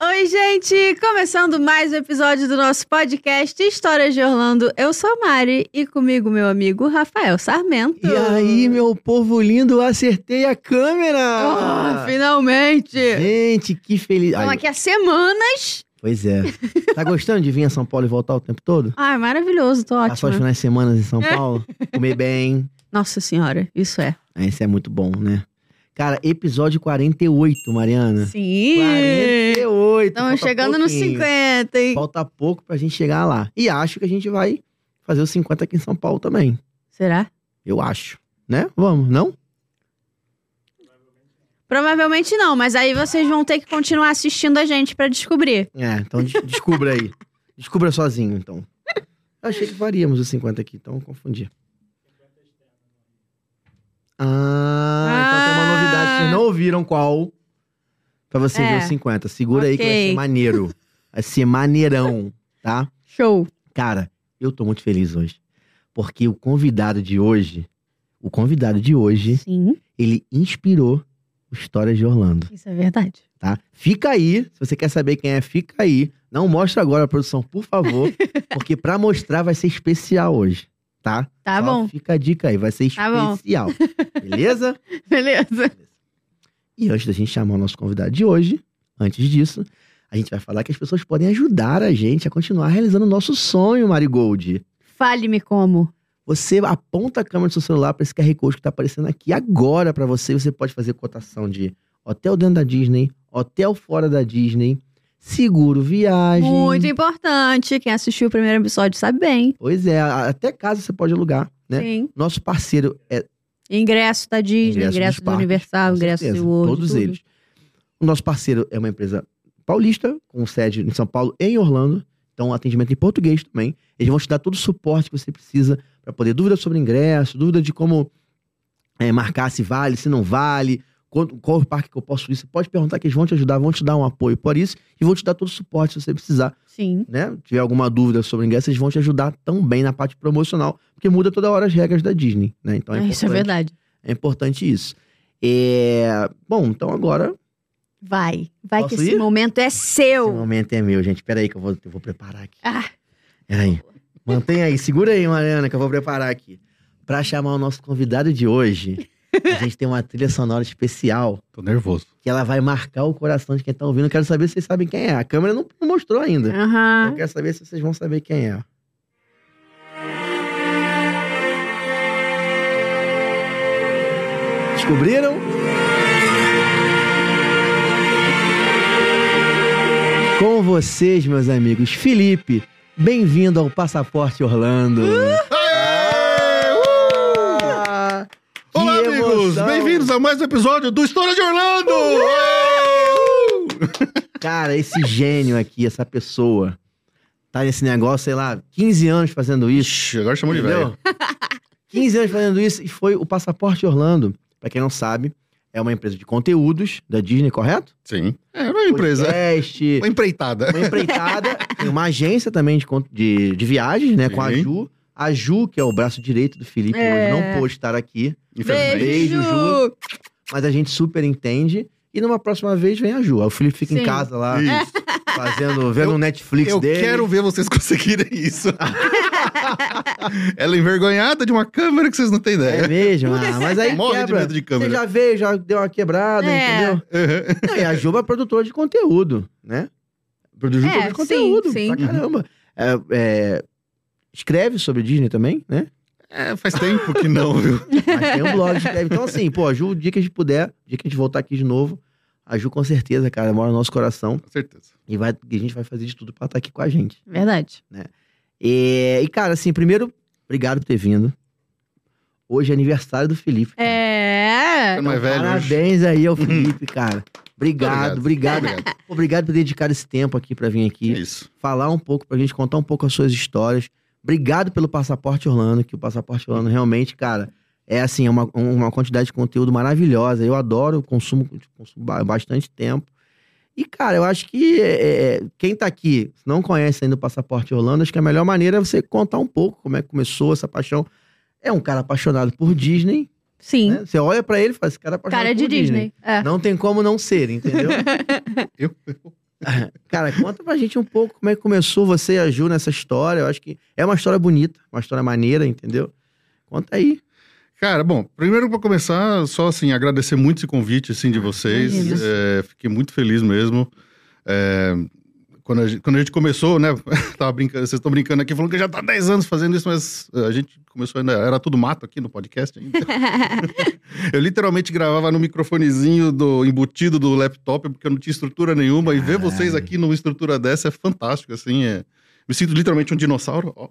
Oi, gente! Começando mais um episódio do nosso podcast Histórias de Orlando. Eu sou a Mari e comigo meu amigo Rafael Sarmento. E aí, meu povo lindo, acertei a câmera! Ah, finalmente! Gente, que feliz. Estamos Ai, aqui há semanas. pois é. Tá gostando de vir a São Paulo e voltar o tempo todo? Ai, maravilhoso, tô Passar os ótima. finais de semana em É. São Paulo, comer bem. Nossa senhora, isso é. Ah, Isso é muito bom, né? Cara, episódio 48, Mariana. Sim! 48! Estamos Né? falta chegando nos pouquinho. 50, hein? Falta pouco pra gente chegar lá. E acho que a gente vai fazer os 50 aqui em São Paulo também. Será? Eu acho. Né? Vamos, não? Provavelmente não, mas aí vocês vão ter que continuar assistindo a gente pra descobrir. É, então des- descubra aí. Descubra sozinho, então. Eu achei que faríamos os 50 aqui, então eu confundi. Ah, então tem uma novidade. Vocês não ouviram qual? Pra você É. ver os 50. Segura aí que vai Ok. ser maneiro. Vai ser maneirão, tá? Show! Cara, eu tô muito feliz hoje. Porque o convidado de hoje, o convidado de hoje, Sim, ele inspirou o Histórias de Orlando isso é verdade. tá? Fica aí, se você quer saber quem é, fica aí. Não mostra agora, produção, por favor, porque pra mostrar vai ser especial hoje, tá? Tá Só bom, Fica a dica aí, vai ser Tá bom. especial, beleza? beleza. E antes da gente chamar o nosso convidado de hoje, antes disso, a gente vai falar que as pessoas podem ajudar a gente a continuar realizando o nosso sonho, Marigold. Fale-me como. Você aponta a câmera do seu celular para esse QR Code que tá aparecendo aqui agora para você. Você pode fazer cotação de hotel dentro da Disney, hotel fora da Disney, seguro viagem. Muito importante. Quem assistiu o primeiro episódio sabe bem. Pois é, a- até casa você pode alugar, né? Sim. Nosso parceiro é Ingresso da Disney, Ingresso ingresso, dos do parques, Universal, com ingresso certeza, do World. todos tudo. eles. O nosso parceiro é uma empresa paulista, com sede em São Paulo e em Orlando. Então, atendimento em português também. Eles vão te dar todo o suporte que você precisa para poder dúvida sobre ingresso, dúvida de como é, marcar se vale, se não vale, quanto- qual, o parque que eu posso ir. Você pode perguntar que eles vão te ajudar, vão te dar um apoio por isso e vão te dar todo o suporte se você precisar Sim. né, tiver alguma dúvida sobre ingresso, eles vão te ajudar também na parte promocional, porque muda toda hora as regras da Disney, né? Então é, É, isso é importante- verdade. é importante isso. É... Bom, então agora Vai. Vai Posso que esse ir? momento é seu. esse momento é meu, gente. Pera aí que eu vou, eu vou preparar aqui. Ah. Peraí. Mantenha aí, segura aí, Mariana, que eu vou preparar aqui. Pra chamar o nosso convidado de hoje, a gente tem uma trilha sonora especial Tô nervoso. que ela vai marcar o coração de quem tá ouvindo. Eu Quero saber se vocês sabem quem é. A câmera não não mostrou ainda. Aham. Eu quero saber se vocês vão saber quem é. Descobriram? Com vocês, meus amigos. Felipe, bem-vindo ao Passaporte Orlando. Ah, que Olá, amigos! emoção. Bem-vindos a mais um episódio do História de Orlando! Cara, esse gênio aqui, essa pessoa, tá nesse negócio, sei lá, 15 anos fazendo isso. Ixi, agora chamou de Entendeu? velho. 15 anos fazendo isso e foi o Passaporte Orlando. Pra quem não sabe, é uma empresa de conteúdos da Disney, correto? Sim. É uma empresa. Podcast, Uma empreitada. uma empreitada, tem uma agência também de, con- de, de viagens, né? Com a Sim. Ju. A Ju, que é o braço direito do Felipe, É. hoje não pôde estar aqui, Infelizmente. Beijo. um Beijo, Ju. mas a gente super entende. E numa próxima vez vem a Ju. Aí O Felipe fica Sim. em casa lá, Isso. fazendo, vendo o Netflix Eu dele. quero ver vocês conseguirem isso. Ela é envergonhada de uma câmera que vocês não têm É ideia. mesmo? Ah, mas aí Morre de quebra. medo de Você câmera. já veio, já deu uma quebrada, É. entendeu? Uhum. Não, e a Juba é produtora de conteúdo, né? Produtora É, de sim, conteúdo, sim. pra caramba. É, é, escreve sobre Disney também, né? É, faz tempo que não, viu? Mas tem um blog, escreve. Então, assim, pô, a Ju, o dia que a gente puder, o dia que a gente voltar aqui de novo, a Ju com certeza, cara, mora no nosso coração Com certeza. e, vai, e a gente vai fazer de tudo pra estar aqui com a gente. Verdade. E, e, cara, assim, primeiro, obrigado por ter vindo. Hoje é aniversário do Felipe. cara. É. Tá mais velho hoje. Parabéns aí ao Felipe, cara. Obrigado, obrigado. Obrigado, Obrigado. por dedicar esse tempo aqui pra vir aqui. É isso. falar um pouco pra gente, contar um pouco as suas histórias. Obrigado pelo Passaporte Orlando, que o Passaporte Orlando realmente, cara, é assim, é uma, uma quantidade de conteúdo maravilhosa. Eu adoro, consumo, consumo ba- bastante tempo. E, cara, eu acho que é, é, quem tá aqui, se não conhece ainda o Passaporte Orlando, acho que a melhor maneira é você contar um pouco como é que começou essa paixão. É um cara apaixonado por Disney, Sim. né? Você olha pra ele e fala, esse cara é apaixonado Cara por de Disney. Disney. É. Não tem como não ser, entendeu? Eu, Cara, conta pra gente um pouco como é que começou você e a Ju nessa história. Eu acho que é uma história bonita, uma história maneira, entendeu? Conta aí. Cara, bom, primeiro para começar, só assim, agradecer muito esse convite, assim, de vocês. Imagina. É, fiquei muito feliz mesmo. É, quando, a gente, quando a gente começou, né, tava brincando, vocês estão brincando aqui, falando que já tá 10 anos fazendo isso, mas é, a gente começou ainda, era tudo mato aqui no podcast ainda. Eu literalmente gravava no microfonezinho do embutido do laptop, porque eu não tinha estrutura nenhuma. E ver Caralho. vocês aqui numa estrutura dessa é fantástico, assim. É... Me sinto literalmente um dinossauro. ó.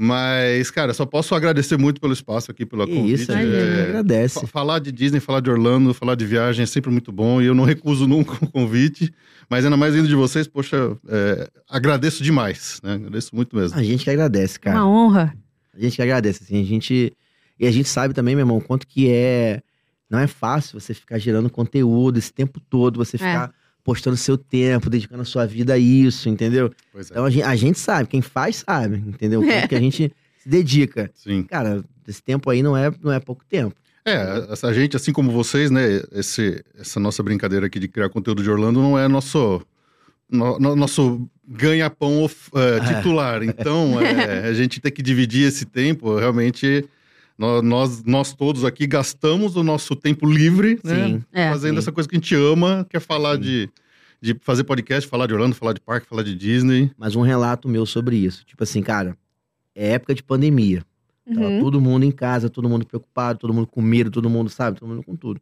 Mas, cara, só posso agradecer muito pelo espaço aqui, pela Que convite. isso, a né? gente É, agradece. fa- Falar de Disney, falar de Orlando, falar de viagem é sempre muito bom e eu não recuso nunca o convite, mas ainda mais vindo de vocês, poxa, é, agradeço demais, né? Agradeço muito mesmo. A gente que agradece, cara. Uma honra. A gente que agradece, assim, a gente... E a gente sabe também, meu irmão, o quanto que é... Não é fácil você ficar gerando conteúdo esse tempo todo, você ficar postando seu tempo, dedicando a sua vida a isso, entendeu? Pois é, Então a gen- a gente, sabe, quem faz sabe, entendeu? O quanto É. que a gente se dedica. sim. Cara, esse tempo aí não é, não é pouco tempo. É, a- a gente, assim como vocês, né? esse- essa nossa brincadeira aqui de criar conteúdo de Orlando não é nosso, no- no- nosso ganha-pão of- eh, É. titular. Então, é, a gente tem que dividir esse tempo. Realmente, nó- nós, nós todos aqui gastamos o nosso tempo livre, né? Sim. É. Fazendo sim. essa coisa que a gente ama, que é falar Sim. de, de fazer podcast, falar de Orlando, falar de parque, falar de Disney. Mas um relato meu sobre isso. Tipo assim, cara, é época de pandemia. Tava Uhum. todo mundo em casa, todo mundo preocupado, todo mundo com medo, todo mundo, sabe? Todo mundo com tudo.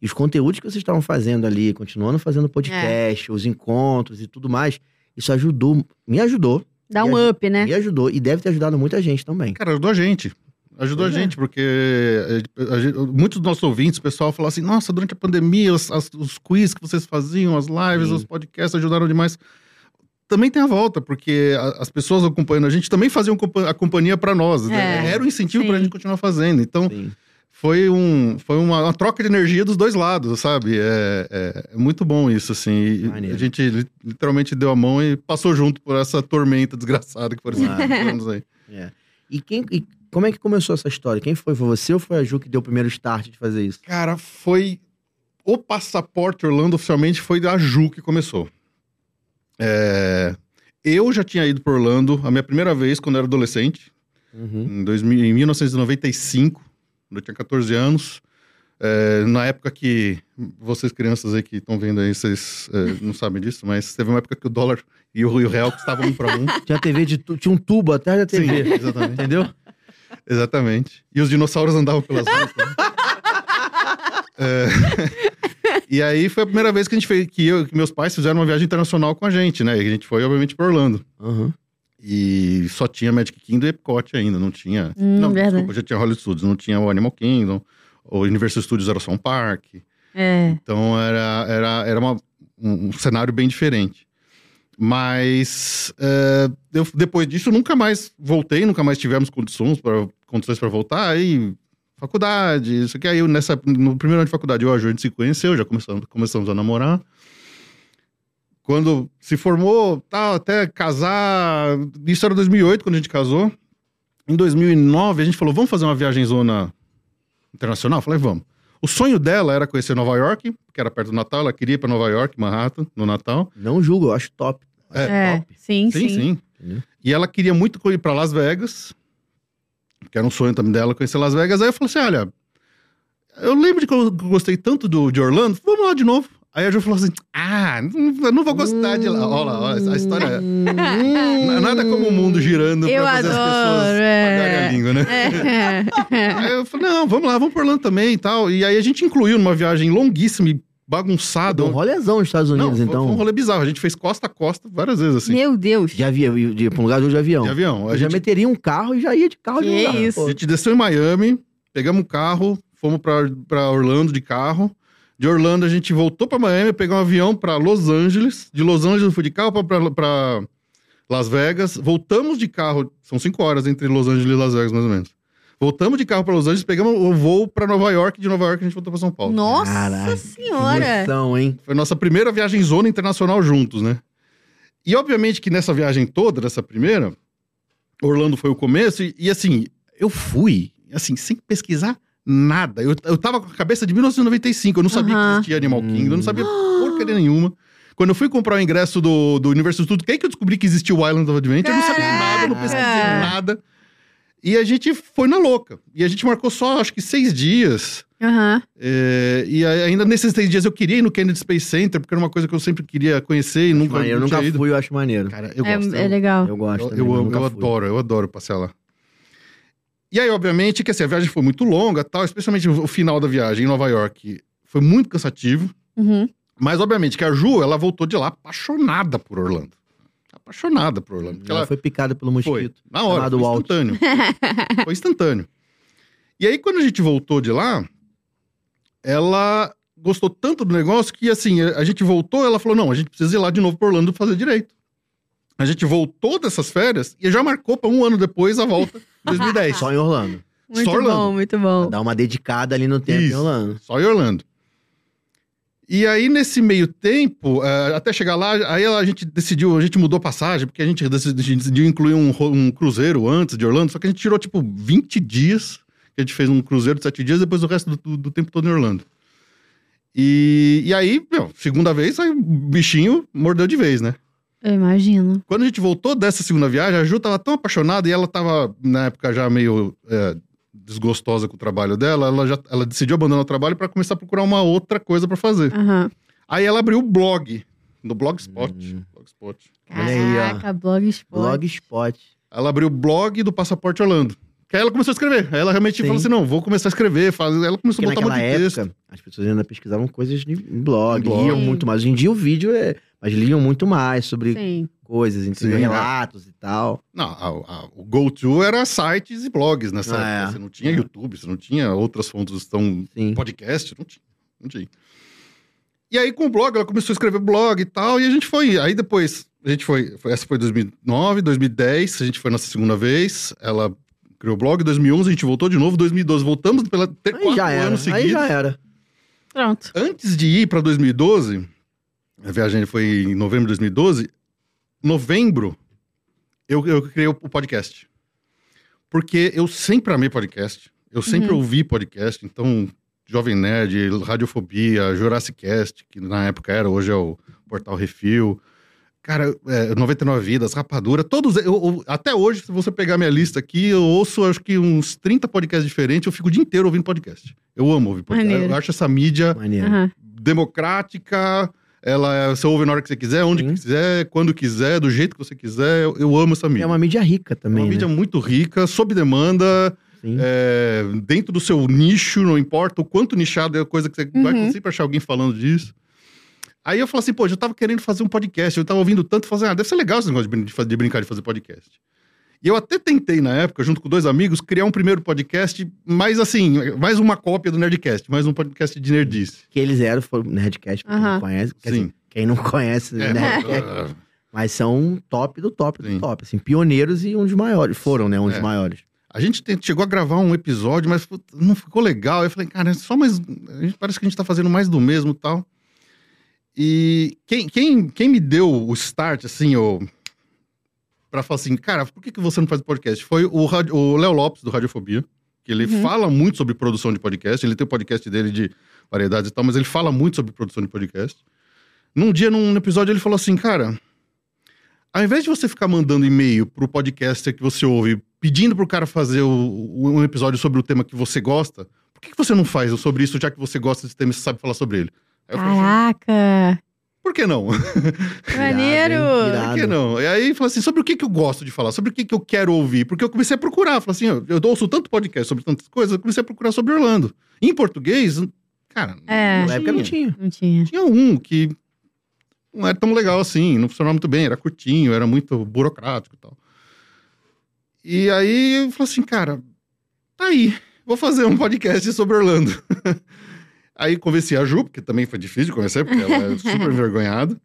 E os conteúdos que vocês estavam fazendo ali, continuando fazendo podcast, os encontros e tudo mais, isso ajudou, me ajudou, Dá um up, né? me ajudou e deve ter ajudado muita gente também. Cara, ajudou a gente. Ajudou Pois a é. gente, porque eh, a gente- muitos dos nossos ouvintes, o pessoal falou assim: nossa, durante a pandemia, os, as- os quiz que vocês faziam, as lives, Sim. os podcasts ajudaram demais. Também tem a volta, porque a- as pessoas acompanhando a gente também faziam compa- a companhia pra nós. né? É, Era um incentivo pra sim. gente continuar fazendo. Então, Sim. foi, um, foi uma, uma troca de energia dos dois lados, sabe? É, é- é muito bom isso, assim. E Maneiro. A gente li- literalmente deu a mão e passou junto por essa tormenta desgraçada que foram esses Claro. últimos anos aí. É. E, quem, e como é que começou essa história? Quem foi? Foi você ou foi a Ju que deu o primeiro start de fazer isso? Cara, foi. O passaporte Orlando oficialmente foi da Ju que começou. É, Eu já tinha ido para Orlando a minha primeira vez quando eu era adolescente, Uhum. em, 2000 em 1995, quando eu tinha 14 anos. É, na época que vocês crianças aí que estão vendo aí, vocês é, não sabem disso, mas teve uma época que o dólar e o, e o real custavam um para um. Tinha TV de tu- tinha um tubo atrás da TV, exatamente. entendeu? Exatamente. E os dinossauros andavam pelas ruas. né? É. E aí foi a primeira vez que a gente fez, que, eu, que meus pais fizeram uma viagem internacional com a gente, né? E a gente foi, obviamente, para Orlando. Uhum. E só tinha Magic Kingdom e Epcot ainda, não tinha. Hum, não, verdade. desculpa, já tinha Hollywood Studios, não tinha o Animal Kingdom, o Universal Studios era só um parque. É. Então era, era, era uma- um, um cenário bem diferente. Mas é, eu- depois disso nunca mais voltei, nunca mais tivemos condições para condições para voltar. Aí faculdade, isso aqui. Aí eu nessa, no primeiro ano de faculdade eu e a Ju, a gente se conheceu, já começamos, começamos a namorar. Quando se formou, tal, até casar, isso era 2008 quando a gente casou. Em 2009 a gente falou, vamos fazer uma viagem zona internacional? Eu falei, vamos. O sonho dela era conhecer Nova York, que era perto do Natal, ela queria ir pra Nova York, Manhattan, no Natal. Não julgo, eu acho top. É, É. Sim, sim. Entendeu? E ela queria muito ir pra Las Vegas, que era um sonho também dela conhecer Las Vegas. Aí eu falei assim: olha, eu lembro de que eu gostei tanto do, de Orlando, vamos lá de novo. Aí a Ju falou assim: ah, não- eu não vou gostar de lá. Olha lá, olha, a história. é- Nada como o mundo girando Ah. Eu pra fazer as adoro, pessoas é. pagarem a língua, né? É. Aí eu falei, não, vamos lá, vamos pra Orlando também e tal. E aí a gente incluiu numa viagem longuíssima e bagunçada. Deu um rolezão nos Estados Não, Unidos, foi- então. foi um rolê bizarro. A gente fez costa a costa várias vezes, assim, Meu Deus. De avião, de, pra um lugar de avião. de avião. A Eu já gente, meteria um carro e já ia de carro de Que lugar, isso. pô. a gente desceu em Miami, pegamos um carro, fomos pra, pra Orlando de carro. De Orlando a gente voltou pra Miami, pegou um avião pra Los Angeles. De Los Angeles eu fui de carro pra, pra, pra Las Vegas. Voltamos de carro, são cinco horas entre Los Angeles e Las Vegas, mais ou menos. Voltamos de carro pra Los Angeles, pegamos o voo pra Nova York. De Nova York a gente voltou pra São Paulo. Nossa Caraca, Que senhora. emoção, hein? Foi nossa primeira viagem zona internacional juntos, né? E obviamente que nessa viagem toda, nessa primeira, Orlando foi o começo, e, e, assim, eu fui, assim, sem pesquisar nada. Eu, eu tava com a cabeça de 1995, eu não sabia que Aham. existia Animal Kingdom, eu não sabia porcaria nenhuma. Quando eu fui comprar o ingresso do, do Universo Tudo, quem que eu descobri que existia o Island of Adventure? Eu não sabia nada, eu não pesquisei Caraca! nada. E a gente foi na louca. E a gente marcou só, acho que seis dias. Aham. É, e aí, ainda nesses seis dias eu queria ir no Kennedy Space Center, porque era uma coisa que eu sempre queria conhecer e nunca, maneiro, eu não nunca tinha ido. fui, eu acho maneiro. Cara, eu É- gosto. É, eu- legal. Eu gosto. eu, também, eu mas amo, nunca eu fui. adoro, eu adoro passear lá. E aí, obviamente, que assim, a viagem foi muito longa tal, especialmente o final da viagem em Nova York. Foi muito cansativo. Uhum. Mas, obviamente, que a Ju, ela voltou de lá apaixonada por Orlando. Apaixonada por Orlando. Porque Ela, ela foi picada pelo foi, mosquito. na hora, chamado foi Walt. instantâneo. foi instantâneo. E aí, quando a gente voltou de lá, ela gostou tanto do negócio que, assim, a gente voltou, ela falou, não, a gente precisa ir lá de novo pra Orlando fazer direito. A gente voltou dessas férias e já marcou pra um ano depois a volta, Tá. 2010. Só em Orlando. Muito Orlando. bom, muito bom. Dá uma dedicada ali no tempo em Isso. Orlando. Só em Orlando. E aí, nesse meio tempo, eh, até chegar lá, aí ela- a gente decidiu, a gente mudou a passagem, porque a gente dec- decidiu incluir um, ro- um cruzeiro antes de Orlando, só que a gente tirou, tipo, 20 dias, que a gente fez um cruzeiro de 7 dias, depois o resto do, do- do tempo todo em Orlando. E, e aí, meu, segunda vez, aí o bichinho mordeu de vez, né? Eu imagino. Quando a gente voltou dessa segunda viagem, a Ju tava tão apaixonada e ela tava, na época, já meio é, desgostosa com o trabalho dela. Ela, já, ela decidiu abandonar o trabalho para começar a procurar uma outra coisa para fazer. Aham. Aí ela abriu o blog, no Blogspot. Hum. Blogspot. Olha aí, ó. Caraca, blog esporte. Blogspot. Ela abriu o blog do Passaporte Orlando. Que aí ela começou a escrever. Aí ela realmente Sim. falou assim: não, vou começar a escrever. Faz... Ela começou Porque a botar um naquela monte de texto. época, as pessoas ainda pesquisavam coisas em blog, Em blog. liam muito mais. Hoje em dia o vídeo é... Mas liam muito mais sobre Sim. coisas, entendeu? Sim, Relatos e tal. Não, a- a- o go-to era sites e blogs nessa Ah, época. é. Você não tinha É. YouTube, você não tinha outras fontes tão Sim. podcast, não tinha, não tinha. E aí com o blog, ela começou a escrever blog e tal, e a gente foi, aí depois, a gente foi, foi- essa foi 2009, 2010, a gente foi nossa segunda vez, ela criou o blog, 2011 a gente voltou de novo, 2012 voltamos pela ter Aí quatro já era. anos Aí seguidos. já era. Pronto. Antes de ir para 2012, a viagem foi em novembro de 2012, novembro eu, eu criei o podcast. Porque eu sempre amei podcast, eu sempre Uhum. ouvi podcast, então Jovem Nerd, Radiofobia, Jurassic Cast, que na época era, hoje é o Portal Refil. Cara, é, 99 Vidas, Rapadura, todos. eu- eu- até hoje, se você pegar minha lista aqui, eu ouço acho que uns 30 podcasts diferentes, eu fico o dia inteiro ouvindo podcast. Eu amo ouvir podcast. Maneiro. Eu acho essa mídia Maneiro. Aham. democrática. Ela é- você ouve na hora que você quiser, onde Sim. quiser, quando quiser, do jeito que você quiser. Eu, eu amo essa mídia. É uma mídia rica É uma também, né? Uhum. mídia muito rica, sob demanda, Sim. é, dentro do seu nicho, não importa o quanto nichado é a coisa que você vai Uhum. sempre achar alguém falando disso. Aí eu falo assim, pô, eu tava querendo fazer um podcast, eu tava ouvindo tanto, fazer, ah, deve ser legal esse negócio de, brin- de fazer- de brincar de fazer podcast. E eu até tentei, na época, junto com dois amigos, criar um primeiro podcast, mais assim, mais uma cópia do Nerdcast, mais um podcast de nerdice. Que eles eram, foi o Nerdcast, pra quem Aham. não conhece. Quer Sim. dizer, quem não conhece, É, Nerdcast. mas, uh, Mas são top do top do Sim. top, assim, pioneiros e um dos maiores. Foram, né? Um dos É. maiores. A gente te- chegou a gravar um episódio, mas putz, não ficou legal. Eu falei, cara, é só mais. a gente- parece que a gente tá fazendo mais do mesmo e tal. E quem, quem, quem me deu o start, assim, o, pra falar assim, cara, por que, que você não faz podcast? Foi o Radi- o Léo Lopes, do Radiofobia, que ele Uhum. fala muito sobre produção de podcast. Ele tem o podcast dele de variedades e tal, mas ele fala muito sobre produção de podcast. Num dia, num episódio, ele falou assim, cara, ao invés de você ficar mandando e-mail pro podcaster que você ouve, pedindo pro cara fazer o- o- um episódio sobre o tema que você gosta, por que, que você não faz sobre isso, já que você gosta desse tema e você sabe falar sobre ele? Aí eu falei assim, Caraca. por que não? Que Maneiro. Irado, hein? Irado. Por que não? E aí falou assim, sobre o que, que eu gosto de falar, sobre o que, que eu quero ouvir, porque eu comecei a procurar, falei assim, eu, eu ouço tanto podcast sobre tantas coisas, eu comecei a procurar sobre Orlando. Em português, cara, É. Na época não tinha. Não tinha. tinha um que não era tão legal assim, não funcionava muito bem, era curtinho, era muito burocrático e tal. E aí eu falei assim, cara, tá aí, vou fazer um podcast sobre Orlando. aí convenci a Ju, porque também foi difícil de convencer, porque ela é super envergonhada.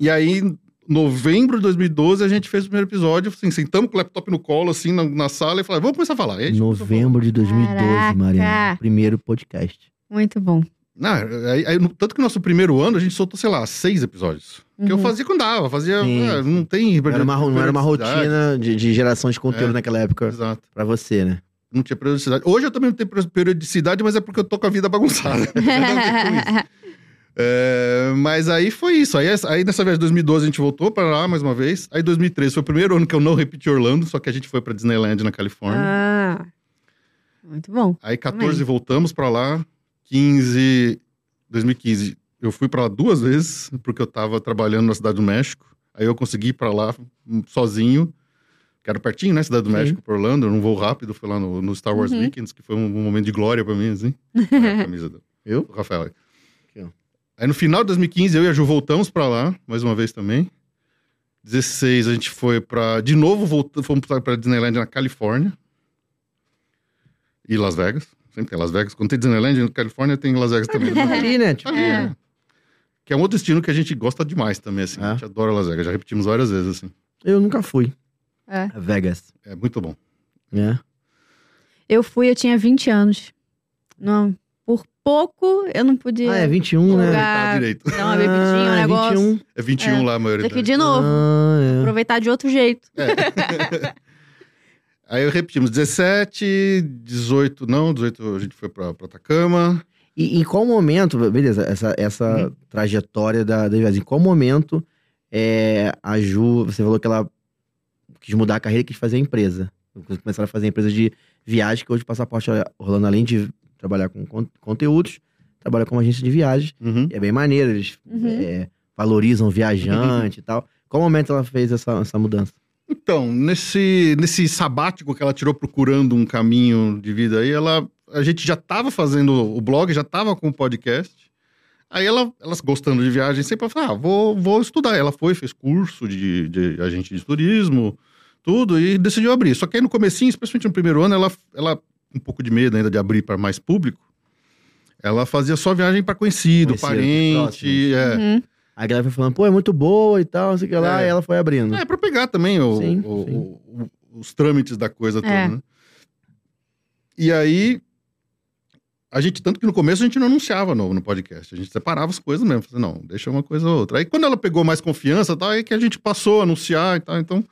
E aí, em novembro de 2012, a gente fez o primeiro episódio, assim, sentamos com o laptop no colo, assim, na, na sala, e falamos, vamos começar a falar. E aí a gente começou a falar. Novembro de 2012, Caraca. Mariana. Primeiro podcast. Muito bom. Não, aí- aí no- tanto que no nosso primeiro ano a gente soltou, sei lá, seis episódios. Que eu Uhum. fazia quando dava, fazia. Sim. ah, não tem. Não era uma, não era uma periodicidade. rotina de, de geração de conteúdo É. naquela época Exato. pra você, né? Não tinha periodicidade. Hoje eu também não tenho periodicidade, mas é porque eu tô com a vida bagunçada. É Não tem a ver com tipo isso. É, mas aí foi isso. Aí, aí dessa vez, 2012, a gente voltou pra lá mais uma vez. Aí 2013 foi o primeiro ano que eu não repeti Orlando, só que a gente foi pra Disneyland na Califórnia. Ah, muito bom. Aí 14 voltamos pra lá, 15, 2015 eu fui pra lá duas vezes porque eu tava trabalhando na cidade do México. Aí eu consegui ir pra lá hum, sozinho. Que era pertinho, né? Cidade do Sim. México pra Orlando. Eu não vou rápido, foi lá no, no Star Wars Uhum. Weekends, que foi um, um momento de glória pra mim, assim. É, a camisa do Eu? do Rafael. aí. Aqui, ó. Aí no final de 2015 eu e a Ju voltamos pra lá, mais uma vez também. 16 a gente foi pra. de novo voltamos, fomos pra- pra Disneyland na Califórnia e Las Vegas. Sempre tem Las Vegas. Quando tem Disneyland na Califórnia, tem Las Vegas também. Tá ali, né? Tipo, Tá ali, né? Que é um outro destino que a gente gosta demais também, assim. É. A gente adora Las Vegas, já repetimos várias vezes, assim. Eu nunca fui. É. A Vegas. É muito bom. Né? Eu fui, eu tinha 20 anos. Não, por pouco eu não podia Ah, é 21, Lugar- né? Ah, Tá direito. dar uma bebidinha, um Ah, negócio. 21. É 21 lá a maioria. tá. Daqui de novo, Ah, é. aproveitar de outro jeito. Aí repetimos 17, 18, não, 18 a gente foi pra, pra Atacama. E em qual momento, beleza, essa, essa Hum. trajetória da, da Ivete, em qual momento é, a Ju, você falou que ela quis mudar a carreira e quis fazer a empresa. Começaram a fazer a empresa de viagem, que hoje o Passaporte Orlando, além de trabalhar com con- conteúdos, trabalha como agência de viagens. Uhum. E é bem maneiro, eles Uhum. é, valorizam o viajante e tal. Qual momento ela fez essa, essa mudança? Então, nesse, nesse sabático que ela tirou procurando um caminho de vida aí, ela, a gente já tava fazendo o blog, já tava com o podcast. Aí ela, elas gostando de viagem, sempre falou, ah, vou, vou estudar. Ela foi, fez curso de, de agente de turismo, tudo, e decidiu abrir. Só que aí no comecinho, especialmente no primeiro ano, ela, ela com um pouco de medo ainda de abrir para mais público, ela fazia só viagem para conhecido, Conhecido, parente, próximo. é, Uhum. A galera foi falando, pô, é muito boa e tal, não sei o que lá, É. e ela foi abrindo. É, pra pegar também o- Sim, o- sim. o- o- os trâmites da coisa É. toda, né? E aí, a gente, tanto que no começo a gente não anunciava no, no podcast, a gente separava as coisas mesmo, falava, assim, não, deixa uma coisa ou outra. Aí quando ela pegou mais confiança, e tal, aí que a gente passou a anunciar e tal, então,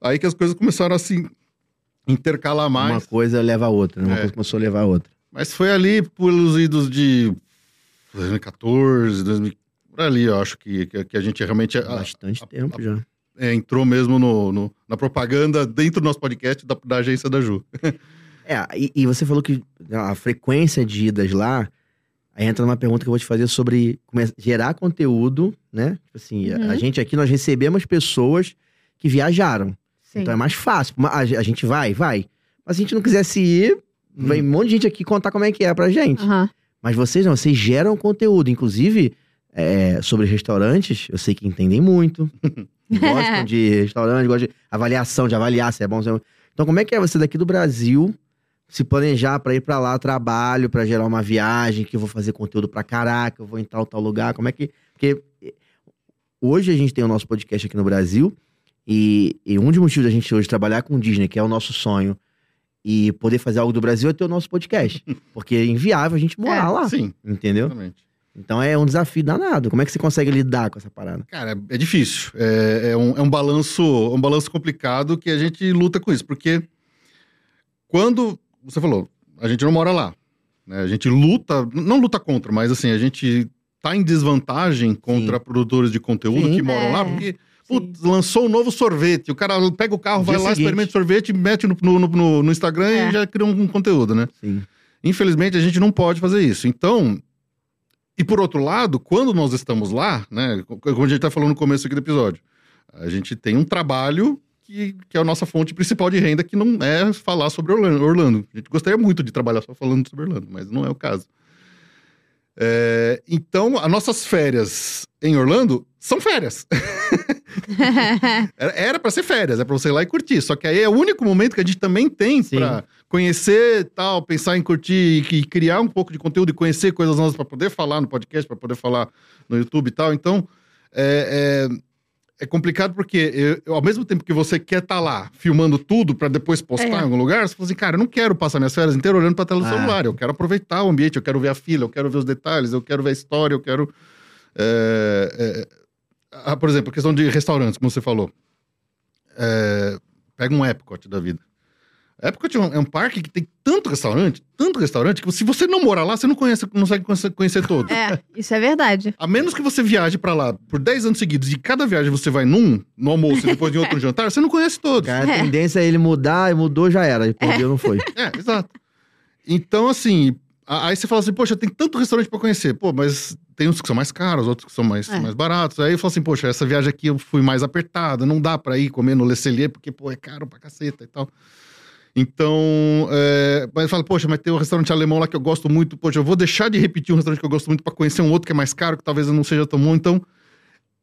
aí que as coisas começaram a se intercalar mais. Uma coisa leva a outra, né? uma É. coisa começou a levar a outra. Mas foi ali pelos idos de 2014, 2000, por ali, eu acho que, que, que a gente realmente... a- Bastante a- tempo já. é, entrou mesmo no, no- na propaganda dentro do nosso podcast da, da agência da Ju. É, e, e você falou que a frequência de idas lá, aí entra numa pergunta que eu vou te fazer sobre come- gerar conteúdo, né? Tipo assim, a- Uhum. a gente aqui, nós recebemos pessoas que viajaram. Sim. Então é mais fácil. Ma- A, ge- a gente vai, vai. Mas se a gente não quisesse ir, vem um monte de gente aqui contar como é que é pra gente. Aham. Mas vocês não, vocês geram conteúdo. Inclusive, é, sobre restaurantes, eu sei que entendem muito. gostam de restaurante, gostam de avaliação, de avaliar se é bom, se é ruim. Então, como é que é você daqui do Brasil se planejar pra ir pra lá, trabalho, pra gerar uma viagem, que eu vou fazer conteúdo pra caraca, eu vou em tal, tal lugar? Como é que. Porque eh, hoje a gente tem o nosso podcast aqui no Brasil. E, e um dos motivos da gente hoje trabalhar com Disney, que é o nosso sonho, e poder fazer algo do Brasil é ter o nosso podcast. Porque é inviável a gente morar É. lá. Sim, Entendeu? exatamente. Então é um desafio danado. Como é que você consegue lidar com essa parada? Cara, é- é difícil. É, é um, é um balanço, um balanço complicado que a gente luta com isso, porque quando você falou, a gente não mora lá, né? A gente luta, não luta contra, mas assim a gente tá em desvantagem contra produtores de conteúdo Sim. que moram É. lá, porque Sim. Putz, lançou um novo sorvete. O cara pega o carro, No vai dia lá, seguinte. experimenta o sorvete, mete no, no, no- no Instagram É. e já cria um, um conteúdo, né? Sim. Infelizmente, a gente não pode fazer isso. Então, e por outro lado, quando nós estamos lá, né? co- Como a gente tá falando no começo aqui do episódio, a gente tem um trabalho que, que é a nossa fonte principal de renda, que não é falar sobre Orlan- Orlando. A gente gostaria muito de trabalhar só falando sobre Orlando, mas não é o caso. É, então, as nossas férias em Orlando são férias. Era- Era pra ser férias, é pra você ir lá e curtir. Só que aí é o único momento que a gente também tem Sim. pra conhecer e tal, pensar em curtir e e criar um pouco de conteúdo e conhecer coisas novas pra poder falar no podcast, pra poder falar no YouTube e tal. Então, é, é, é complicado porque eu- eu, ao mesmo tempo que você quer estar lá filmando tudo pra depois postar É. em algum lugar, você fala assim, cara, eu não quero passar minhas férias inteiras olhando pra tela do Ah. celular. Eu quero aproveitar o ambiente, eu quero ver a fila, eu quero ver os detalhes, eu quero ver a história, eu quero... é, é, ah, por exemplo, a questão de restaurantes, como você falou. É, pega um Epcot da vida. Época tinha um- é um parque que tem tanto restaurante, tanto restaurante, que se você não morar lá, você não conhece, não consegue conhecer, conhecer todos. É, isso é verdade. A menos que você viaje pra lá por 10 anos seguidos e cada viagem você vai num, no almoço e depois em outro no jantar, você não conhece todos. Cara, a É. tendência é ele mudar, e mudou, já era. Ele perdeu, não foi. É, exato. Então, assim, a- aí você fala assim, poxa, tem tanto restaurante pra conhecer. Pô, mas tem uns que são mais caros, outros que são mais, É. mais baratos. Aí eu falo assim, poxa, essa viagem aqui eu fui mais apertada, não dá pra ir comer no Le Cellier, porque, pô, é caro pra caceta e tal. Então, é, mas eu falo, poxa, mas tem um restaurante alemão lá que eu gosto muito, poxa, eu vou deixar de repetir um restaurante que eu gosto muito pra conhecer um outro que é mais caro, que talvez eu não seja tão bom. Então,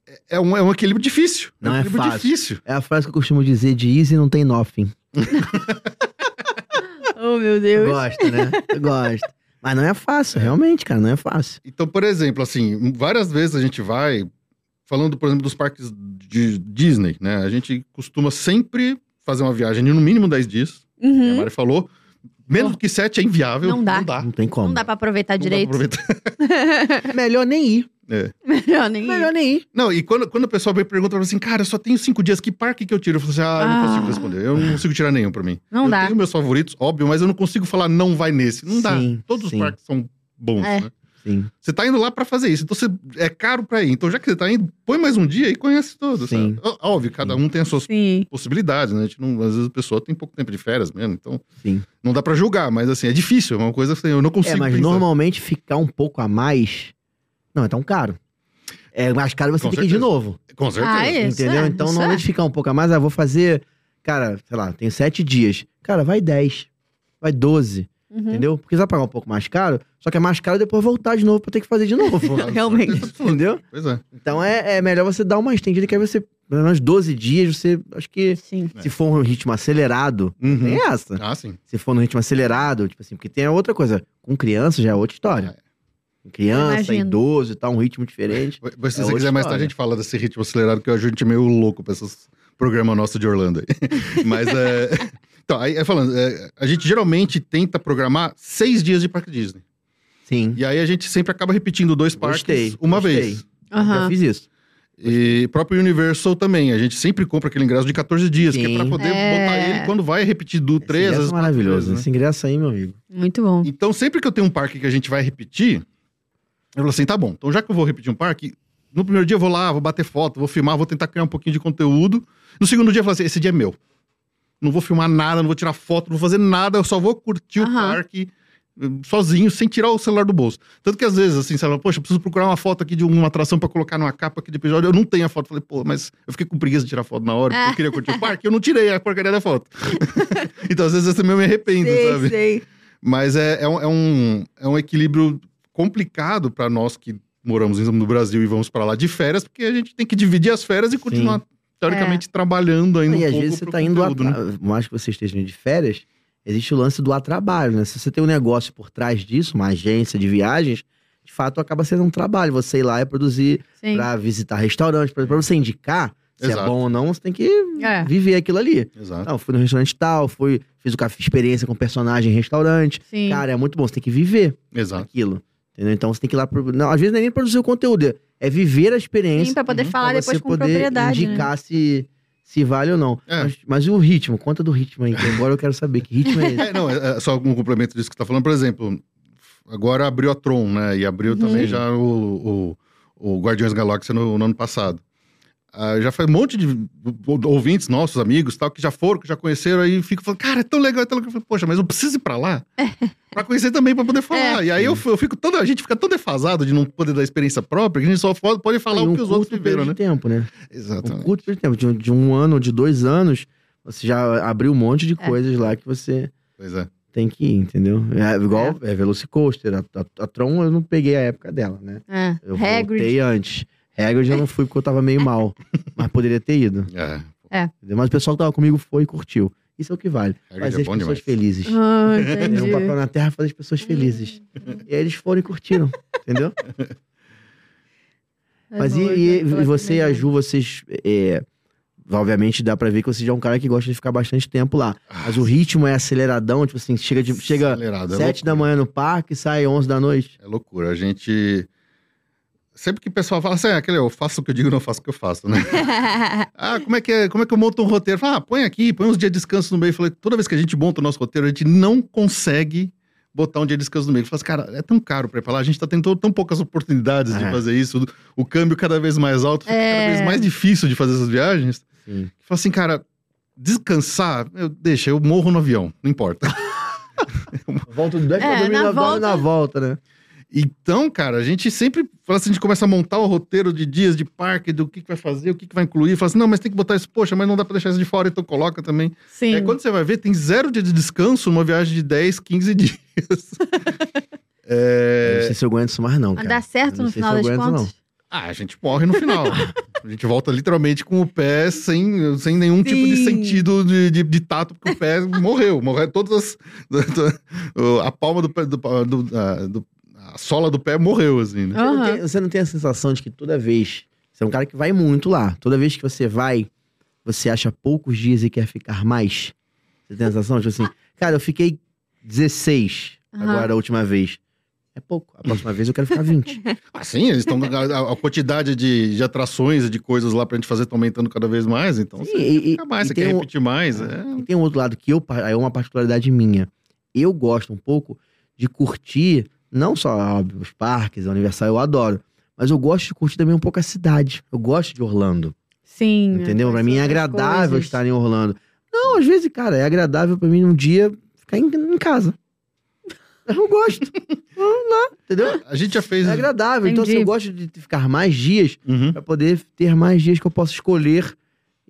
é- é um, é um equilíbrio difícil. Não um é equilíbrio fácil. difícil. É a frase que eu costumo dizer de easy não tem nothing. Oh, meu Deus. Gosto, né? Gosto. Mas não é fácil, realmente, cara, não é fácil. Então, por exemplo, assim, várias vezes a gente vai, falando, por exemplo, dos parques de Disney, né? A gente costuma sempre fazer uma viagem de no mínimo 10 dias, que a Uhum. é, Mari falou. Menos que 7 é inviável. Não dá. Não dá. Não tem como. Não dá pra aproveitar Não dá pra direito. aproveitar. É. Melhor nem ir. Melhor nem. ir. Melhor nem ir. Não, e quando, quando o pessoal me pergunta pra mim assim, cara, eu só tenho 5 dias, que parque que eu tiro? Eu falo assim, ah, eu não Ah. consigo responder. Eu não consigo tirar nenhum pra mim. Não eu dá. tenho meus favoritos, óbvio, mas eu não consigo falar não vai nesse. Não dá. Sim, Todos sim. os parques são bons, É. né? Sim, Você tá indo lá pra fazer isso, então você é caro pra ir. Então, já que você tá indo, põe mais um dia e conhece todos. Sim. sabe? Ó- Óbvio, cada um tem as suas Sim. possibilidades, né? A gente não- às vezes a pessoa tem pouco tempo de férias mesmo, então sim. não dá pra julgar, mas assim, é difícil, é uma coisa que assim, eu não consigo. É, mas pensar. normalmente ficar um pouco a mais não é tão caro. É mais caro você Com ter que ir de certeza. novo. Com certeza. Ah, é? Isso entendeu? então, isso normalmente ficar um pouco a mais, ah, vou fazer, cara, sei lá, tenho sete dias. Cara, vai dez. Vai doze. Uhum. Entendeu? Porque você vai pagar um pouco mais caro, só que é mais caro depois voltar de novo pra ter que fazer de novo. Claro, Realmente. com certeza. entendeu? Pois é. Então é, é melhor você dar uma estendida, que aí você, pelo menos 12 dias, você. Acho que Sim. É. se for um ritmo acelerado, tem essa. Ah, sim. Se for num ritmo acelerado, tipo assim, porque tem a outra coisa. Com criança já é outra Ah, história. Com criança, Imagino. idoso e tal, um ritmo diferente. Mas se É você outra quiser mais tarde, história. a gente fala desse ritmo acelerado, que a gente é meio louco pra esses programas nossos de Orlando aí. Mas é. Então, aí é falando, é, a gente geralmente tenta programar seis dias de parque Disney. Sim. E aí a gente sempre acaba repetindo dois parques Gostei, uma gostei. vez. Já Aham. fiz isso. E próprio Universal também. A gente sempre compra aquele ingresso de 14 dias, que é pra Sim. poder É. botar ele quando vai repetir do Esse 3 ingresso às é maravilhoso. vezes, né? Esse ingresso aí, meu amigo. Muito bom. Então, sempre que eu tenho um parque que a gente vai repetir, eu falo assim: tá bom, então já que eu vou repetir um parque, no primeiro dia eu vou lá, vou bater foto, vou filmar, vou tentar criar um pouquinho de conteúdo. No segundo dia eu falo assim: esse dia é meu. Não vou filmar nada, não vou tirar foto, não vou fazer nada, eu só vou curtir o Aham. parque eh, sozinho, sem tirar o celular do bolso. Tanto que às vezes, assim, você fala, poxa, eu preciso procurar uma foto aqui de uma atração pra colocar numa capa aqui de episódio. Eu não tenho a foto. Eu Falei, pô, mas eu fiquei com preguiça de tirar foto na hora, porque É. eu queria curtir o parque, eu não tirei a porcaria da foto. então, às vezes, eu também me arrependo, Sei, sabe? sei. Mas é, é, um, é, um, é um equilíbrio complicado para nós que moramos em- no Brasil e vamos para lá de férias, porque a gente tem que dividir as férias e continuar, teoricamente, trabalhando ainda. e um às pouco vezes você pro tá indo a. conteúdo, né? Mais que você esteja indo de férias, existe o lance do a trabalho, né? Se você tem um negócio por trás disso, uma agência de viagens, de fato acaba sendo um trabalho. Você ir lá e produzir Sim. pra visitar restaurantes, pra pra você indicar se é Exato. Tá. bom ou não, você tem que É. viver aquilo ali. Exato. Não, fui no restaurante tal, fui, fiz o café, experiência com personagem em restaurante. Sim. Cara, é muito bom, você tem que viver Exato. aquilo. Entendeu? Então você tem que ir lá. pro- Não, às vezes não é nem produzir o conteúdo, é- é viver a experiência Sim, pra poder Uhum. falar pra depois você com poder propriedade. né? indicar se, se vale ou não. É. Mas, mas e o ritmo? Conta do ritmo aí, que agora eu quero saber que ritmo é esse. É, não, é, é só algum complemento disso que você tá falando. Por exemplo, agora abriu a Tron, né? E abriu também Uhum. já o, o, o Guardiões da Galáxia no, no ano passado. Ah, já foi um monte de ouvintes nossos, amigos tal, que já foram, que já conheceram, aí ficam falando, cara, é tão legal, é tão legal. Eu falo, Poxa, mas eu preciso ir pra lá pra conhecer também, pra poder falar. E aí eu, eu fico todo, a gente fica tão defasado de não poder dar experiência própria, que a gente só pode, pode falar Em o que os outros um curto viveram, período né? de tempo, né? Um Exatamente. curto período de tempo, de, um- de um ano ou de dois anos, você já abriu um monte É. de coisas lá que você Pois é. tem que ir, entendeu? É igual é. Velocicoaster, a, a- a Tron eu não peguei a época dela, né? É. Eu Hagrid. voltei antes. Hagrid eu não fui porque eu tava meio mal, mas poderia ter ido. É, entendeu? Mas o pessoal que tava comigo foi e curtiu. Isso é o que vale. Hagrid é Fazer as bom pessoas demais. felizes. Ah, Tem um entendi. Hum. papel na Terra fazer as pessoas felizes. E aí eles foram e curtiram, entendeu? É Mas e, boa, e- eu gosto e você e a mesmo. Ju, vocês. é, obviamente dá pra ver que você já é um cara que gosta de ficar bastante tempo lá. Mas o ritmo é aceleradão, tipo assim, chega, de, chega Acelerado, é sete da loucura. manhã no parque e sai 11 da noite. É loucura. A gente. Sempre que o pessoal fala assim, é, aquele, eu faço o que eu digo, não faço o que eu faço, né? ah, como é que, é, como é que eu monto um roteiro? Fala, ah, põe aqui, põe uns dias de descanso no meio. Eu Falei, toda vez que a gente monta o nosso roteiro, a gente não consegue botar um dia de descanso no meio. Eu Falei, assim, cara, é tão caro preparar, a gente tá tendo tão poucas oportunidades de É. fazer isso, o câmbio cada vez mais alto, fica É. cada vez mais difícil de fazer essas viagens. Sim. Fala assim, cara, descansar, eu, deixa, eu morro no avião, não importa. Volta do deck É, pra dormir na na, volta... na volta, né? Então, cara, a gente sempre fala assim, a gente começa a montar o roteiro de dias de parque, do que, que vai fazer, o que, que vai incluir. Fala assim, não, mas tem que botar isso, poxa, mas não dá pra deixar isso de fora, então coloca também. Sim. É quando você vai ver, tem zero dia de descanso numa viagem de 10, 15 dias. Eu Não É, sei se eu aguento isso mais, não. Mas Cara. Dá certo Eu não no sei final se eu das aguento, contas? Ah, a gente morre no final. a gente volta literalmente com o pé sem, sem nenhum tipo de Sim. sentido de, de, de tato, porque o pé morreu. Morreu todas as. A palma do pé. Do, do- a- do- a sola do pé morreu, assim, né? Você, não Aham. tem, você não tem a sensação de que toda vez. Você é um cara que vai muito lá. Toda vez que você vai, você acha poucos dias e quer ficar mais. Você tem a sensação? Tipo assim, cara, eu fiquei 16 Aham. agora a última vez. É pouco. A próxima vez eu quero ficar 20. Assim, eles estão. A, a quantidade de, de atrações e de coisas lá pra gente fazer tá aumentando cada vez mais, então Sim, você e- e- fica mais, e você tem quer um- repetir mais. É. E tem um outro lado que eu, pa- é uma particularidade minha. Eu gosto um pouco de curtir, não só óbvio, os parques, a Universal, eu adoro. Mas eu gosto de curtir também um pouco a cidade. Eu gosto de Orlando. Sim. entendeu? Pra mim é outras agradável coisas. estar em Orlando. Não, às vezes, cara, é agradável pra mim um dia ficar em, em casa. Eu gosto. Não, não, entendeu? A gente já fez. É agradável. Então, assim, Entendi. eu gosto de ficar mais dias Uhum. Pra poder ter mais dias que eu posso escolher,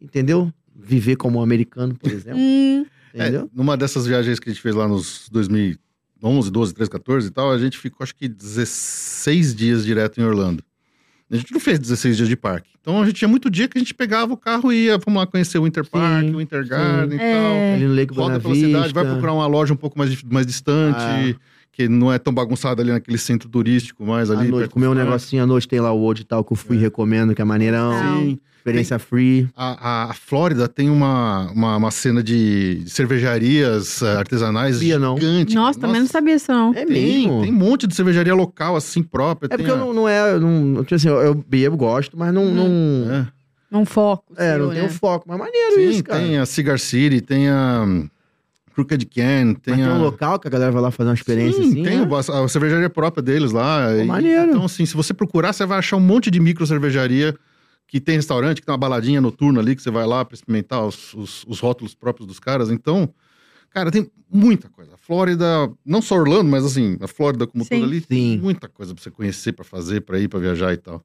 entendeu? Viver como um americano, por exemplo. Hum, É, entendeu? numa dessas viagens que a gente fez lá nos 2011, 12, 13, 14 e tal, a gente ficou acho que 16 dias direto em Orlando. A gente não fez 16 dias de parque. Então a gente tinha muito dia que a gente pegava o carro e ia, vamos lá conhecer o Winter Park, Sim, o Winter Garden e tal. é. Ali no Lake Roda pela Bonavista. cidade, vai procurar uma loja um pouco mais, di- mais distante, Ah. que não é tão bagunçada ali naquele centro turístico, mais à ali. noite, perto do comer um parque. negocinho à noite, tem lá o Old tal que eu fui É. recomendo, que é maneirão, Sim. experiência free. A, a- a Flórida tem uma, uma, uma cena de cervejarias eh, artesanais Sabia, não. gigante. Nossa, também não sabia isso, não. É Tem, mesmo. tem um monte de cervejaria local, assim, própria. É tem porque eu a- não, não é. Não, tipo assim, eu, eu bebo, gosto, mas não. não É. Um foco. é, seu, não né? tenho foco. Mas maneiro Sim, isso, cara. tem a Cigar City, tem a hum, Crooked Can, tem mas tem a... um local que a galera vai lá fazer uma experiência Sim, assim. tem né? o- a, a cervejaria é própria deles lá. E- maneiro. Então, assim, se você procurar, você vai achar um monte de micro cervejaria que tem restaurante, que tem uma baladinha noturna ali, que você vai lá pra experimentar os, os- os rótulos próprios dos caras. Então, cara, tem muita coisa. A Flórida, não só Orlando, mas assim, a Flórida como Sim. toda ali, Sim. tem muita coisa pra você conhecer, pra fazer, pra ir, pra viajar e tal.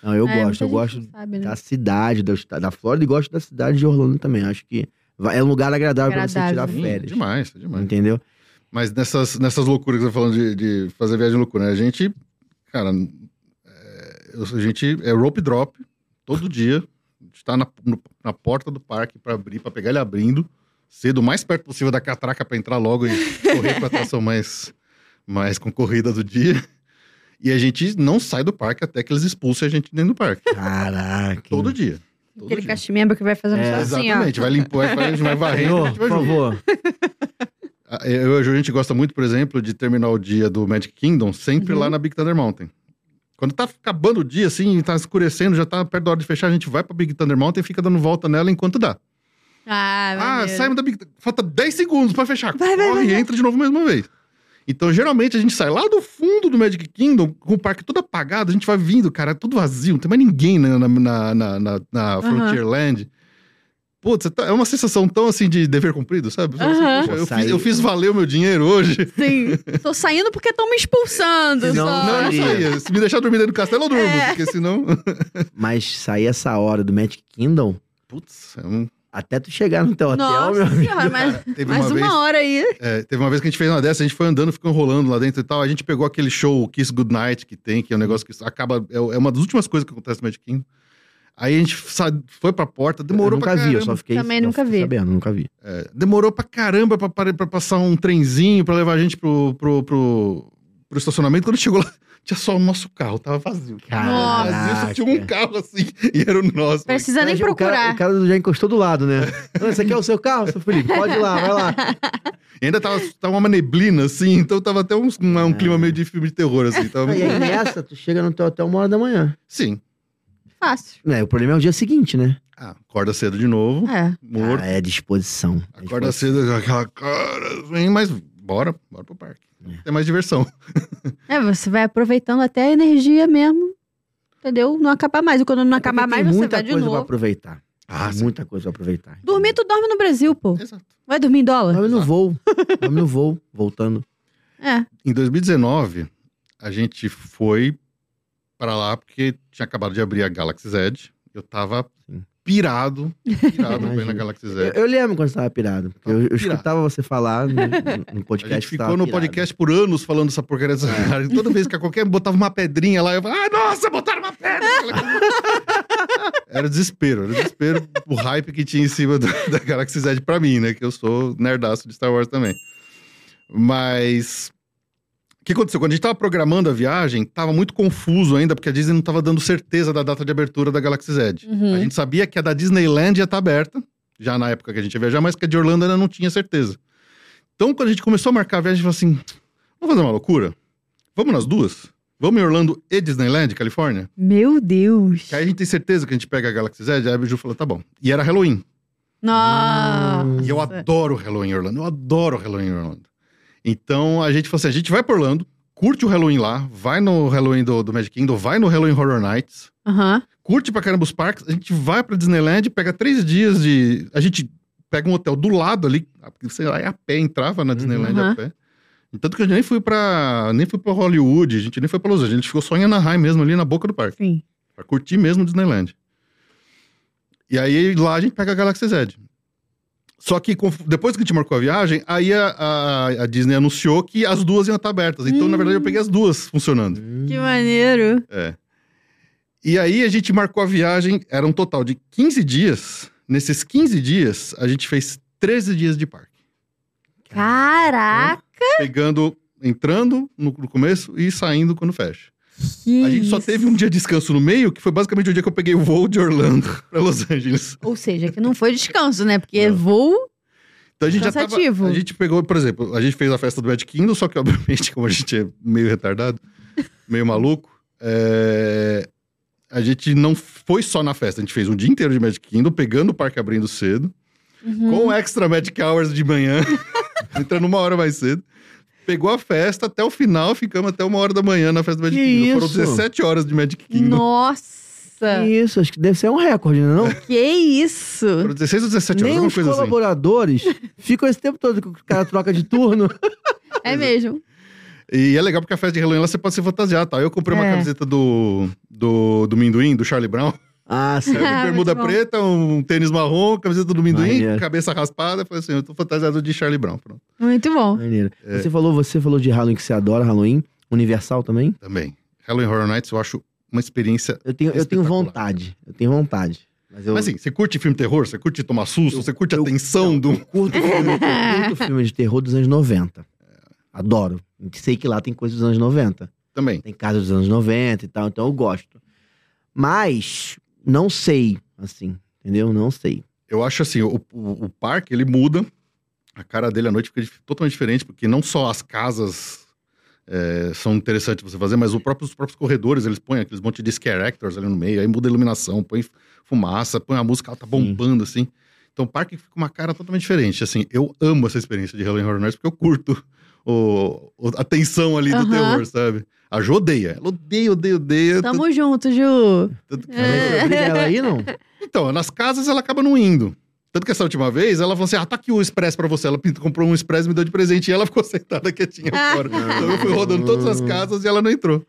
Não, eu É, gosto, muita eu gente gosto não sabe, né? da cidade, da, esta- da Flórida e gosto da cidade de Orlando também. Acho que vai- é um lugar agradável, pra Agradável. você Sim, tirar Tá férias. demais, demais. Entendeu? Mas nessas, nessas loucuras que você tá falando de, de fazer viagem loucura, né? A gente, cara, é, eu- a gente é rope drop todo dia. A gente tá na, no- na porta do parque pra abrir, pra pegar ele abrindo, cedo, o mais perto possível da catraca pra entrar logo e correr pra atração mais, mais concorrida do dia. E a gente não sai do parque até que eles expulsem a gente dentro do parque. Caraca. Todo dia. Todo Aquele dia. cachimbo que vai fazendo É, só assim, ó. Exatamente, vai limpar, vai- a gente tipo assim. vai varrer, a Senhor, gente vai por junto. favor. Ah, Eu e a Ju, a gente gosta muito, por exemplo, de terminar o dia do Magic Kingdom sempre Uhum. lá na Big Thunder Mountain. Quando tá acabando o dia, assim, tá escurecendo, já tá perto da hora de fechar, a gente vai pra Big Thunder Mountain e fica dando volta nela enquanto dá. Ah, Ah, maneiro. saímos da Big Falta 10 segundos pra fechar. Vai, vai, Corre vai, e vai. entra de novo mais uma vez. Então, geralmente, a gente sai lá do fundo do Magic Kingdom, com o parque todo apagado, a gente vai vindo, cara, é tudo vazio, não tem mais ninguém né, na, na, na, na, na- na Aham. Frontierland. Putz, é tão- é uma sensação tão assim de dever cumprido, sabe? Você fala assim, Aham. "Poxa, eu, Pô, fiz, saí- eu fiz valer o meu dinheiro hoje. Sim. Tô saindo porque estão me expulsando. Senão- só. Não, eu não Maria. saía. Se me deixar dormir dentro do castelo, eu durmo, É. porque senão. Mas sair essa hora do Magic Kingdom, Putz, é um- até tu chegar no teu hotel, meu Nossa amigo. senhora, mas teve mais uma, uma vez. hora aí. É, teve uma vez que a gente fez uma dessa, a gente foi andando, ficou enrolando lá dentro e tal. A gente pegou aquele show o Kiss Goodnight que tem, Uhum. que é um negócio que acaba. É, é uma das últimas coisas que acontece no Magic Kingdom. Aí a gente sa- foi pra porta, Eu demorou nunca pra vi, eu caramba. só fiquei. Também eu nunca vi. fiquei Sabendo, nunca vi. É, demorou pra caramba pra, pare- pra passar um trenzinho pra levar a gente pro, pro, pro, pro estacionamento. Quando chegou lá, tinha só o nosso carro, tava vazio. Nossa. Vazio, só tinha um carro assim, e era o nosso. Precisa nem O cara- procurar. O cara, já encostou do lado, né? Não, esse aqui é o seu carro, seu Felipe. Pode ir lá, vai lá. E ainda tava, tava uma neblina, assim, então tava até uns- uma- um, Ah. clima meio de filme de terror, assim. Tava... E aí nessa, tu chega no teu hotel uma hora da manhã. Sim. Fácil. É, o problema é o dia seguinte, né? Ah, acorda cedo de novo, É. morto. Ah, é disposição. É acorda disposição. cedo com aquela cara, assim, mas bora, bora pro parque. Tem mais diversão. É, você vai aproveitando até a energia mesmo. Entendeu? Não acabar mais. E quando não acabar É Porque tem mais, você muita vai de coisa pra novo. aproveitar. Ah, sim. muita coisa pra aproveitar. Dormir, tu dorme no Brasil, pô. Exato. Vai dormir em dólar? Dorme no voo. Dorme no voo, voltando. É. Em 2019, a gente foi pra lá porque tinha acabado de abrir a Galaxy Z. Eu tava Sim. pirado, pirado Imagino. bem na Galaxy Eu, Z. eu lembro quando você tava pirado. porque eu, eu É. Pirado. escutava você falar no, no A podcast. tá gente que ficou tava no pirado. podcast por anos falando essa porcaria dessa cara. E Toda vez que a qualquer um botava uma pedrinha lá, eu falava, ah, nossa, botaram uma pedra! era desespero, era desespero o hype que tinha em cima da, da Galaxy Z pra mim, né? Que eu sou nerdaço de Star Wars também. Mas. O que aconteceu? Quando a gente tava programando a viagem, tava muito confuso ainda, porque a Disney não tava dando certeza da data de abertura da Galaxy Z. Uhum. A gente sabia que a da Disneyland ia estar aberta, já na época que a gente ia viajar, mas que a de Orlando ainda não tinha certeza. Então, quando a gente começou a marcar a viagem, a gente falou assim: vamos fazer uma loucura? Vamos nas duas? Vamos em Orlando e Disneyland, Califórnia? Meu Deus. Que aí a gente tem certeza que a gente pega a Galaxy Z. Aí a Biju falou: tá bom. E era Halloween. Nossa. E eu adoro Halloween em Orlando. Eu adoro Halloween em Orlando. Então a gente falou assim: a gente vai pra Orlando, curte o Halloween lá, vai no Halloween do, do Magic Kingdom, vai no Halloween Horror Nights, Aham. curte pra caramba os parques, a gente vai pra Disneyland, pega três dias de. A gente pega um hotel do lado ali, sei lá, é a pé, entrava na Disneyland Uhum. a pé. Tanto que a gente nem foi pra. nem foi pra Hollywood, a gente nem foi pra Los Angeles, a gente ficou só em Anaheim mesmo, ali na boca do parque. Sim. Pra curtir mesmo Disneyland. E aí lá a gente pega a Galaxy Z. Só que conf- depois que a gente marcou a viagem, aí a, a- a Disney anunciou que as duas iam estar abertas. Então, na verdade, eu peguei as duas funcionando. Hum. Que maneiro. É. E aí a gente marcou a viagem, era um total de 15 dias. Nesses 15 dias, a gente fez 13 dias de parque. Caraca. Pegando, entrando no, no começo e saindo quando fecha. que A gente só isso. teve um dia de descanso no meio, que foi basicamente o dia que eu peguei o voo de Orlando pra Los Angeles. Ou seja, que não foi descanso, né? Porque Não. voo. Então a gente já Cansativo. tava, A gente pegou, por exemplo, a gente fez a festa do Ed Kingdom, só que obviamente, como a gente é meio retardado, meio maluco, é, a gente não foi só na festa. A gente fez um dia inteiro de Magic Kingdom, pegando o parque abrindo cedo, Hum. Uhum. com extra Magic Hours de manhã, entrando uma hora mais cedo. Pegou a festa até o final, ficamos até uma hora da manhã na festa do Magic Que Kingdom. isso? Foram 17 horas de Magic Kingdom. Nossa. Que Isso, acho que deve ser um recorde, não é? não? Que isso. Foram 16 ou 17 horas, Nem alguma os coisa assim. colaboradores ficam esse tempo todo que o cara troca de turno. É mesmo. E é legal porque a festa de Halloween lá você pode se fantasiar, tá? Eu comprei uma É. camiseta do, do, do Minduim, do Charlie Brown. Ah, sim. Eu Ah, com bermuda muito bom. preta, um tênis marrom, camiseta do Minduim, Maneiro. cabeça raspada. Falei assim, eu tô fantasiado de Charlie Brown. Pronto. Muito bom. Maneiro. É. Você, falou, você falou de Halloween que você adora, Halloween. Universal também? Também. Halloween Horror Nights eu acho uma experiência... Eu tenho, eu tenho Espetacular. vontade. Eu tenho vontade. Mas eu Mas assim, você curte filme terror? Você curte tomar susto? Eu- você curte a eu- tensão do... curto, filme, eu curto filme de terror dos anos 90. Adoro. Sei que lá tem coisa dos anos 90. Também. Tem casa dos anos 90 e tal, então eu gosto. Mas não sei, assim, entendeu? Não sei. Eu acho assim, o, o, o parque, ele muda. A cara dele à noite fica dif- totalmente diferente, porque não só as casas... é, são interessantes você fazer, mas o próprio- os próprios corredores, eles põem aqueles monte de scare actors ali no meio, aí muda a iluminação, põe fumaça, põe a música, ela tá bombando, assim. Então o parque fica uma cara totalmente diferente. Assim, eu amo essa experiência de Halloween Horror Nights porque eu curto o, o- a tensão ali do Aham. terror, sabe? A Jô odeia. Ela odeia, odeia, odeia. Tamo junto, Ju. tanto- tanto que- É. Briga ela aí, não? Então, nas casas ela acaba não indo. Tanto que essa última vez, ela falou assim, ah, tá aqui o Express pra você. Ela pin- comprou um Express e me deu de presente. E ela ficou sentada quietinha Ah. fora. Então eu fui rodando todas as casas e ela não entrou.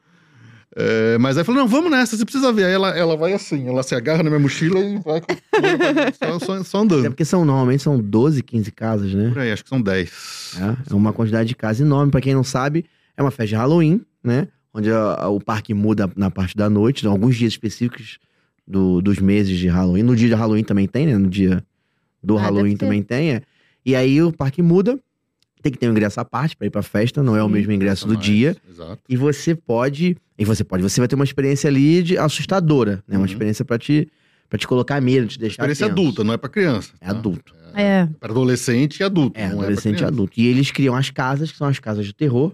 É, mas aí falou, não, vamos nessa, você precisa ver. Aí ela, ela vai assim, ela se agarra na minha mochila e vai... com- só, só- só Até andando. É porque são, normalmente são 12, 15 casas, né? Por aí, acho que são 10. É, é uma quantidade de casa enorme. Pra quem não sabe, é uma festa de Halloween, né? Onde a- a- o parque muda na parte da noite, em alguns dias específicos do- dos meses de Halloween. No dia de Halloween também tem, né? No dia do Ah, Halloween deve ter. também tem. é. E aí o parque muda. Tem que ter um ingresso à parte pra ir pra festa, não é o Sim. mesmo ingresso do Mas, dia. é Exato. E você pode. E você pode, você vai ter uma experiência ali de assustadora, né? Uma Uhum. experiência pra te, pra te colocar medo, te deixar. Experiência tenso. adulta, não é pra criança. É adulto. É, É. pra adolescente e adulto. É, não adolescente e é pra criança. adulto. E eles criam as casas, que são as casas de terror,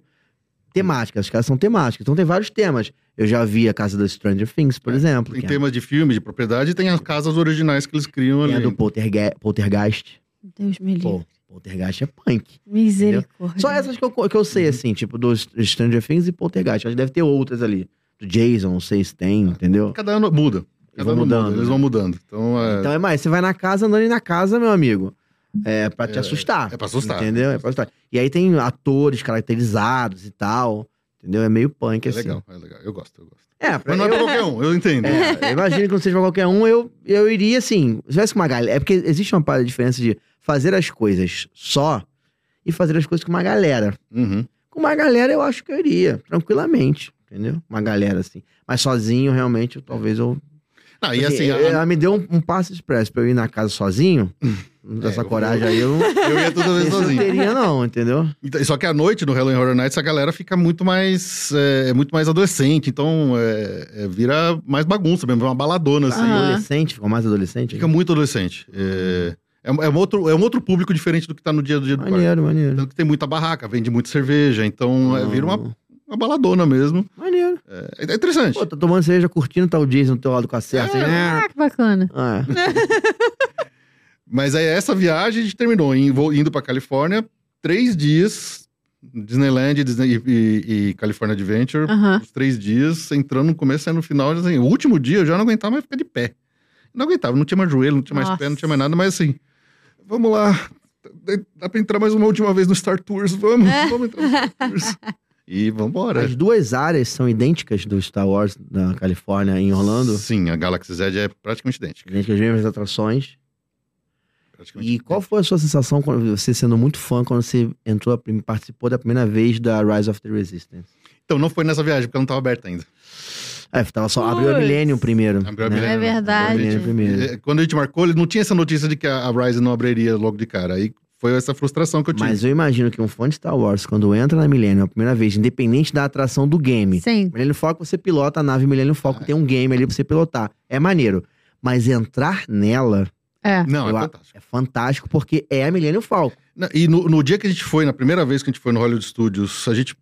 temáticas. As casas são temáticas. Então tem vários temas. Eu já vi a casa da Stranger Things, por É, exemplo. Tem que é, temas de filme, de propriedade, e tem as casas originais que eles criam tem ali. a do Polterge- Poltergeist. Deus me livre. Pô, Poltergeist é punk. Misericórdia. Só essas que eu, que eu Uhum. sei, assim, tipo, dos Stranger Things e Poltergeist. Mas deve ter outras ali. Do Jason, não sei se tem, entendeu? Cada ano muda. Cada vão ano muda, mudando, Eles né? vão mudando. Então, é, Então é mais, você vai na casa, andando na casa, meu amigo. É pra te É, assustar. é pra assustar. Entendeu? É pra assustar. E aí tem atores caracterizados e tal. Entendeu? É meio punk, é assim. legal, é legal. Eu gosto, eu gosto. É, pra Mas não é pra qualquer um, eu entendo. É, imagina que quando seja pra qualquer um, eu, eu iria assim. Se tivesse com uma galera. É porque existe uma parada de diferença de fazer as coisas só e fazer as coisas com uma galera. Uhum. Com uma galera, eu acho que eu iria, tranquilamente. Entendeu? Uma galera assim. Mas sozinho, realmente, eu- talvez eu. Ah, e assim, a- ela me deu um, um passo expresso pra eu ir na casa sozinho. É, Dessa eu- coragem aí, eu não. eu ia toda vez Esse eu não sozinho. teria, não, entendeu? Então, só que à noite, no Halloween Horror Nights, a galera fica muito mais, é, muito mais adolescente. Então, é, é, vira mais bagunça mesmo, vira uma baladona, assim. Aham. Adolescente, ficou mais adolescente. Fica muito adolescente. É, é, um- é um outro, é um outro público diferente do que tá no dia do dia do parque. Maneiro, maneiro. Tanto que tem muita barraca, vende muita cerveja. Então, é, vira uma, uma baladona mesmo. Maneiro. É, é interessante. Pô, tá tomando cerveja, curtindo, tá o Jason do teu lado com a serra. assim, né? Ah, que bacana. Ah, é. Mas aí essa viagem a gente terminou em vo- indo pra Califórnia, três dias, Disneyland Disney, e, e- e California Adventure, Aham. os três dias, entrando no começo, saindo no final, assim, o último dia eu já não aguentava mais ficar de pé. Não aguentava, não tinha mais joelho, não tinha mais Nossa. pé, não tinha mais nada, mas assim, vamos lá, dá pra entrar mais uma última vez no Star Tours, vamos, É. vamos entrar no Star Tours. E vambora. As duas áreas são idênticas do Star Wars da Califórnia em Orlando. Sim, a Galaxy Z é praticamente idêntica. Idênticas às mesmas atrações. praticamente E qual foi a sua sensação quando você sendo muito fã quando você entrou a prim- participou da primeira vez da Rise of the Resistance? Então, não foi nessa viagem, porque ela não tava aberta ainda. É, tava só abriu a Puts. Millennium primeiro. Abriu a né? Millennium. É verdade. Abriu a Millennium primeiro. É, Quando a gente marcou, ele não tinha essa notícia de que a a Rise não abriria logo de cara. Aí foi essa frustração que eu tive. Mas eu imagino que um fã de Star Wars quando entra na Millennium a primeira vez, independente da atração do game, Sim. Millennium Falcon você pilota a nave Millennium Falcon, Ah, tem um game ali pra você pilotar. É maneiro. Mas entrar nela É. Não, é eu- fantástico. é fantástico porque é a Millennium Falcon. Não, E no, no dia que a gente foi, na primeira vez que a gente foi no Hollywood Studios, a gente.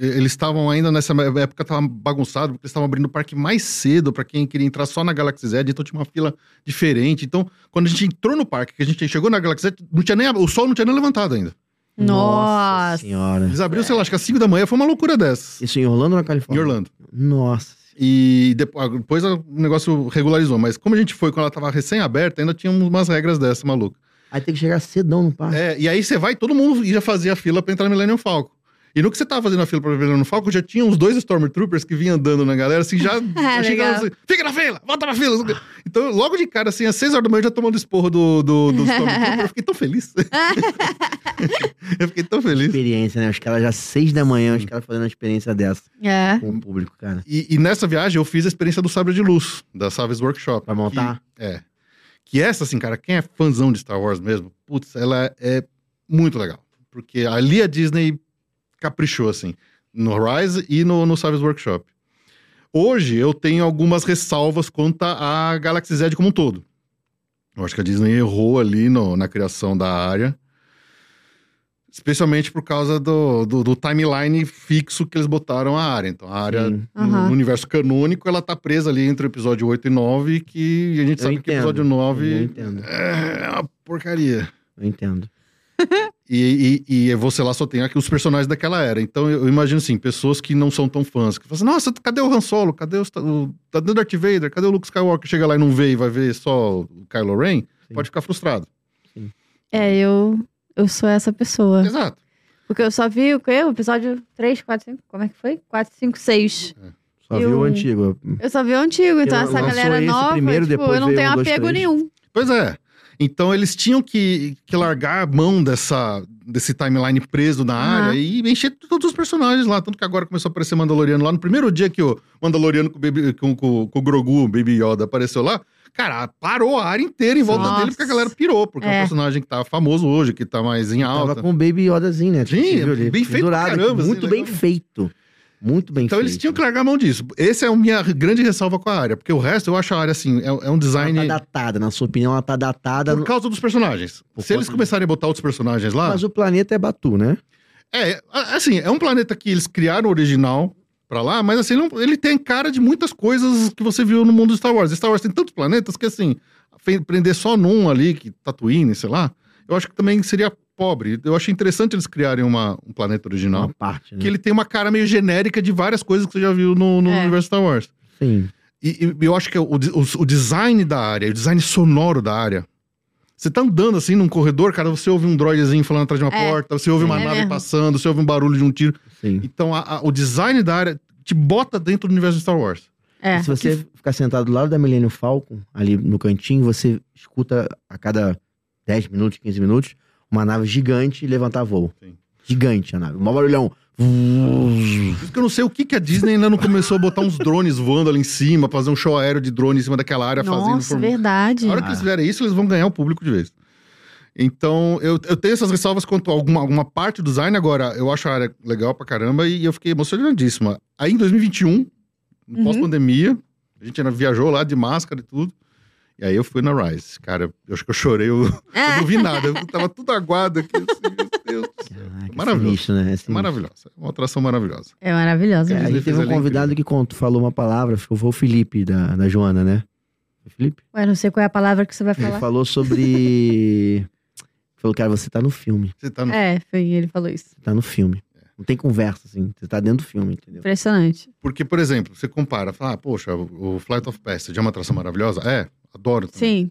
Eles estavam ainda nessa época, tava bagunçado, porque eles estavam abrindo o parque mais cedo pra quem queria entrar só na Galaxy Z, então tinha uma fila diferente. Então, quando a gente entrou no parque, que a gente chegou na Galaxy Z, não tinha nem, o sol não tinha nem levantado ainda. Nossa. senhora. Eles abriram, sei lá, acho que às 5 da manhã, foi uma loucura dessa. Isso em Orlando ou na Em Califórnia? Orlando. Nossa. E depois, depois o negócio regularizou, mas como a gente foi quando ela tava recém-aberta, ainda tinha um, umas regras dessa, maluco. Aí tem que chegar cedão no parque. É, e aí você vai, todo mundo já fazia fila pra entrar no Millennium Falcon. E no que você tava fazendo a fila pra Millennium Falcon, já tinha uns dois Stormtroopers que vinham andando na galera, assim, já já chegando legal. assim, fica na fila, volta na fila. Então, logo de cara, assim, às seis horas da manhã, eu já tomando esporro do, do, do Stormtrooper, eu fiquei tão feliz. eu fiquei tão feliz. Experiência, né? Os caras já seis da manhã, os caras fazendo uma experiência dessa É. com o público, cara. E, e nessa viagem, eu fiz a experiência do Sabre de Luz, da Savage Workshop. Pra montar? Que, é. Que essa, assim, cara, quem é fãzão de Star Wars mesmo, putz, ela é muito legal. Porque ali a Disney caprichou, assim, no Rise e no, no Savage Workshop. Hoje eu tenho algumas ressalvas quanto à Galaxy Z como um todo. Eu acho que a Disney errou ali no- na criação da área. Especialmente por causa do, do, do timeline fixo que eles botaram a área. Então, a área Sim. no- Aham. no universo canônico, ela tá presa ali entre o episódio 8 e 9, que a gente Eu sabe entendo, que o Uhum. episódio Eu 9 entendo. é uma porcaria. Eu entendo. E, e, e você lá só tem aqui os personagens daquela era. Então eu, eu imagino assim, pessoas que não são tão fãs, que falam assim, nossa, cadê o Han Solo? Cadê o, Sta- o, cadê o Darth Vader? Cadê o Luke Skywalker? Chega lá e não vê e vai ver só o Kylo Ren, pode ficar frustrado. É, eu, eu sou essa pessoa. Exato. Porque eu só vi o quê? O episódio 3, 4, 5. Como é que foi? 4, 5, 6. Só viu Eu- o antigo. Eu só vi o antigo, então Eu- essa lançou galera esse nova, primeiro, tipo, depois eu não veio tenho um, dois, apego três. nenhum. Pois é. Então eles tinham que, que largar a mão dessa, desse timeline preso na Aham. área e encher todos os personagens lá. Tanto que agora começou a aparecer Mandaloriano lá. No primeiro dia que o Mandaloriano com o, Baby- com, com- com o Grogu, o Baby Yoda, apareceu lá, cara, parou a área inteira em volta Nossa. dele porque a galera pirou, porque é, É. um personagem que tá famoso hoje, que tá mais em alta. Tava com um o Baby Yodazinho, né? Sim, bem feito pra pendurado aqui, caramba, assim, Muito bem legal. feito. Muito bem Então feito. eles tinham que largar a mão disso. Essa é a minha grande ressalva com a área, porque o resto eu acho a área assim, é, é um design Ela tá datada, na sua opinião, ela tá datada. por causa dos personagens. Por Se eles conta- começarem a botar outros personagens lá, Mas o planeta é Batu, né? É, a- assim, é um planeta que eles criaram o original pra lá, mas assim, ele, não- ele tem cara de muitas coisas que você viu no mundo de Star Wars. Star Wars tem tantos planetas que, assim, fe- prender só num ali, que Tatooine, sei lá, eu acho que também seria pobre. Eu achei interessante eles criarem uma- um planeta original, Uma parte, né? que ele tem uma cara meio genérica de várias coisas que você já viu no, no É. universo Star Wars. Sim. E, e eu acho que é o, de- o- o design da área, o design sonoro da área. Você tá andando assim num corredor, cara, você ouve um droidezinho falando atrás de uma É. porta, você ouve uma É nave mesmo. passando, você ouve um barulho de um tiro. Sim. Então a- a- o design da área te bota dentro do universo de Star Wars. É. Se você ficar sentado do lado da Millennium Falcon, ali no cantinho, você escuta a cada 10 minutos, 15 minutos, uma nave gigante levantar voo. Sim. Gigante a nave. Um barulhão. Por isso que eu não sei o que, que a Disney ainda não começou a botar uns drones voando ali em cima, fazer um show aéreo de drone em cima daquela área, fazendo Nossa, form- verdade. A hora que eles fizerem isso, eles vão ganhar o público de vez. Então, eu, eu tenho essas ressalvas quanto a alguma, alguma parte do design. Agora, eu acho a área legal pra caramba e eu fiquei emocionadíssima. Aí, em 2021, Uhum. pós-pandemia, a gente ainda viajou lá de máscara e tudo. E aí, eu fui na Rise. Cara, eu acho que eu chorei. Eu, eu É. não vi nada. Eu tava tudo aguado aqui. Assim, meu Deus do céu. Caraca, Ah, Maravilhoso. sinistro, né? É sinistro. Maravilhosa. Uma atração maravilhosa. É maravilhoso. Cara, mesmo. a gente teve um convidado que contou, falou uma palavra, acho que foi o Felipe da, da Joana, né? Foi o Felipe? Ué, não sei qual é a palavra que você vai Ele falar. falou sobre. falou, cara, você tá no filme. Você tá no... É, foi, ele falou isso. Você tá no filme. Não tem conversa, assim. Você tá dentro do filme, entendeu? Impressionante. Porque, por exemplo, você compara. Fala, ah, poxa, o o Flight of Passage é uma atração maravilhosa? É, adoro também. Sim.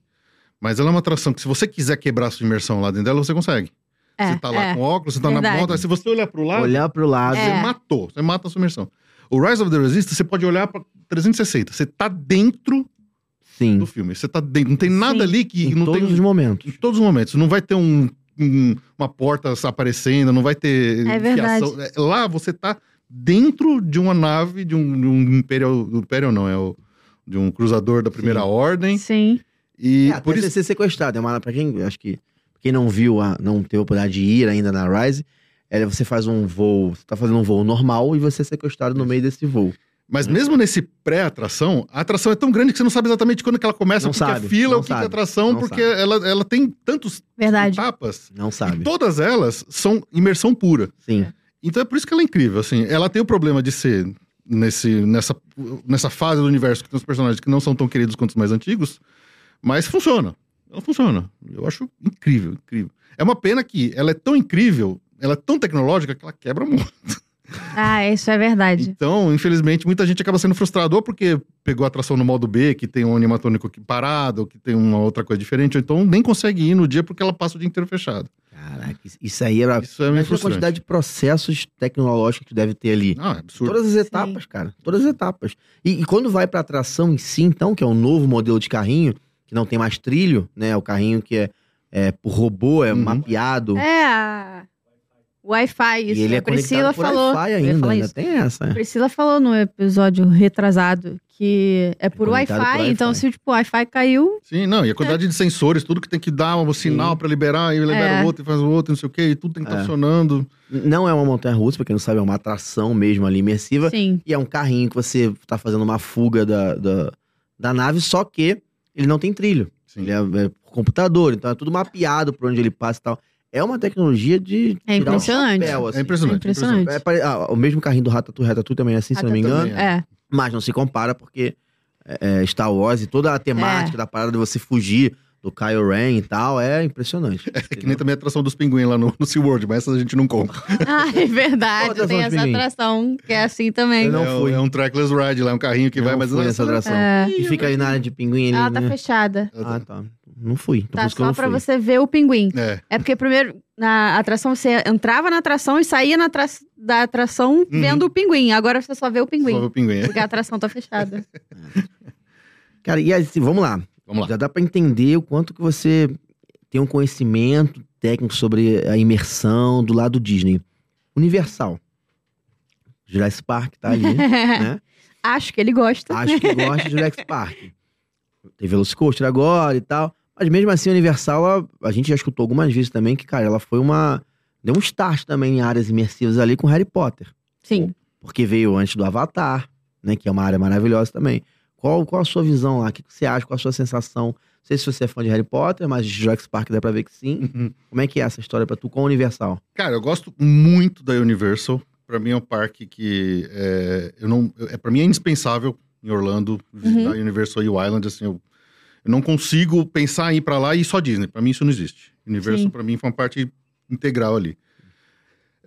Mas ela é uma atração que, se você quiser quebrar a sua imersão lá dentro dela, você consegue. É, você tá lá é. com óculos, você tá Verdade. na moto, aí se você olhar pro lado, Olhar pro lado. você É. matou, você mata a sua imersão. O Rise of the Resistance, você pode olhar pra 360, você tá dentro Sim. do filme, você tá dentro. Não tem Sim. nada ali que. Em não todos tem, os momentos. Em todos os momentos. Não vai ter um- um- uma porta aparecendo, não vai ter. É verdade. fiação. É, Lá você tá dentro de uma nave, de um, de um Imperial. do Imperial não, é o. De um cruzador da primeira Sim. ordem. Sim. E É, até por isso. você ser sequestrado. É uma, pra quem, acho que, quem não viu, a- não teve a oportunidade de ir ainda na Rise, é, você faz um voo, você tá fazendo um voo normal e você é sequestrado no meio desse voo. Hum. Mas mesmo nesse pré-atração, a atração é tão grande que você não sabe exatamente quando que ela começa, Não o que, que sabe, é fila, não o que, que sabe, é atração, não porque sabe. ela, ela tem tantas Verdade. etapas. Não E sabe. todas elas são imersão pura. Sim. Então é por isso que ela é incrível, assim. Ela tem o problema de ser, nesse, nessa, nessa fase do universo, que tem os personagens que não são tão queridos quanto os mais antigos, mas funciona. Ela funciona. Eu acho incrível, incrível. É uma pena que ela é tão incrível, ela é tão tecnológica que ela quebra muito. tá- Ah, isso é verdade. Então, infelizmente, muita gente acaba sendo frustrada ou porque pegou a atração no modo B, que tem um animatrônico que- parado, ou que tem uma outra coisa diferente, ou então nem consegue ir no dia porque ela passa o dia inteiro fechado. Caraca, isso- isso aí é. Pra... Isso é meio Imagina a frustrante. quantidade de processos tecnológicos que deve ter ali. Não, é absurdo. Todas as etapas, cara. Todas as etapas. E, e quando vai pra atração em si, então, que é um novo modelo de carrinho, que não tem mais trilho, né? O carrinho que é, é por robô, é Uhum. mapeado. É a Wi-Fi, isso. e ele é a Priscila conectado por falou. Wi-Fi Eu ia ainda, né? falar ainda isso. tem essa. é. A Priscila falou no episódio retrasado que é por conectado por Wi-Fi, Wi-Fi. então se tipo, o Wi-Fi caiu, Sim, não, e a quantidade de sensores, tudo que tem que dar um sinal pra liberar, e libera É. o outro, e faz o outro, não sei o quê, e tudo tem que estar É. funcionando. Não é uma montanha russa, pra quem não sabe, é uma atração mesmo ali imersiva. sim. E é um carrinho que você tá fazendo uma fuga da, da, da nave, só que ele não tem trilho. Sim. Ele é, é por computador, então é tudo mapeado por onde ele passa e tal. É uma tecnologia de. É tirar o impressionante. chapéu, assim. É impressionante. É impressionante. É pare- ah, o mesmo carrinho do Ratatouille, Ratatouille também é assim, se não me engano. Ratatouille. É, Mas não se compara porque é, é, Star Wars e toda a É. temática da parada de você fugir do Kylo Ren e tal é impressionante. É que nem também a atração dos pinguins lá no, no SeaWorld, mas essas a gente não compra. ah, é verdade. Outra Tem atração de essa pinguim. atração que é assim também. Eu não é, um- fui. é um trackless ride lá, é um carrinho que Eu vai, não mas... fui nessa atração. É, E fica ali na área de pinguim ali, ela tá né? fechada. Ah, tá. Não fui. Então por Tá isso que eu só não pra fui. você ver o pinguim. É, É porque primeiro, na atração, você entrava na atração e saía na atra- da atração Uhum. vendo o pinguim. Agora você só vê o só vê pinguim. o pinguim. Porque a atração tá fechada. Cara, e assim, vamos lá. Vamos lá. Já dá pra entender o quanto que você tem um conhecimento técnicos sobre a imersão do lado Disney. Universal. Jurassic Park tá ali, né? Acho que ele gosta. Acho que gosta de Jurassic Park. Tem Velocicoaster agora e tal. Mas mesmo assim, a Universal, a, a gente já escutou algumas vezes também que, cara, ela foi uma. Deu um start também em áreas imersivas ali com Harry Potter. Sim. Porque veio antes do Avatar, né? Que é uma área maravilhosa também. Qual, qual a sua visão lá? O que que você acha? Qual a sua sensação? Não sei se você é fã de Harry Potter, mas Jurassic Park dá pra ver que sim. Uhum. Como é que é essa história pra tu com a Universal? Cara, eu gosto muito da Universal. Pra mim é um parque que é, eu não, eu- é para mim é indispensável em Orlando visitar a Universal e o Island. Assim, eu, eu não consigo pensar em ir pra lá e ir só Disney. Pra mim isso não existe. Universal Sim. pra mim foi uma parte integral ali.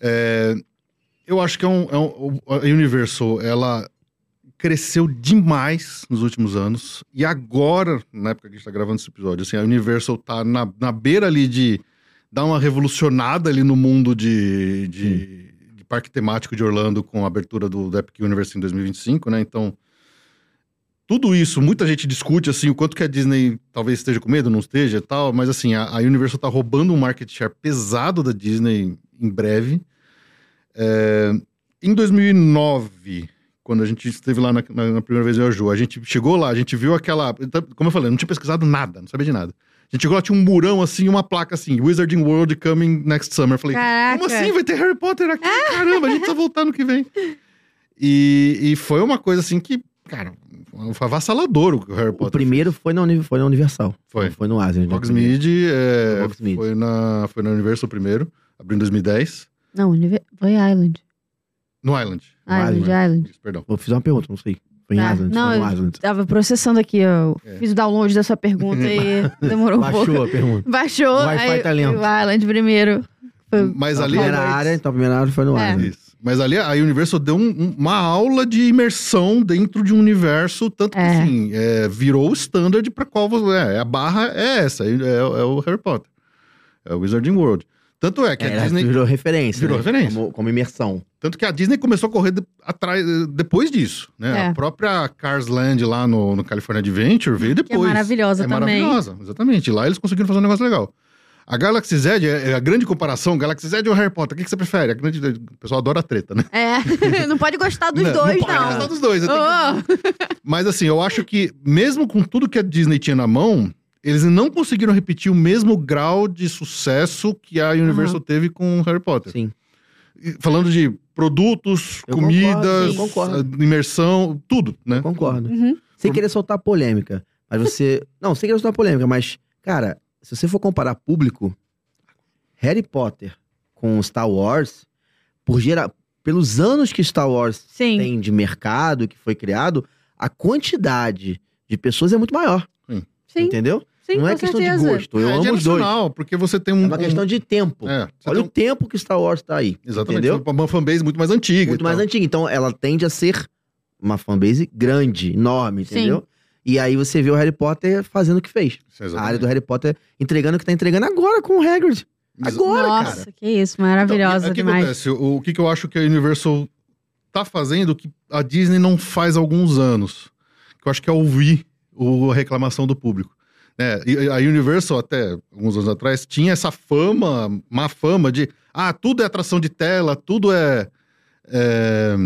É, eu acho que é um, é um- a Universal ela cresceu demais nos últimos anos e agora na época que a gente tá gravando esse episódio, assim, a Universal tá na, na beira ali de dá uma revolucionada ali no mundo de, de- de parque temático de Orlando com a abertura do, do Epic Universe em 2025, né? Então, tudo isso, muita gente discute, assim, o quanto que a Disney talvez esteja com medo, não esteja e tal, mas assim, a, a Universal tá roubando um market share pesado da Disney em breve. É, em 2009... Quando a gente esteve lá na, na- na primeira vez, eu e a Ju, a gente chegou lá, a gente viu aquela. então, Como eu falei, eu não tinha pesquisado nada, não sabia de nada. A gente chegou lá, tinha um murão assim, e uma placa assim, Wizarding World coming next summer. Eu Falei, Caraca. Ah. como assim? Vai ter Harry Potter aqui? Caramba, a gente tá voltando que vem. E, e foi uma coisa assim que, cara, foi avassalador o que o Harry O Potter. primeiro né, foi na, Uni- foi na Universal. Foi. Não Foi no Asian. fez. Hogsmeade, é, Hogsmeade. Foi, na, foi na Universal primeiro, abriu em 2010, Não, univer- foi Island. no Island. No Island, Island. Island. Isso, perdão. Vou fazer uma pergunta, não sei. Foi em Tá. Aslan, Não, foi eu- no Aslan. Tava processando aqui, ó. É. Fiz o download da sua pergunta e demorou um pouco. Baixou a pergunta. Baixou. O Wi-Fi aí tá lento. O Island primeiro. Foi- Mas Então, ali. a primeira área, então a primeira área foi no É. Aslan. Isso. Mas ali a Universal deu um- um- uma aula de imersão dentro de um universo, tanto que É. assim, é, virou o standard para qual você. É, a barra é essa, é, é o Harry Potter. É o Wizarding World. Tanto é que É, a Disney. Virou referência. Virou né? referência. Como, como imersão. Tanto que a Disney começou a correr de- atrás eh, depois disso. Né? É. A própria Cars Land lá no, no California Adventure veio Que é depois. maravilhosa É também. maravilhosa, exatamente. Lá eles conseguiram fazer um negócio legal. A Galaxy Z, é é a grande comparação, Galaxy Z ou Harry Potter, o que, que você prefere? A grande- O pessoal adora a treta, né? É, não pode gostar dos Não, dois, não. pode não. gostar dos dois. eu tenho que- Oh, Mas assim, eu acho que mesmo com tudo que a Disney tinha na mão, eles não conseguiram repetir o mesmo grau de sucesso que a Universal teve com Harry Potter. Sim. E Falando de produtos, Eu comidas, concordo, eu eh, imersão, tudo, né? Concordo. uhum. Sem querer soltar polêmica. Mas você. não, sem querer soltar polêmica, mas, cara, se você for comparar público, Harry Potter com Star Wars, por gera... pelos anos que Star Wars Sim. tem de mercado, que foi criado, a quantidade de pessoas é muito maior. Sim, Entendeu? sim, não é com questão certeza. de gosto. Eu é amo os dois. geracional, porque você tem um... É uma questão de tempo. um- é, você Olha tem o tempo que Star Wars tá aí. um- Exatamente, Entendeu? uma fanbase muito mais antiga. Muito e mais tal. antiga. Então, ela tende a ser uma fanbase grande, enorme, Sim. entendeu? E aí você vê o Harry Potter fazendo o que fez. Isso, A área exatamente. do Harry Potter entregando o que tá entregando agora com o Hagrid. Exa- Agora, Nossa, cara. que isso, é, Então, e- maravilhosa O que demais. acontece? O, o que, que eu acho que a Universal tá fazendo que a Disney não faz há alguns anos. Que eu acho que é ouvir o, a reclamação do público. né? E- e a Universal, até alguns anos atrás, tinha essa fama, má fama de ah, tudo é atração de tela, tudo é. é,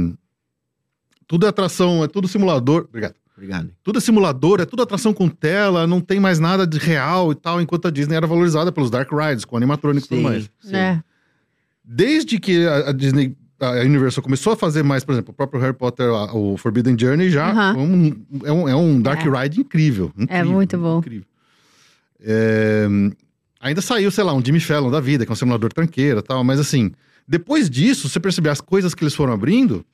tudo é atração, é tudo simulador. Obrigado. Obrigado. Tudo é simulador, é tudo atração com tela, não tem mais nada de real e tal, enquanto a Disney era valorizada pelos Dark Rides, com animatrônico e tudo Sim, mais sim. É. desde que a, a Disney, a Universal começou a fazer mais, por exemplo, o próprio Harry Potter, a- o Forbidden Journey já Aham. É é um- é, um, é um dark ride incrível, incrível, muito bom. incrível. É, ainda saiu, sei lá, um Jimmy Fallon da vida, que é um simulador tranqueira e tal, mas assim, depois disso, você perceber as coisas que eles foram abrindo,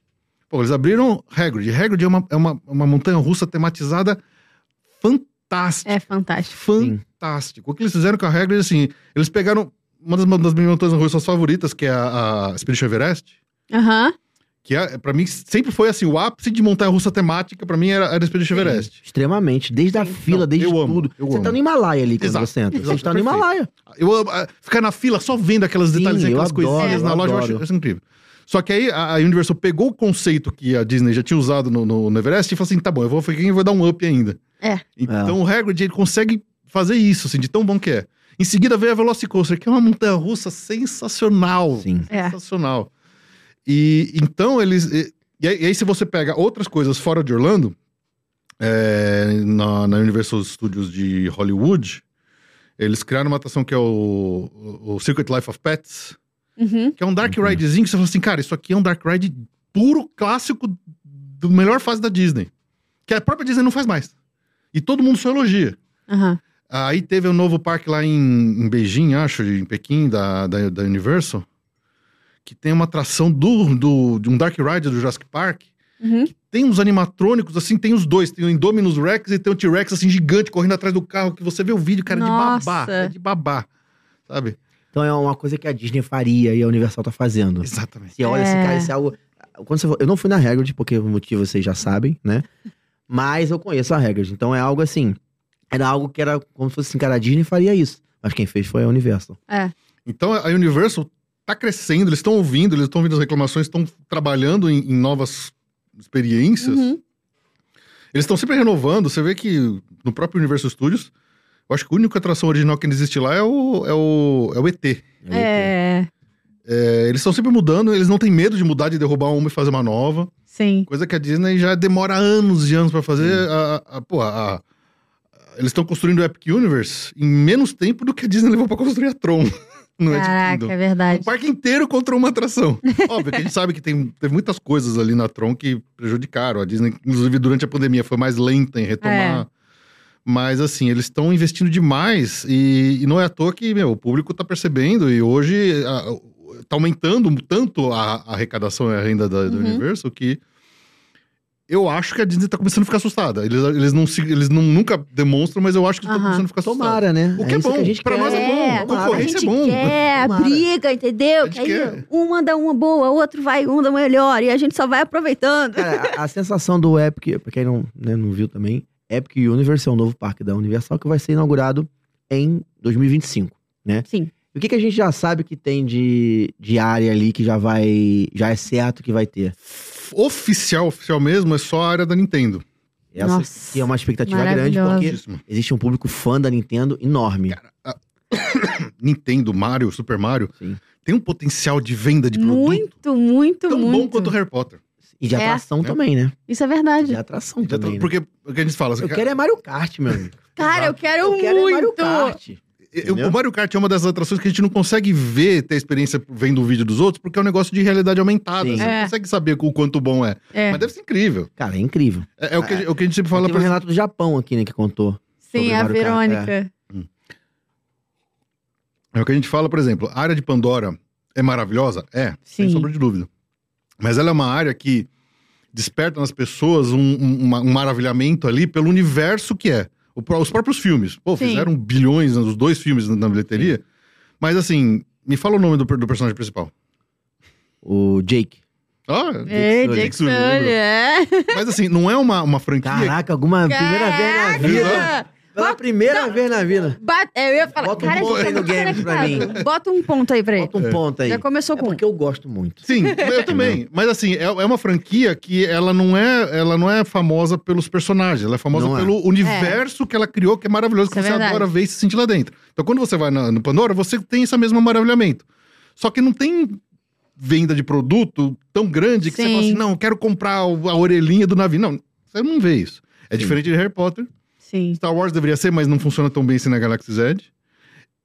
pô, eles abriram Hagrid. Hagrid é uma, é uma, uma montanha russa tematizada fantástica é fantástico. fantástico. O que eles fizeram com a regra é assim: eles pegaram uma das, uma das minhas montanhas russas favoritas, que é a, a Expedition Everest, Aham. que é, pra mim sempre foi assim: o ápice de montanha russa temática, pra mim, era, era a Expedition Everest. Extremamente. Desde a fila, Não, desde eu amo, tudo. eu você tá amo. no Himalaia ali quando Exato, você entra. Você exato, tá no perfeito. Himalaia. Eu amo ah, ficar na fila só vendo aqueles Sim, detalhes, eu aquelas adoro, coisinhas eu na loja, eu acho, adoro. acho incrível. Só que aí a a Universal pegou o conceito que a Disney já tinha usado no, no, no Everest e falou assim: tá bom, eu vou ficar e vou dar um up ainda. É. Então o Hagrid ele consegue fazer isso, assim, de tão bom que é. Em seguida veio a Velocicoaster, que é uma montanha russa sensacional. Sim. É. Sensacional. E então eles. E, e aí, e aí se você pega outras coisas fora de Orlando, é, na, na Universal Studios de Hollywood, eles criaram uma atração que é o, o o Circuit Life of Pets, Uhum. que é um Dark Uhum. Ridezinho que você fala assim, cara, isso aqui é um Dark Ride puro clássico do melhor fase da Disney. Que a própria Disney não faz mais. E todo mundo só elogia. Aham. Aí teve um novo parque lá em, em Beijing, acho, em Pequim, da, da, da Universal, que tem uma atração do, do, de um Dark Ride do Jurassic Park. Uhum. Tem uns animatrônicos, assim, tem os dois. Tem o Indominus Rex e tem o T-Rex, assim, gigante, correndo atrás do carro, que você vê o vídeo, cara, de babá. Nossa. É de babá, sabe? Então é uma coisa que a Disney faria e a Universal tá fazendo. Exatamente. Você olha esse É. cara, esse é algo. Quando você for- Eu não fui na Hagrid, porque o motivo vocês já sabem, né? Mas eu conheço a Hagrid. Então é algo assim. Era algo que era como se fosse assim, cara, a Disney faria isso. Mas quem fez foi a Universal. Então a Universal tá crescendo, eles estão ouvindo, eles estão ouvindo as reclamações, estão trabalhando em, em novas experiências. Uhum. Eles estão sempre renovando. Você vê que no próprio Universo Studios, eu acho que a única atração original que ainda existe lá é o, é o, é o ET. É. É, eles estão sempre mudando, eles não têm medo de mudar, de derrubar uma e fazer uma nova. Sim. Coisa que a Disney já demora anos e anos pra fazer. A, a- pô, a- a- eles estão construindo o Epic Universe em menos tempo do que a Disney levou pra construir a Tron. Não é Caraca, é um verdade. parque inteiro contra uma atração. Óbvio que a gente sabe que tem, teve muitas coisas ali na Tron que prejudicaram. A Disney, inclusive, durante a pandemia, foi mais lenta em retomar. É. Mas, assim, eles estão investindo demais e, e não é à toa que, meu, o público tá percebendo e hoje a- tá aumentando tanto a, a arrecadação e a renda da- do Uhum. universo que eu acho que a Disney tá começando a ficar assustada. Eles, eles, não, se- eles não- nunca demonstram, mas eu acho que eles Aham. estão começando a ficar assustados. Tomara, né? O que é isso bom, a gente pra quer. nós é bom, a Tomara. a concorrência gente é bom. quer Tomara. briga, entendeu? A gente Que aí quer. um manda uma boa, outro vai, um dá uma melhor, e a gente só vai aproveitando. Cara, a, a sensação do Epic, pra quem não, né, não viu também, Epic Universe é um novo parque da Universal que vai ser inaugurado em 2025. Sim. E o que, que a gente já sabe que tem de, de área ali que já vai. Já é certo que vai ter? oficial, oficial mesmo, é só a área da Nintendo. Essa Nossa, que é uma expectativa grande, maravilhosa. porque Muitíssimo. existe um público fã da Nintendo enorme. Nintendo, Mario, Super Mario, Sim. tem um potencial de venda de produto Muito, muito, tão bom muito. quanto o Harry Potter. E de É. atração É. também, né? Isso é De verdade. atração Já também. tá- né? porque o que a gente fala, Eu ca- quero é Mario Kart, meu amigo. Cara, tá. eu quero, Eu quero é Mario muito. Kart. eu- entendeu? o Mario Kart é uma das atrações que a gente não consegue ver, ter experiência vendo o vídeo dos outros, porque é um negócio de realidade aumentada. Sim. Você É. não consegue saber o quanto bom é. é. Mas deve ser incrível. Cara, é incrível. É, é o, que, a gente- o que a gente sempre fala Fala Teve pra um relato do Japão aqui, né, que contou. Sim, sobre a Mario Kart, Verônica. É o que a gente fala, por exemplo, a área de Pandora é maravilhosa? É, sem Sim. sombra de dúvida. Mas ela é uma área que desperta nas pessoas um, um- uma- um maravilhamento ali pelo universo que é. O pró- os próprios filmes. Pô, Sim. fizeram bilhões né, os dois filmes na, na bilheteria. Mas assim, me fala o nome do, per- do personagem principal. O Jake. Ah, É, Sullivan. Jake Sullivan, é. mas assim, não é uma, uma franquia. Caraca, alguma primeira vez na Caraca! vida. Pela primeira vez na vida. Bate- é, eu ia falar, Bota um cara, a gente ponto tá aí no muito game pra mim. conectado. Bota um ponto aí pra ele. Bota um ponto aí. Já começou É com. porque eu gosto muito. Sim, eu também. Mas assim, é, é uma franquia que ela não é, ela não é famosa pelos personagens, ela é famosa Não é. pelo universo que ela criou, que é maravilhoso, que Isso é você verdade. adora ver e se sentir lá dentro. Então, quando você vai na- no Pandora, você tem esse mesmo maravilhamento. Só que não tem venda de produto tão grande que você Sim. fala assim, não, eu quero comprar o- a orelhinha do navio. Não, você não vê isso. É Sim. diferente de Harry Potter. Sim. Star Wars deveria ser, mas não funciona tão bem assim na Galaxy Z.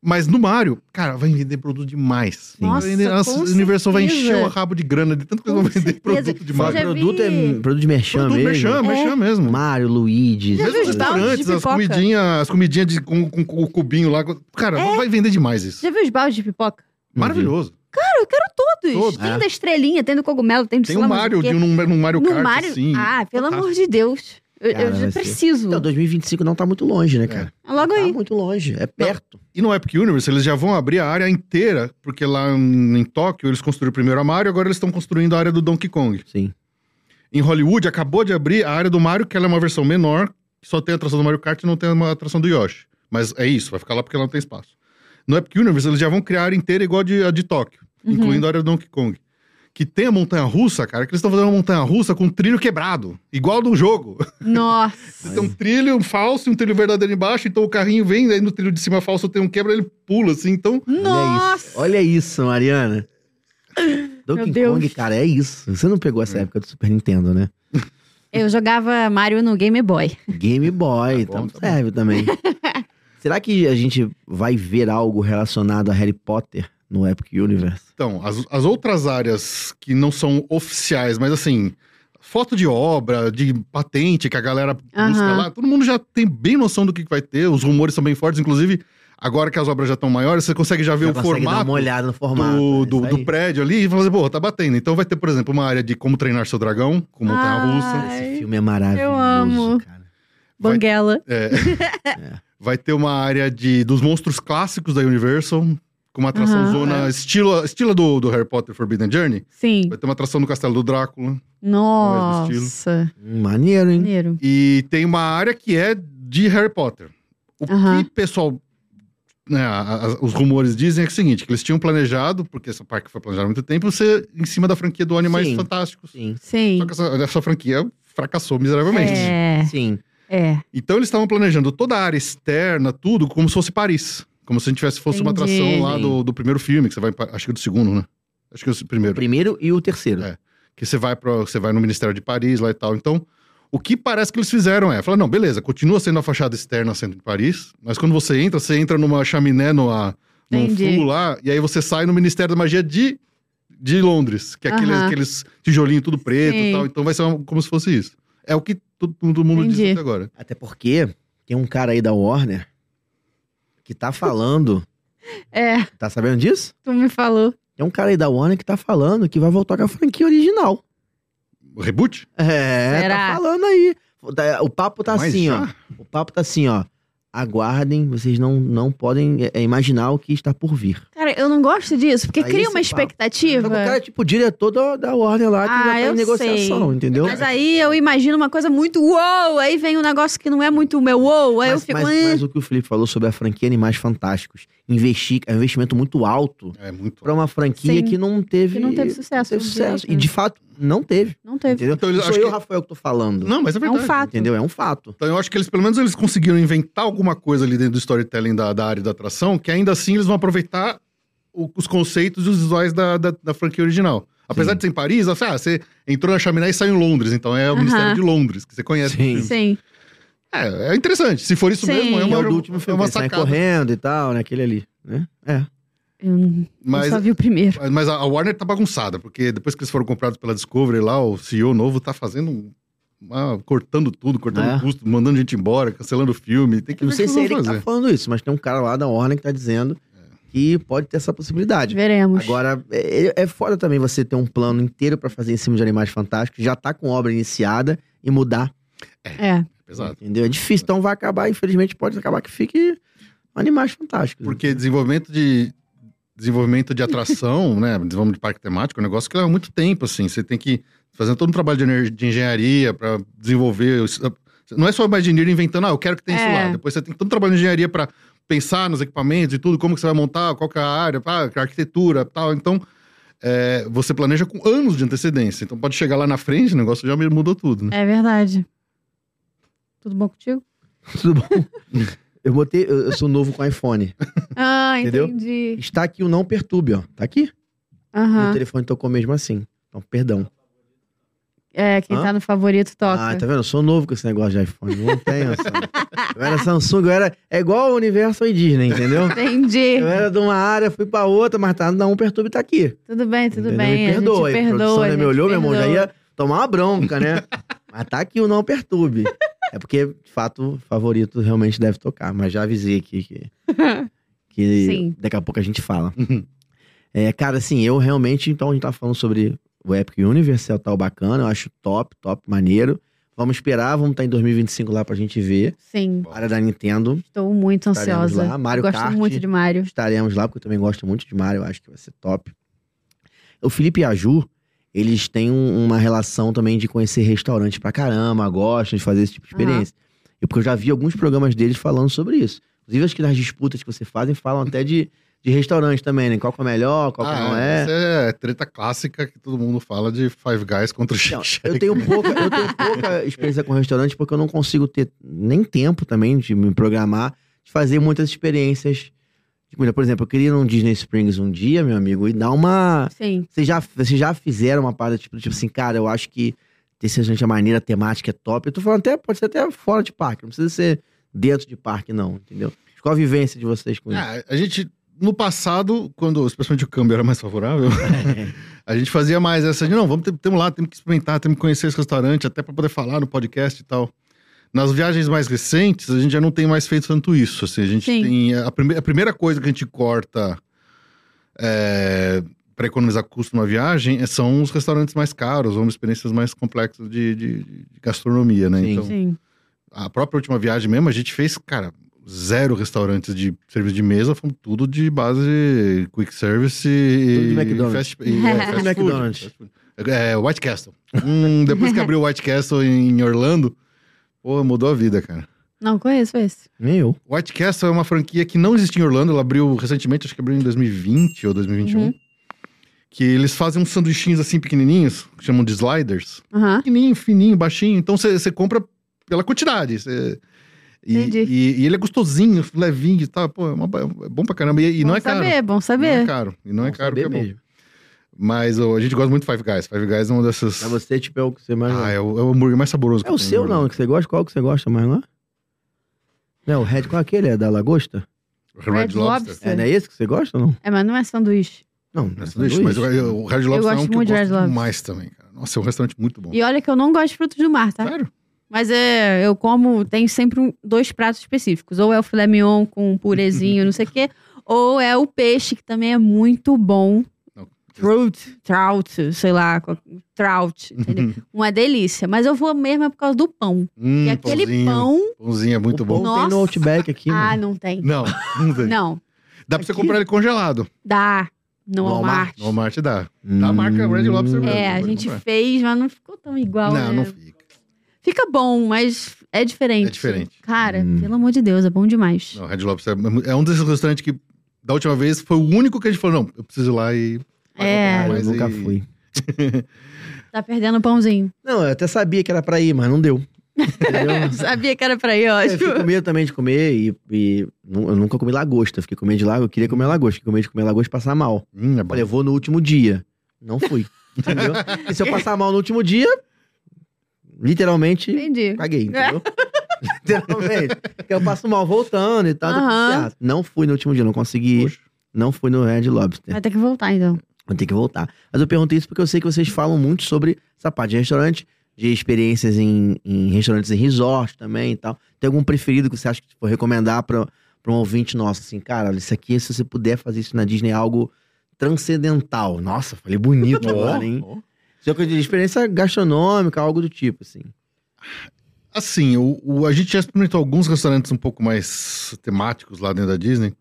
Mas no Mario, cara, vai vender produto demais. Nossa, vai vender, com o universo vai certeza. encher o rabo de grana de tanto que eles vão Com vender certeza. produto Você demais. já produto vi- é produto de merchan Produto mesmo. merchan, merchan mesmo. Mario, Luigi. Já Mesmo viu os os baldes de restaurantes, as pipoca? comidinhas, as comidinhas de- com, com- com o cubinho lá. Cara, vai vender demais isso. É. Já viu os baldes de pipoca? Maravilhoso. Cara, eu quero todos. Todos. Tem É. da estrelinha, tem do cogumelo, tem do Tem sei um lá mais Mario, o quê. de um, num Mario No Kart, Mario- assim. Ah, pelo Fantástico. amor de Deus. Eu, eu Cara, vai já ser- preciso. Então, 2025 não tá muito longe, né, É. cara? Logo Tá aí. muito longe. É perto. E no Epic Universe, eles já vão abrir a área inteira, porque lá em, em Tóquio eles construíram primeiro a Mario, agora eles estão construindo a área do Donkey Kong. Sim. Em Hollywood, acabou de abrir a área do Mario, que ela é uma versão menor, que só tem a atração do Mario Kart e não tem uma atração do Yoshi. Mas é isso, vai ficar lá porque ela não tem espaço. No Epic Universe, eles já vão criar a área inteira igual a de, a de Tóquio, Uhum. incluindo a área do Donkey Kong. que tem a montanha russa, cara, que eles estão fazendo uma montanha russa com um trilho quebrado, igual do jogo. Nossa. Tem um trilho falso e um trilho verdadeiro embaixo, então o carrinho vem, aí no trilho de cima falso tem um quebra, ele pula assim, então Olha isso. Nossa. Olha isso, Mariana. Donkey Deus. Kong, cara, é isso. Você não pegou Hum. essa época do Super Nintendo, né? Eu jogava Mario no Game Boy. Game Boy, Tá bom, então tá bom. serve também. Será que a gente vai ver algo relacionado a Harry Potter no Epic Universe? Então, as, as outras áreas que não são oficiais, mas assim, foto de obra, de patente que a galera busca Aham. lá, todo mundo já tem bem noção do que que vai ter, os rumores são bem fortes, inclusive, agora que as obras já estão maiores, você consegue já ver Já o consegue dar formato. uma olhada no formato. Do, é do, isso do aí. prédio ali e falar assim, pô, tá batendo. Então vai ter, por exemplo, uma área de como treinar seu dragão, com Ah. montanha russa. Ai, Esse filme é maravilhoso, eu amo. cara. Vai- Banguela. É. Vai ter uma área de, dos monstros clássicos da Universal, com uma atração Aham. é. zona estilo, estilo do, do Harry Potter Forbidden Journey. Sim. Vai ter uma atração do Castelo do Drácula. Nossa. Hum, Maneiro, hein? Maneiro. E tem uma área que é de Harry Potter. O Aham. que o pessoal. né, a- a- os rumores dizem é, o seguinte: que eles tinham planejado, porque essa parque foi planejada há muito tempo, ser em cima da franquia do Animais Sim. Fantásticos. Sim, Sim. Só que essa, essa franquia fracassou miseravelmente. É, sim. é. Então eles estavam planejando toda a área externa, tudo, como se fosse Paris. Como se a gente tivesse fosse uma Entendi. atração lá Sim. do, do primeiro filme, que você vai. pra- Acho que do segundo, né? Acho que é o O primeiro. primeiro e o terceiro. É. que você vai para você vai no Ministério de Paris lá e tal. Então, o que parece que eles fizeram é, falar, não, beleza, continua sendo a fachada externa centro de Paris, mas quando você entra, você entra numa chaminé numa, num Entendi. flu lá, e aí você sai no Ministério da Magia de de Londres, que é aqueles, Aham. aqueles tijolinhos tudo preto Sim. e tal. Então vai ser uma- como se fosse isso. É o que todo, todo mundo diz Entendi. até agora. Até porque tem um cara aí da Warner que tá falando. É, tá sabendo disso? tu me falou. Tem um cara aí da Warner que tá falando que vai voltar com a franquia original. O reboot? É, Será? tá falando aí. Tá- O papo tá Mas assim, já? ó. O papo tá assim, ó. Aguardem, vocês não, não podem é, imaginar o que está por vir. Cara, eu não gosto disso, porque Aí cria esse uma papo. expectativa. Só que o cara é tipo o diretor da, da Warner lá, que Ah, já tá eu em negociação, sei. entendeu? Mas aí eu imagino uma coisa muito uou, aí vem um negócio que não é muito o meu uou, aí eu Mas- fico. mas- "Ah". mas o que o Felipe falou sobre a franquia Animais Fantásticos. Investir, é um investimento muito alto É muito. pra um- uma franquia Sim. que não teve. Que não teve sucesso, não teve não sucesso. direito, E né? de fato, não teve. Não teve. Entendeu? Então, eu Não acho sou eu, que- Rafael, que tô falando. Não, mas é É verdade. um fato. Entendeu? É um fato. Então eu acho que eles, pelo menos, eles conseguiram inventar alguma coisa ali dentro do storytelling da, da área da atração, que ainda assim eles vão aproveitar o- os conceitos e os visuais da, da, da franquia original. Apesar Sim. de ser em Paris, assim, ah, você entrou na chaminé e saiu em Londres, então é o Aham. Ministério de Londres, que você conhece. Sim. Sim. É, é interessante. Se for isso Sim. mesmo, é Que uma, é o do último filme, é que uma ele sai sacada. correndo e tal, né? Aquele ali, né? É. Eu n- eu Mas, só vi o primeiro. mas a a Warner tá bagunçada, porque depois que eles foram comprados pela Discovery lá, o CEO novo tá fazendo. uma- cortando tudo, cortando É. custo, mandando gente embora, cancelando o filme. Tem que Eu não ver o sei que se é eles ele vão que tá falando isso, mas tem um cara lá da Warner que tá dizendo que pode ter essa possibilidade. Veremos. Agora, é, é foda também você ter um plano inteiro pra fazer em cima de Animais Fantásticos, já tá com obra iniciada e mudar, É. Exato. entendeu? É difícil, então vai acabar, infelizmente pode acabar que fique Animais Fantásticos. Porque desenvolvimento de desenvolvimento de atração, né, desenvolvimento de parque temático, é um negócio que leva muito tempo, assim. Você tem que fazer todo um trabalho de, ener- de engenharia para desenvolver. os- Não é só o engenheiro inventando, ah, eu quero que tenha isso É. lá. Depois você tem todo um trabalho de engenharia para pensar nos equipamentos e tudo, como que você vai montar, qual que é a área, pá, a arquitetura, tal. Então, é, você planeja com anos de antecedência. Então, pode chegar lá na frente, o negócio já mudou tudo, né? É verdade. Tudo bom contigo? Tudo bom? Eu botei, eu, eu sou novo com iPhone. Ah, Entendeu? entendi. Está aqui o não perturbe, ó. Tá aqui? Aham. Meu telefone tocou mesmo assim. Então, perdão. É, quem Hã? tá no favorito toca. Ah, tá vendo? Eu sou novo com esse negócio de iPhone. Não tenho essa. Eu era Samsung, eu era. É igual o universo e Disney, entendeu? Entendi. Eu era de uma área, fui pra outra, mas tá, não, um perturbe tá aqui. Tudo bem, tudo entendeu? bem. Me perdoa. a aí, gente a perdoa. produção né, a me gente olhou, meu irmão, já perdoa. ia tomar uma bronca, né? mas tá aqui o não perturbe. É porque, de fato, o favorito realmente deve tocar, mas já avisei aqui que, que Sim. daqui a pouco a gente fala. É, cara, assim, eu realmente, então, a gente tá falando sobre o Epic Universe, é o tal bacana, eu acho top, top, maneiro. Vamos esperar, vamos estar em 2025 lá pra gente ver. Sim, A área da Nintendo, estou muito Estaremos ansiosa. lá. Mario Gosto Kart. muito de Mario. estaremos lá, porque eu também gosto muito de Mario, eu acho que vai ser top. O Felipe e a Ju, eles têm um- uma relação também de conhecer restaurante pra caramba, gostam de fazer esse tipo de Aham. experiência. E porque eu já vi alguns programas deles falando sobre isso. Inclusive, acho que nas disputas que você fazem, falam até de, de restaurante também, né? Qual que é o melhor, qual que não é. Essa é treta clássica que todo mundo fala de Five Guys contra o Não, Shake Shack. eu tenho pouca, eu tenho pouca experiência com restaurante porque eu não consigo ter nem tempo também de me programar, de fazer muitas experiências de comida. Por exemplo, eu queria ir num Disney Springs um dia, meu amigo, e dar uma. Sim. Vocês já, vocês já fizeram uma parada tipo, tipo assim, cara, eu acho que esse restaurante é maneira, a temática é top. Eu tô falando até, pode ser até fora de parque, não precisa ser dentro de parque, não, entendeu? Qual a vivência de vocês com isso? Ah, a gente, no passado, quando especialmente o câmbio era mais favorável, a gente fazia mais essa de, não, vamos, ter- temos lá, temos que experimentar, temos que conhecer esse restaurante, até para poder falar no podcast e tal. Nas viagens mais recentes, a gente já não tem mais feito tanto isso, assim, a gente Sim. tem... A, prime- a primeira coisa que a gente corta para economizar custo numa viagem é- são os restaurantes mais caros, ou experiências mais complexas de, de- de gastronomia, né? Sim. Então, Sim. a própria última viagem mesmo, a gente fez, cara, zero restaurantes de serviço de mesa, fomos tudo de base quick service e. Tudo de McDonald's. Fast, e, é, fast Tudo de food, McDonald's. fast food. É, White Castle. Hum, depois que abriu o White Castle em Orlando, pô, mudou a vida, cara. Não conheço esse. Nem eu. White Castle é uma franquia que não existia em Orlando, ela abriu recentemente, acho que abriu em 2020 ou 2021. Uhum. Que eles fazem uns sanduichinhos assim pequenininhos, que chamam de sliders Aham. pequenininho, fininho, baixinho. Então você compra pela quantidade. cê- E, Entendi. e- e ele é gostosinho, levinho e tal. Pô, é, uma ba- é bom pra caramba. E, e não Bom é caro. saber, bom Não é saber. caro. E não é Bom caro, saber que é bom. mesmo. Mas ô, a gente gosta muito de Five Guys. Five Guys é uma dessas. Pra você, tipo, é o que você mais. Ah, é o, é o hambúrguer mais saboroso né? É o seu, não, que você gosta? Qual que você gosta mais lá? Não, o Red, qual é aquele? É da lagosta? Red, Red Lobster. né? É, não é esse que você gosta ou não? É, mas não é sanduíche. Não, Não não é é sanduíche, sanduíche. mas o- eu- o Red Lobster é um gosto que muito de eu Red gosto Lobster. demais também, cara. Nossa, é um restaurante muito bom. E olha que eu não gosto de frutos do mar, tá? Sério? Mas é, eu como, tem sempre um- dois pratos específicos. Ou é o filé mignon com um purezinho, não sei o quê. Ou é o peixe, que também é muito bom. Não. Trout, trout, sei lá, qual- trout, entendeu? Uma delícia. Mas eu vou mesmo é por causa do pão. Hum, e aquele pãozinho. pão... Pãozinho é muito o bom. pão tem Nossa. no Outback aqui, Ah, mano. não tem. Não, não tem. Não, Dá pra você Aqui? comprar ele congelado. dá. No No Walmart. Walmart. No Walmart dá. Hum. Da Tá marca Red Lobster mesmo. É, a Pode gente comprar. fez, mas não ficou tão igual, não, né? não fica. Fica bom, mas é diferente. É diferente. Cara, Hum. pelo amor de Deus, é bom demais. Não, Red Lobster é mu- é um desses restaurantes que, da última vez, foi o único que a gente falou: não, eu preciso ir lá e. É, Ah, eu Mas nunca e- fui. tá perdendo o pãozinho. Não, eu até sabia que era pra ir, mas não deu. Entendeu? Sabia que era pra ir, É, Eu fiquei com ótimo. medo também de comer e, e nu- eu nunca comi lagosta. Eu Fiquei com medo de lagosta, eu queria comer lagosta, fiquei com medo de comer lagosta e passar mal. Hum, é Eu bom. Falei, eu vou no último dia. Não fui. Entendeu? E se eu passar mal no último dia, literalmente, Entendi. caguei, É. entendeu? Literalmente. Porque eu passo mal voltando e tal. depois, Aham. ah, Não fui no último dia, não consegui. ir. Poxa. Não fui no Red Lobster. É. Vai ter que voltar, então. Vou ter que voltar. Mas eu perguntei isso porque eu sei que vocês falam muito sobre essa parte de restaurante, de experiências em, em restaurantes em resort também e tal. Tem algum preferido que você acha que tipo, recomendar pra, pra um ouvinte nosso? Assim, cara, olha, isso aqui, se você puder fazer isso na Disney, é algo transcendental. Nossa, falei bonito agora, hein? Ó, ó. Só que de experiência gastronômica, algo do tipo, assim. Assim, o, o- a gente já experimentou alguns restaurantes um pouco mais temáticos lá dentro da Disney.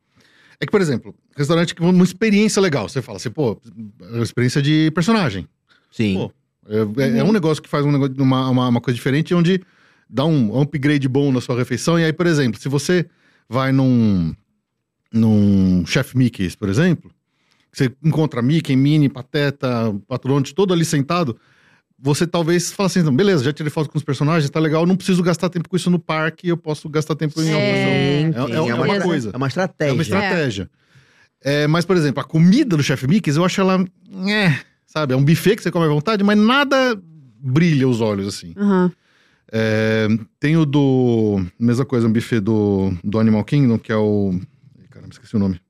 É que, por exemplo, restaurante que uma experiência legal. Você fala assim, pô, é uma experiência de personagem. Sim. Pô, É, é- é um negócio que faz um negócio, uma, uma, uma coisa diferente, onde dá um upgrade bom na sua refeição. E aí, por exemplo, se você vai num, num Chef Mickey's, por exemplo, que você encontra Mickey, Minnie, Pateta, Patronte, todo ali sentado, você talvez fala assim, "Não, beleza, já tirei foto com os personagens, tá legal, não preciso gastar tempo com isso no parque, eu posso gastar um tempo em algumas... É, Sim, é- sim, é uma coisa. um, É uma estratégia. É uma estratégia. É, mas, por exemplo, a comida do Chef Mickey's, eu acho ela... "Nhé", sabe, é um buffet que você come à vontade, mas nada brilha os olhos, assim. Aham. É, tem o do. Mesma coisa, um buffet do, do Animal Kingdom, que é o. Ih, Caramba, esqueci o nome.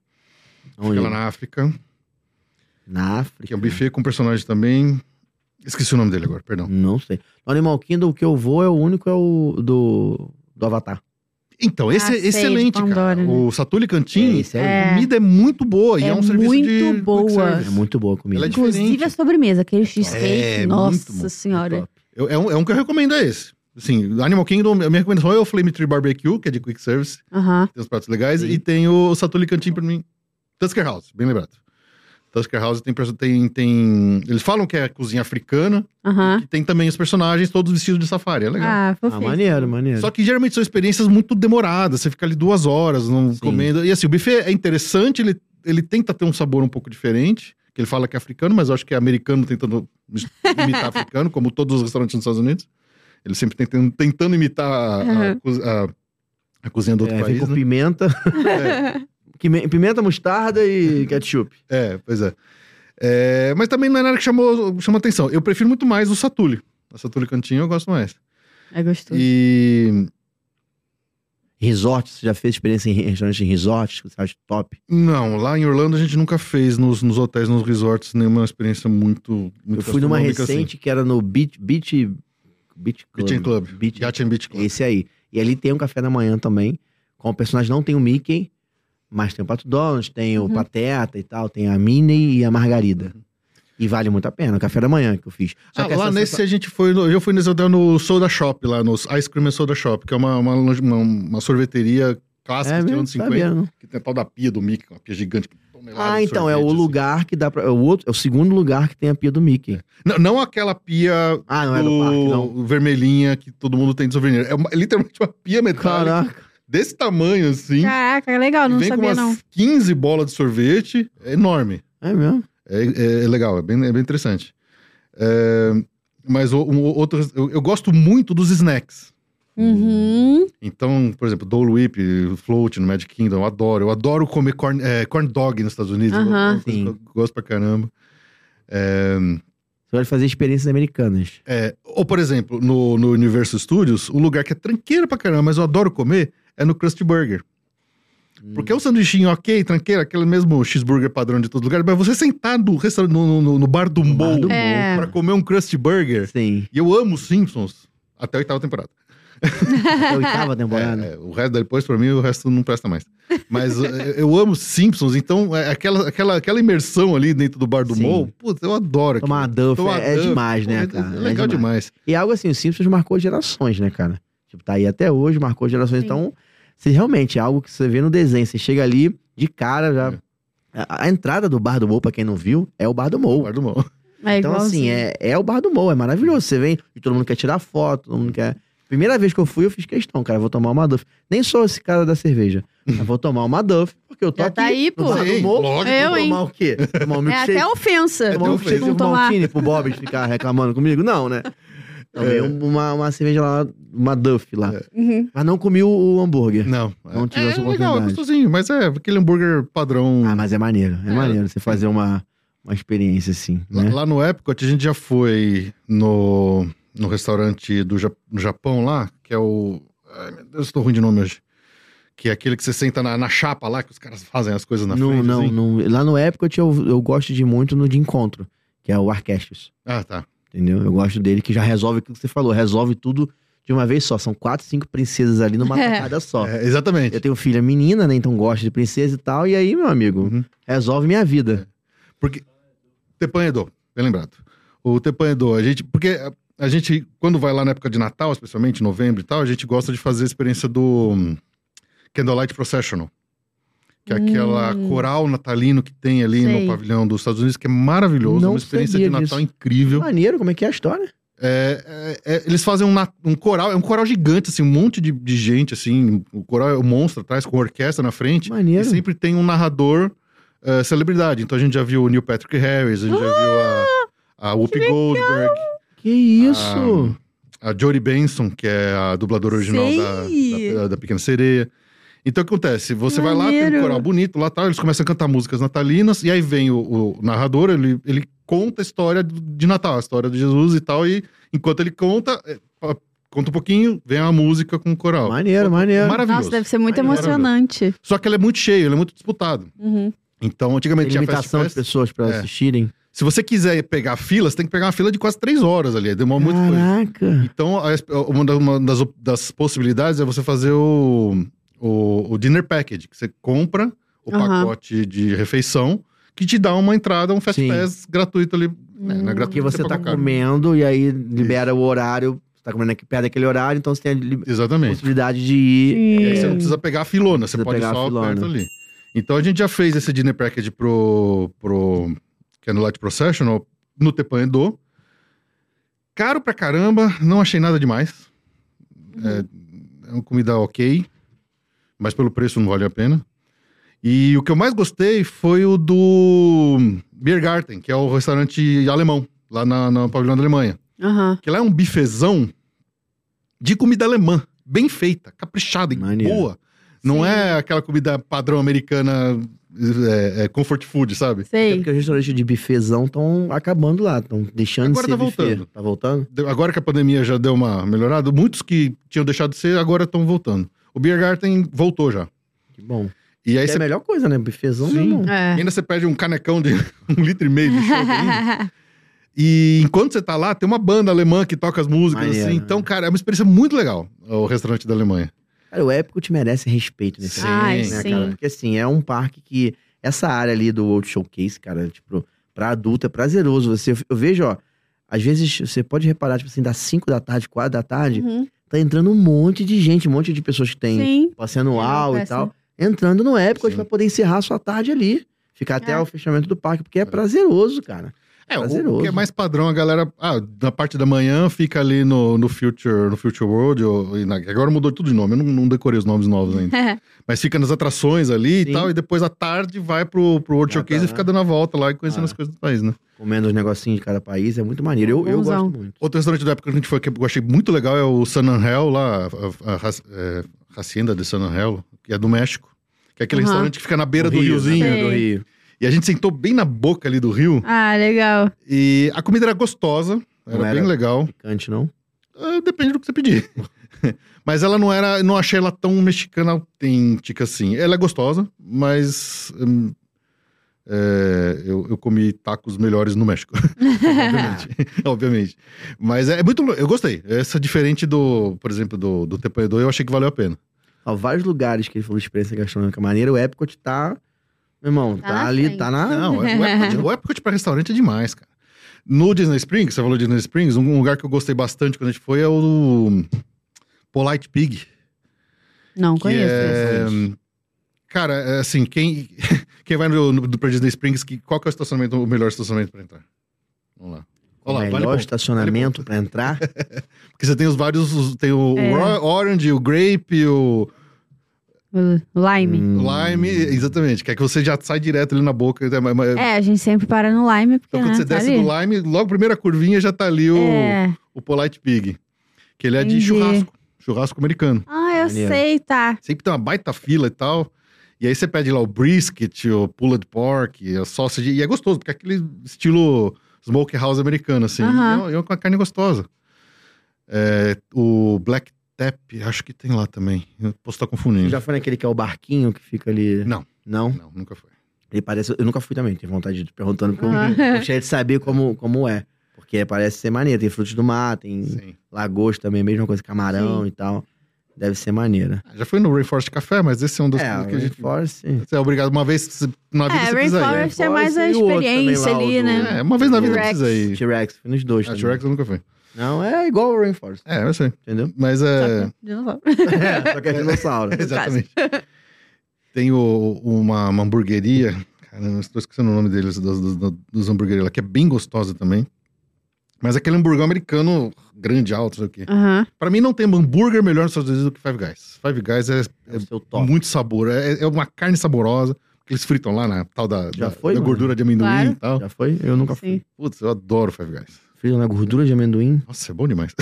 Onde? Fica lá na África, Na África. que é um buffet com personagem também. Esqueci o nome dele agora, perdão. Não sei. No Animal Kingdom, o que eu vou é o único, é o do, do Avatar. Então, esse Ah, é sei, excelente, de Pandora, cara. né? O Satuli Cantin, Esse é- a comida é muito boa e É é, um serviço muito de. quick boa. É service. muito boa a comida. Ela é de- Inclusive diferente. a sobremesa, aquele cheesecake. É, muito nossa bom. senhora. Top. Eu- é, um, é um que eu recomendo, é esse. Assim, Animal Kingdom, a minha recomendação é o Flame Tree Barbecue, que é de Quick Service. Aham. tem os pratos legais, Sim. e tem o Satuli Cantin pra mim. Tusker House, bem lembrado. Tusker House tem, perso- tem, tem. Eles falam que é cozinha africana, Aham. e tem também os personagens todos vestidos de safari, é legal. Ah, Ah, fofinho. maneiro, maneiro. Só que geralmente são experiências muito demoradas, você fica ali duas horas não Sim. comendo. E assim, o buffet é interessante, ele ele tenta ter um sabor um pouco diferente. Que ele fala que é africano, mas eu acho que é americano tentando mis- imitar africano, como todos os restaurantes nos Estados Unidos. Ele sempre tentando, tentando imitar a, a Uhum. cozi- a- a cozinha do outro É, vem país. com né? pimenta, que me- pimenta, mostarda e ketchup. É, pois é. É, mas também não é nada que chamou, chamou atenção. Eu prefiro muito mais o Satuli. A Satuli Cantinho eu gosto mais. É gostoso. E. Resort, você já fez experiência em restaurante em resort, que você acha top? Não, lá em Orlando a gente nunca fez nos, nos hotéis, nos resorts, nenhuma experiência muito. muito Eu fui numa gastronômica assim. recente que era no Beach... Beach... Beach Club. Beach and Club. Beach- Yacht and Beach Club. Esse aí. E ali tem um café da manhã também, com o personagem não tem o Mickey, mas tem o Pato Donald, tem o Uhum. Pateta e tal, tem a Minnie e a Margarida. E vale muito a pena, o café da manhã que eu fiz. Só Uhum. Ah, que lá essa- nesse a gente foi. no- eu fui nesse hotel no Soda Shop, lá no Ice Cream and Soda Shop, que é uma, uma, lanche- uma- uma sorveteria clássica É dos mesmo, anos 50. sabia, não? Que tem a tal da pia do Mickey, uma pia gigante. com toneladas Ah, de então, é o sorvete, assim. lugar que dá pra... É o, outro, é o segundo lugar que tem a pia do Mickey. assim. Não, não aquela pia Ah, não é do parque, não. vermelhinha que todo mundo tem de souvenir. É, uma- é literalmente uma pia metálica Caraca. desse tamanho, assim. Caraca, é legal, não vem com sabia umas não. 15 bolas de sorvete. É enorme. É mesmo? É, é- é legal, é bem, é bem interessante. É, mas o- um outro, eu, eu gosto muito dos snacks. Hum. Uhum. Então, por exemplo, Dole Whip, Float no Magic Kingdom, eu adoro. Eu adoro comer corn, é, corn dog nos Estados Unidos. Aham. é uma coisa que eu Sim. gosto pra caramba. Você vai fazer experiências americanas. É, ou, por exemplo, no, no Universo Studios, o lugar que é tranqueira pra caramba, mas eu adoro comer, é no Krusty Burger. Porque é um sanduichinho ok, tranqueira, aquele mesmo cheeseburger padrão de todo lugar, mas você sentar no, restaurante, no, no- no bar do No bar Mou do Mou. É. um pra comer um Krusty Burger, Hum. Sim. e eu amo Simpsons, até a oitava temporada. Até é a oitava temporada. É, é, o resto depois, pra mim, o resto não presta mais. Mas é, eu amo Simpsons, então é, aquela, aquela, aquela imersão ali dentro do bar do Sim. Mou, putz, eu adoro. aquilo. Tomar a Duff Tomar é, é Duff, demais, né, pô, é- cara? É legal demais. E é algo assim, o Simpsons marcou gerações, né, cara? Tipo, tá aí até hoje, marcou gerações. Sim. Então, se realmente é algo que você vê no desenho, você chega ali de cara já. É. A, a entrada do Bar do Mou, pra quem não viu, é o Bar do Mou. Bar do Mou. É Então, assim, igualzinho. é, é o Bar do Mou, é maravilhoso. Você vem e todo mundo quer tirar foto, todo mundo quer. Primeira vez que eu fui, eu fiz questão, cara, eu vou tomar uma Duff. Nem sou esse cara da cerveja. Eu vou tomar uma Duff, porque eu tô Já aqui tá aí, no pô. Bar do É, Sim, Mou. lógico. Eu, hein? tomar o quê? Tomar um É milkshake. até ofensa. É Tomar um tão milkshake feio. e um Não tomar. maltine pro Bob ficar reclamando comigo? Não, né? Tomei É. um- uma, uma cerveja lá, uma Duff lá. É. Uhum. Mas não comi o, o hambúrguer. Não. Não tive é, essa é legal, é oportunidade. gostosinho, mas é aquele hambúrguer padrão. Ah, mas é maneiro. É, É. maneiro você fazer uma, uma experiência assim, Lá- né? Lá no Epcot, a gente já foi no, no restaurante do Ja- no Japão lá, que é o... Ai, meu Deus, tô ruim de nome hoje. Que é aquele que você senta na, na chapa lá, que os caras fazem as coisas na não, frente, não, assim. não. Lá no Epcot eu, eu gosto de muito no de encontro, que é o Arquestros, Ah, tá. entendeu? Eu gosto dele que já resolve aquilo que você falou, resolve tudo de uma vez só. São quatro, cinco princesas ali numa É. tacada só. É, exatamente. Eu tenho filha menina, né? Então gosta de princesa e tal. E aí, meu amigo, Uhum. resolve minha vida. Tepanhedor, bem lembrado. O Tepanhedor, a gente... Porque a, a gente, quando vai lá na época de Natal, especialmente novembro e tal, a gente gosta de fazer a experiência do hum, Candlelight Processional. Que é aquela Hum. coral natalino que tem ali Sei. no pavilhão dos Estados Unidos, que é maravilhoso. Não uma experiência de sabia Natal disso. incrível. Maneiro, como é que é a história? É, é, é, eles fazem um, na- um coral, é um coral gigante, assim, um monte de, de gente, assim. O coral é um monstro atrás, com orquestra na frente. E Maneiro. sempre tem um narrador eh, celebridade. Então a gente já viu o Neil Patrick Harris, a gente já viu a, a Whoopi Goldberg, Que isso? a Jodie Benson, que é a dubladora original Sei. da, da, da Pequena Sereia. Então o que acontece? Você vai lá, tem Maneiro. um coral bonito lá tal, eles começam a cantar músicas natalinas, e aí vem o, o narrador, ele, ele conta a história de Natal, a história de Jesus e tal, e enquanto ele conta, eh, ó, conta um pouquinho, vem a música com o coral. maneiro, maneiro. Maravilhoso. Nossa, deve ser muito Ai, maravilhoso. emocionante. Só que ele é muito cheio, ele é muito disputado. Uhum. Então, antigamente Tem tinha festa, limitação de festa. pessoas pra É. assistirem. Se você quiser pegar fila, você tem que pegar uma fila de quase três horas ali. Demora muito coisa. Caraca. Então, a esp- uma, da- uma das, op- das possibilidades é você fazer o, o, o dinner package, que você compra o Aham. pacote de refeição, que te dá uma entrada, um fast Sim. pass gratuito ali. Né, Hum. não é gratuito, Porque você tá paga caro. comendo e aí libera o horário. Você tá comendo aqui perto daquele horário, então você tem a li- Exatamente. possibilidade de ir. E é aí você não Sim. precisa pegar a filona, você É. Precisa pode pegar a só filona. perto ali. Então, a gente já fez esse dinner package pro, pro é Candlelight Processional no Tepan Edo. Caro pra caramba, não achei nada demais. É uma comida ok, mas pelo preço não vale a pena. E o que eu mais gostei foi o do Biergarten, que é o restaurante alemão, lá na, na pavilhão da Alemanha. Aham. Que lá é um bifezão de comida alemã, bem feita, caprichada e Maneiro. boa. Não Sim. é aquela comida padrão americana, é, é comfort food, sabe? É Sei. porque os restaurantes de bifezão estão acabando lá, estão deixando Agora de ser tá buffet. voltando. Tá voltando? De- Agora que a pandemia já deu uma melhorada, muitos que tinham deixado de ser agora estão voltando. O Biergarten voltou já. Que bom. E aí Que é a você melhor coisa, né? Bifezão Sim. não. É. ainda você pede um canecão de um litro e meio de chopp. E enquanto você tá lá, tem uma banda alemã que toca as músicas, Maneiro, assim. né? Então, cara, é uma experiência muito legal, o restaurante da Alemanha. Cara, o Épico te merece respeito nesse Sim, Ai, né, sim. cara? Porque assim, é um parque que. Essa área ali do World Showcase, cara, tipo, pra adulto é prazeroso. Você, eu vejo, ó, às vezes você pode reparar, tipo assim, das 5 da tarde, 4 da tarde, Uhum. tá entrando um monte de gente, um monte de pessoas que tem Sim. É, passe anual e Acontece, né? tal, entrando no Épico, a gente Sim. vai poder encerrar a sua tarde ali. Ficar até É. o fechamento do parque, porque é prazeroso, cara. É, o- o Prazeroso. que é mais padrão, a galera, ah, na parte da manhã fica ali no, no Future, no Future World, ou, e na- agora mudou tudo de nome, eu não, não decorei os nomes novos ainda. Mas fica nas atrações ali Sim. e tal, e depois à tarde vai pro, pro World Já Showcase tá e lá. fica dando a volta lá e conhecendo Ah. as coisas do país, né? Comendo os negocinhos de cada país, é muito maneiro. Eu, eu Bonzão. gosto muito. Outro restaurante da época que a gente foi que eu achei muito legal é o San Angel, lá, a, a, Hac- é, Hacienda de San Angel, que é do México. Que é aquele Aham. restaurante que fica na beira No do Rio, riozinho. né? Do Sim. Rio. E a gente sentou bem na boca ali do rio. Ah, legal. E a comida era gostosa, Não era, era- bem legal. Picante, não? Ah, Depende do que você pedir. mas ela não era. Não achei ela tão mexicana autêntica assim. Ela é gostosa, mas. hum, é, eu, eu comi tacos melhores no México. obviamente. obviamente. Mas é, muito. Eu gostei. Essa é diferente do, por exemplo, do, do Tepanhedor, eu achei que valeu a pena. Ó, vários lugares que ele falou de experiência gastronômica maneira, o Epcot tá. Meu irmão, Tá tá, na ali, frente. tá na. Não, é, o Epcot, o Epcot pra restaurante é demais, cara. No Disney Springs, você falou Disney Springs, um lugar que eu gostei bastante quando a gente foi é o Polite Pig. Não Que conheço. é... esse. Cara, é assim, quem, quem vai no, no, pra Disney Springs, que, qual que é o estacionamento, o melhor estacionamento pra entrar? Vamos lá. O Olha lá, vale melhor ponto. estacionamento pra entrar. Porque você tem os vários, os- tem o É. ro- Orange, o Grape, o Lime. Hum. Lime, exatamente. Que é que você já sai direto ali na boca. né, mas- mas- É, a gente sempre para no Lime porque Então quando né, você tá desce ali. do Lime, logo a primeira curvinha já tá ali o... É. o Polite Pig. Que ele é de Entendi. churrasco, churrasco americano. Ah, eu Maneiro. sei, tá. Sempre tem uma baita fila e tal. E aí você pede lá o brisket, o pulled pork, a sausage. E é gostoso, porque é aquele estilo smokehouse americano, assim. Aham. E é uma- é uma carne gostosa. É, o Black Tap, acho que tem lá também. Eu posso estar Você confundindo. já foi naquele que é o barquinho que fica ali? Não. Não? Não, nunca foi. Ele parece. Eu nunca fui também, tenho vontade de ir perguntando, porque Ah. eu gostaria de saber como, como é. Porque parece ser maneiro. Tem frutos do mar, tem Sim. lagosta também, mesma coisa, camarão e tal. Deve ser maneira. Ah, Já foi no Rainforest Café, mas esse é um dos É, pontos que a gente... Force. Você é obrigado uma vez se- na vida É, você precisa ir. né? Rainforest é mais a E o outro também experiência lá, o ali, do- né? É, uma vez na vida T-Rex. precisa ir. T-Rex, fui nos dois. A também. T-Rex eu nunca fui. Não, é igual o Rainforest, É, eu sei. entendeu? Mas é... Só que dinossauro. É, só que é dinossauro. Exatamente. Tem o- uma, uma hamburgueria, caramba, estou esquecendo o nome deles, dos, dos, dos hamburguerias lá, que é bem gostosa também. Mas aquele hambúrguer americano grande, alto, sei o quê. Aham. Pra mim não tem hambúrguer melhor nos Estados Unidos do que Five Guys. Five Guys é, É o seu é top. muito sabor, é, é uma carne saborosa, que eles fritam lá na tal da, Já da- foi, da mano? gordura de amendoim Claro. e tal. Já foi? Eu nunca fui. Sim. Putz, eu adoro Five Guys. Frito na gordura de amendoim. Nossa, é bom demais.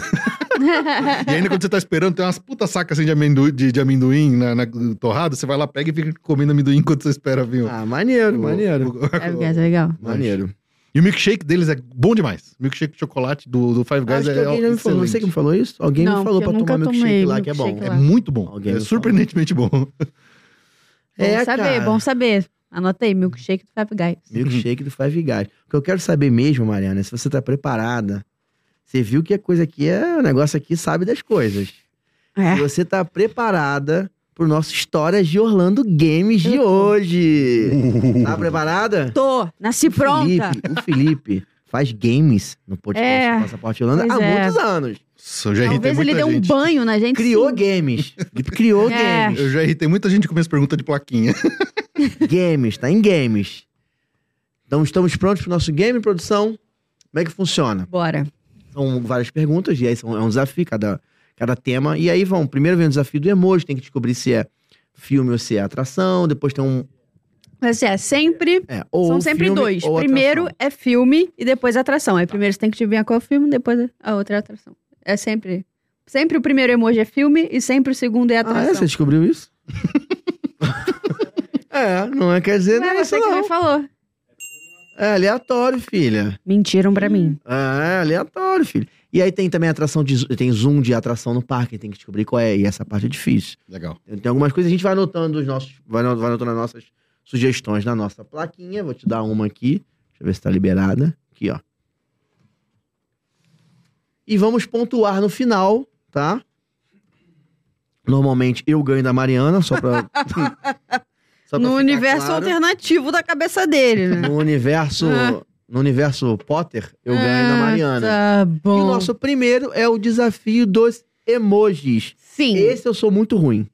É e ainda quando você tá esperando, tem umas puta sacas assim de amendoim, de, de amendoim na, na torrada, você vai lá, pega e fica comendo amendoim enquanto você espera vir o- Ah, maneiro, O- maneiro. o- É, porque é legal. Maneiro. E o milkshake deles é bom demais. O milkshake de chocolate do, do Five Guys Acho que é, alguém já me falou. Não sei excelente. quem me falou isso. Alguém Não, me falou porque eu pra tomar nunca milkshake tomei lá, que é bom. milkshake É lá. muito bom. Alguém é me surpreendentemente bom. É, bom saber, cara. bom saber. Anota aí, milkshake do Five Guys. É Milkshake do Five Guys. O que eu quero saber mesmo, Mariana, é se você tá preparada. Você viu que a coisa aqui é. O negócio aqui sabe das coisas. Se É. você tá preparada pro nosso Histórias de Orlando Games de Eu tô. hoje. Tá preparada? Tô, nasci pronta. Felipe, o Felipe faz games no podcast É. do Passaporte Holanda Pois há é. muitos anos. Nossa, eu já irritei Talvez muita ele dê um gente. banho na gente. Criou sim. games. Felipe criou É. games. Eu já irritei muita gente com minhas perguntas de plaquinha. Games, tá em games. Então estamos prontos pro nosso game, produção? Como é que funciona? Bora. São várias perguntas, e aí são, é um desafio, cada, cada tema. E aí vão, primeiro vem o desafio do emoji, tem que descobrir se é filme ou se é atração. Depois tem um Mas é sempre. É, ou são um sempre filme, dois. ou Primeiro atração. é filme e depois é atração. Aí primeiro você tem que adivinhar qual é o filme, depois a outra é a atração. É sempre. Sempre o primeiro emoji é filme e sempre o segundo é Ah, é? atração. Você descobriu isso? é, não é quer dizer Não é não, você que não. me falou. É aleatório, filha. Mentiram pra mim. É, aleatório, filho. E aí tem também atração de. Tem zoom de atração no parque, tem que descobrir qual é. E essa parte é difícil. Legal. Tem, tem algumas coisas, a gente vai anotando os nossos. Vai ano- vai anotando as nossas sugestões na nossa plaquinha. Vou te dar uma aqui. Deixa eu ver se tá liberada. Aqui, ó. E vamos pontuar no final, tá? Normalmente eu ganho da Mariana, só pra. só pra no ficar universo claro. alternativo da cabeça dele, né? No universo. Ah. No universo Potter, eu ganho da Ah, Mariana. Tá bom. E o nosso primeiro é o desafio dos emojis. Sim. Hum, Esse eu sou muito ruim.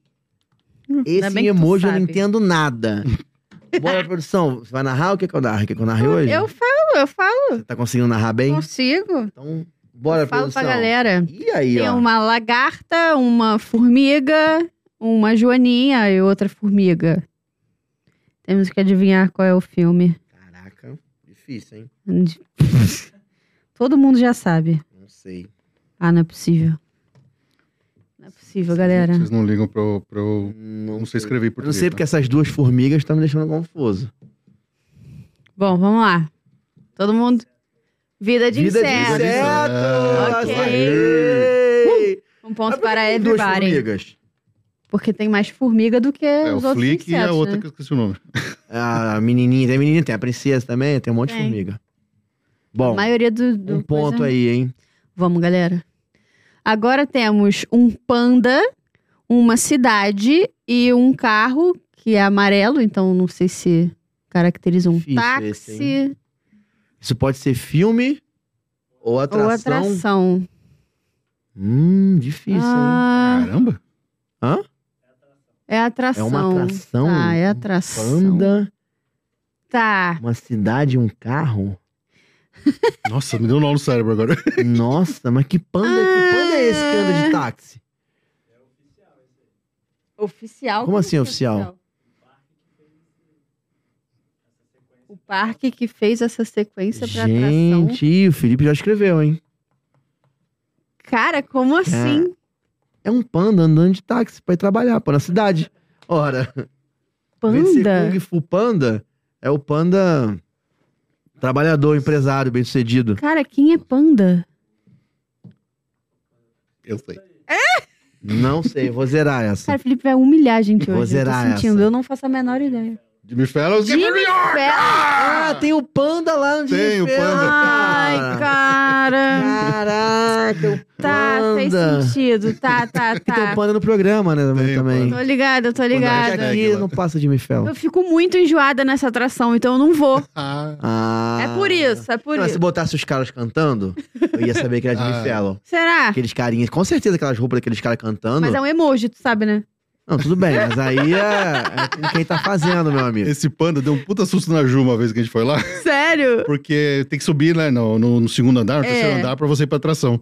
Esse bem que tu emoji eu não sabe. entendo nada. Bora, produção. Você vai narrar o que, é que eu narro? O que, é que eu narrei hoje? Eu falo, eu falo, Você tá conseguindo narrar bem? consigo. Então, bora, falo produção. pra galera. E aí, Tem ó. uma lagarta, uma formiga, uma joaninha e outra formiga. Temos que adivinhar qual é o filme. Caraca, difícil, hein? Todo mundo já sabe. Não sei. Ah, não é possível. Não é possível, galera. Vocês não ligam pro. pro... Não, Não sei escrever em Eu português. não sei porque essas duas formigas estão me deixando confuso. Bom, vamos lá. Todo mundo. Vida de Vida inseto. de inseto! Ok. acertei! Um Mas ponto Ah, por que para tem duas everybody. formigas? Porque tem mais formiga do que É, os o outros Flick insetos, e a outra né? que eu esqueci o nome. A Ah, menininha, tem menininha, tem a princesa também, tem um monte de Tem. né? formiga. a Bom, maioria do, do um ponto coisa- é aí, hein? Vamos, galera. Agora temos um panda, uma cidade e um carro que é amarelo, então não sei se caracteriza um Difícil táxi esse, hein? Isso pode ser filme ou atração. ou atração. Hum, difícil, hein? Ah, Caramba! Hã? é atração. É uma atração? Tá, é Um atração. Panda, Tá. uma cidade, um carro? Nossa, me deu um nó no cérebro agora. Nossa, mas que panda, que panda é esse que anda de Ah. táxi? Oficial. Como assim, que é oficial? O parque que fez essa sequência é pra atração. Gente, ih, o Felipe já escreveu, hein? Cara, como assim? É um panda andando de táxi pra ir trabalhar, pô, na cidade. Ora, vencer Panda? Kung Fu Panda é o panda trabalhador, empresário, bem-sucedido. Cara, quem é panda? Eu sei. Não sei, vou zerar essa. Cara, Felipe vai humilhar a gente Vou hoje. Eu tô zerar sentindo, essa. eu não faço a menor ideia. Jimmy Fallon. Jimmy Fallon! Ah, tem o panda lá onde Tem o fez, panda. Ai, cara. Caraca, o Tá, fez panda. sentido. Tá, tá, E tem o tá. panda no programa, né? Tem o também. Tô ligada, eu tô Mas ligada. Panda Aqui não passa de Mifel. Eu fico muito enjoada nessa atração, então eu não vou. Ah, Ah. É por isso, é por Não, se isso. botasse os caras cantando, eu ia saber que era de Ah. Mifel. Será? Aqueles carinhas, com certeza aquelas roupas daqueles caras cantando. Mas é um emoji, tu sabe, né? Não, tudo bem, mas aí é, é com quem tá fazendo, meu amigo. esse panda deu um puta susto na Ju uma vez que a gente foi lá. Sério? Porque tem que subir, né? No, no- no segundo andar, no É. terceiro andar, pra você ir pra atração.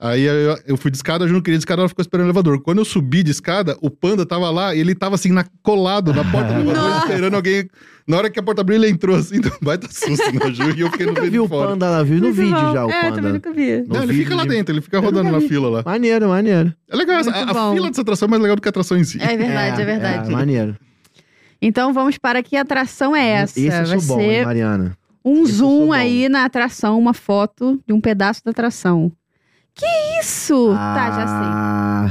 Aí eu, eu fui de escada, a Ju não queria de escada, ela ficou esperando o elevador. Quando eu subi de escada, o panda tava lá e ele tava assim, na, colado na porta do elevador, Nossa. esperando alguém. Na hora que a porta abriu, ele entrou assim, então baita susto na Ju e eu fiquei no Eu meio vi de o fora. panda lá, viu no Muito vídeo bom. já o É, eu também panda. nunca vi. No Não, ele fica vídeo lá de- dentro, ele fica Eu rodando nunca na vi. fila lá. Maneiro, maneiro. É legal, essa- Muito a, bom. a fila dessa atração é mais legal do que a atração em si. É verdade, é, É, verdade. maneiro. Então vamos para que atração é essa? Esse eu Vai sou bom, hein, ser Mariana. um Esse eu sou zoom bom. aí na atração, uma foto de um pedaço da atração. Que isso? Tá, Ah,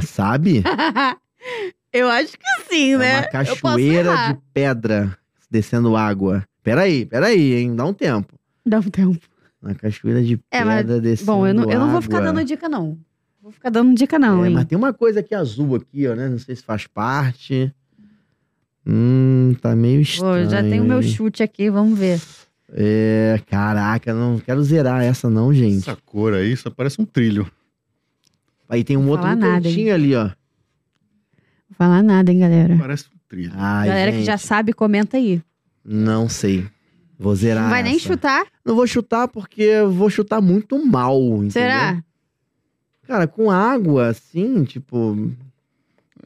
sabe? já sei. eu acho que sim, Ah. É né? uma eu posso errar. cachoeira de pedra descendo água. Peraí, peraí, hein? Dá um tempo. Dá um tempo. Uma cachoeira de É, mas- pedra descendo água. Bom, eu não, eu não vou ficar dando dica, não. Vou ficar dando dica, não, É, hein? mas tem uma coisa aqui azul aqui, ó, né? Não sei se faz parte. Hum, tá meio Pô, estranho. eu já tenho meu hein? chute aqui, vamos ver. É, caraca, não quero zerar essa não, gente. Essa cor aí, isso parece um trilho. Aí tem um Vou outro falar no nada, cantinho ali, ó. Vou falar nada, hein, galera. Parece um trilho. Ai, galera que gente, já sabe, comenta aí. Não sei. Vou zerar não vai nem essa. chutar? Não vou chutar porque eu vou chutar muito mal, entendeu? Será? Cara, com água, assim, tipo...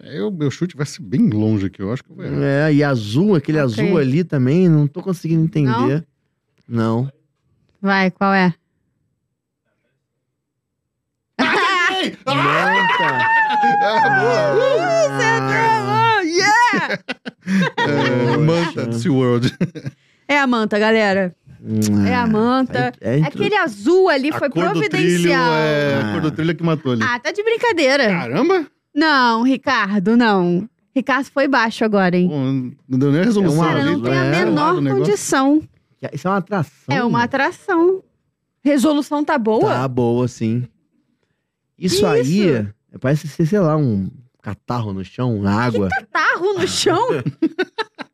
É, Eu, meu chute vai ser bem longe aqui, eu acho que eu vou errar. É, e azul, aquele Ok. azul ali também, não tô conseguindo entender. Não. Vai, qual é? Ei! Não, tá. Ah, boa! Ah, Ah, yeah! É, Poxa. Manta de SeaWorld. É a manta, galera. Ah. É a manta. É, é intro- Aquele azul ali A foi cor do trilho providencial. é a Ah. cor do trilho que matou ali. Ah, tá de brincadeira. Caramba! Não, Ricardo, não. Ricardo foi baixo agora, hein? Pô, não deu nem a resolução uma- Cara, ali. não tem a é, menor do negócio. condição. Isso é uma atração. É uma né? atração. Resolução tá boa? Tá boa, sim. Isso, Que aí é, isso? parece ser, sei lá, um catarro no chão, na água. Catarro no chão?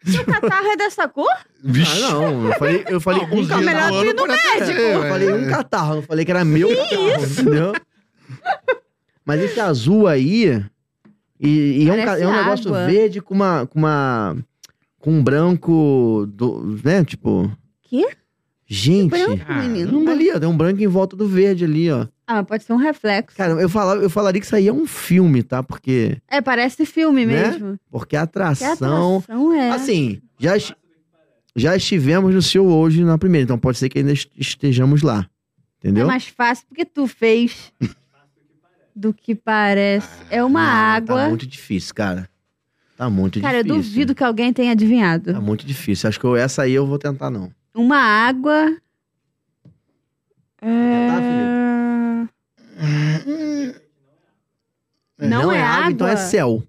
Seu catarro é dessa cor? Vixe! Ah, não. Eu falei, eu falei um dias catarro. melhor do ir no médico. Eu falei um catarro, não falei que era meu catarro, entendeu? Mas esse azul aí. E, e é, um, ca- é um Parece negócio água. verde com uma. com uma. com um branco. Do, né? Tipo. Quê? Gente. ah, Branco, Caramba. menino. Ali, ó, tem um branco em volta do verde ali, ó. Ah, pode ser um reflexo. Cara, eu, falava, eu falaria que isso aí é um filme, tá? Porque, É, parece filme Né? mesmo. porque a Que atração. atração é? Assim, já, es- já estivemos no seu hoje na primeira, então pode ser que ainda est- estejamos lá. É Entendeu? mais fácil porque tu fez do que parece. É uma Não, Tá água. muito difícil, cara. Tá muito Cara, eu difícil. duvido que alguém tenha adivinhado. Tá muito difícil. Acho que eu- essa aí eu vou tentar, não. Uma água. É... Não é água? Então é céu.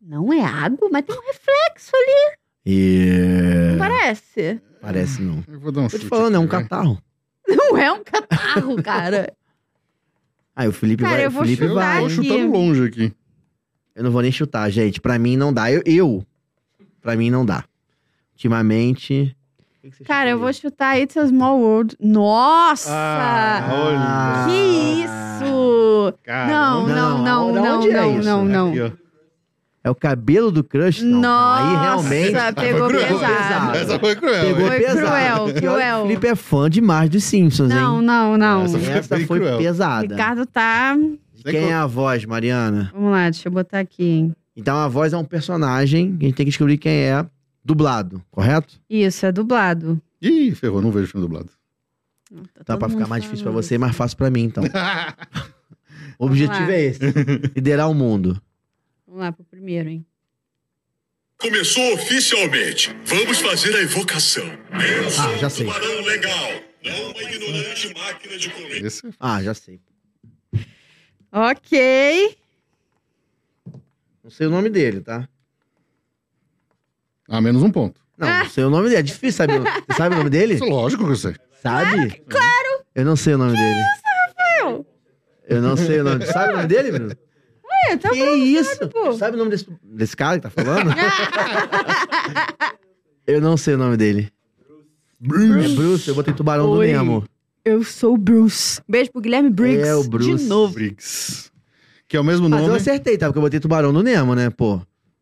Não é água, mas tem um reflexo ali, E... É. não parece? Parece não. Eu vou dar um Tô te chute. falando, é um aqui, vai. catarro. Não é um catarro, cara. Aí o Felipe Cara, vai. eu vou o Felipe chutar vai. Eu tô aqui. chutando longe aqui. Eu não vou nem chutar, gente. Pra mim não dá. Eu. eu pra mim não dá. Ultimamente. O que que você Cara, eu chutou vou aí? chutar It's a Small World. Nossa! Ah, que isso! Não, Caramba. não, não, Não, da não, onde é não, isso? não, não. Aqui, ó. É o cabelo do crush? Não. Aí Nossa, realmente. pegou Foi cruel. pesado. Essa foi cruel. Pegou hein? Foi pesado. cruel, E olha que cruel. O Felipe é fã demais dos Simpsons, Não, hein? não, não. Essa É Essa Foi foi cruel. pesada. Ricardo tá. De Quem é a voz, Mariana? Vamos lá, deixa eu botar aqui, hein? Então a voz é um personagem que a gente tem que descobrir quem é dublado, correto? Isso, é dublado. tá Ih, ferrou, não vejo filme dublado. Então todo pra ficar mundo mais difícil pra falando você, isso. mais fácil pra mim, então. O Vamos objetivo lá. é esse: liderar o mundo. Vamos lá pro primeiro, hein? Começou oficialmente. Vamos fazer a evocação. Eu sou Ah, já sei. um tubarão legal, não é uma ignorante máquina de comer. Esse Ah, já sei. Ok. Não sei o nome dele, tá? A menos um ponto. Não, Ah. não sei o nome dele. É difícil saber. o nome. Você sabe o nome dele? Isso é lógico que eu sei. Sabe? Claro! Eu não sei o nome dele. Rafael? Eu não sei o nome dele. Sabe o nome dele, Bruno? É, tá que isso? pô. Sabe o nome desse, desse cara que tá falando? eu não sei o nome dele. É Bruce, eu botei tubarão Oi. do Nemo. Eu sou o Bruce. Beijo pro Guilherme Briggs. É o Bruce. De um novo. Briggs. Que é o mesmo Mas eu nome. acertei, tá? Porque eu botei tubarão do Nemo, né, pô?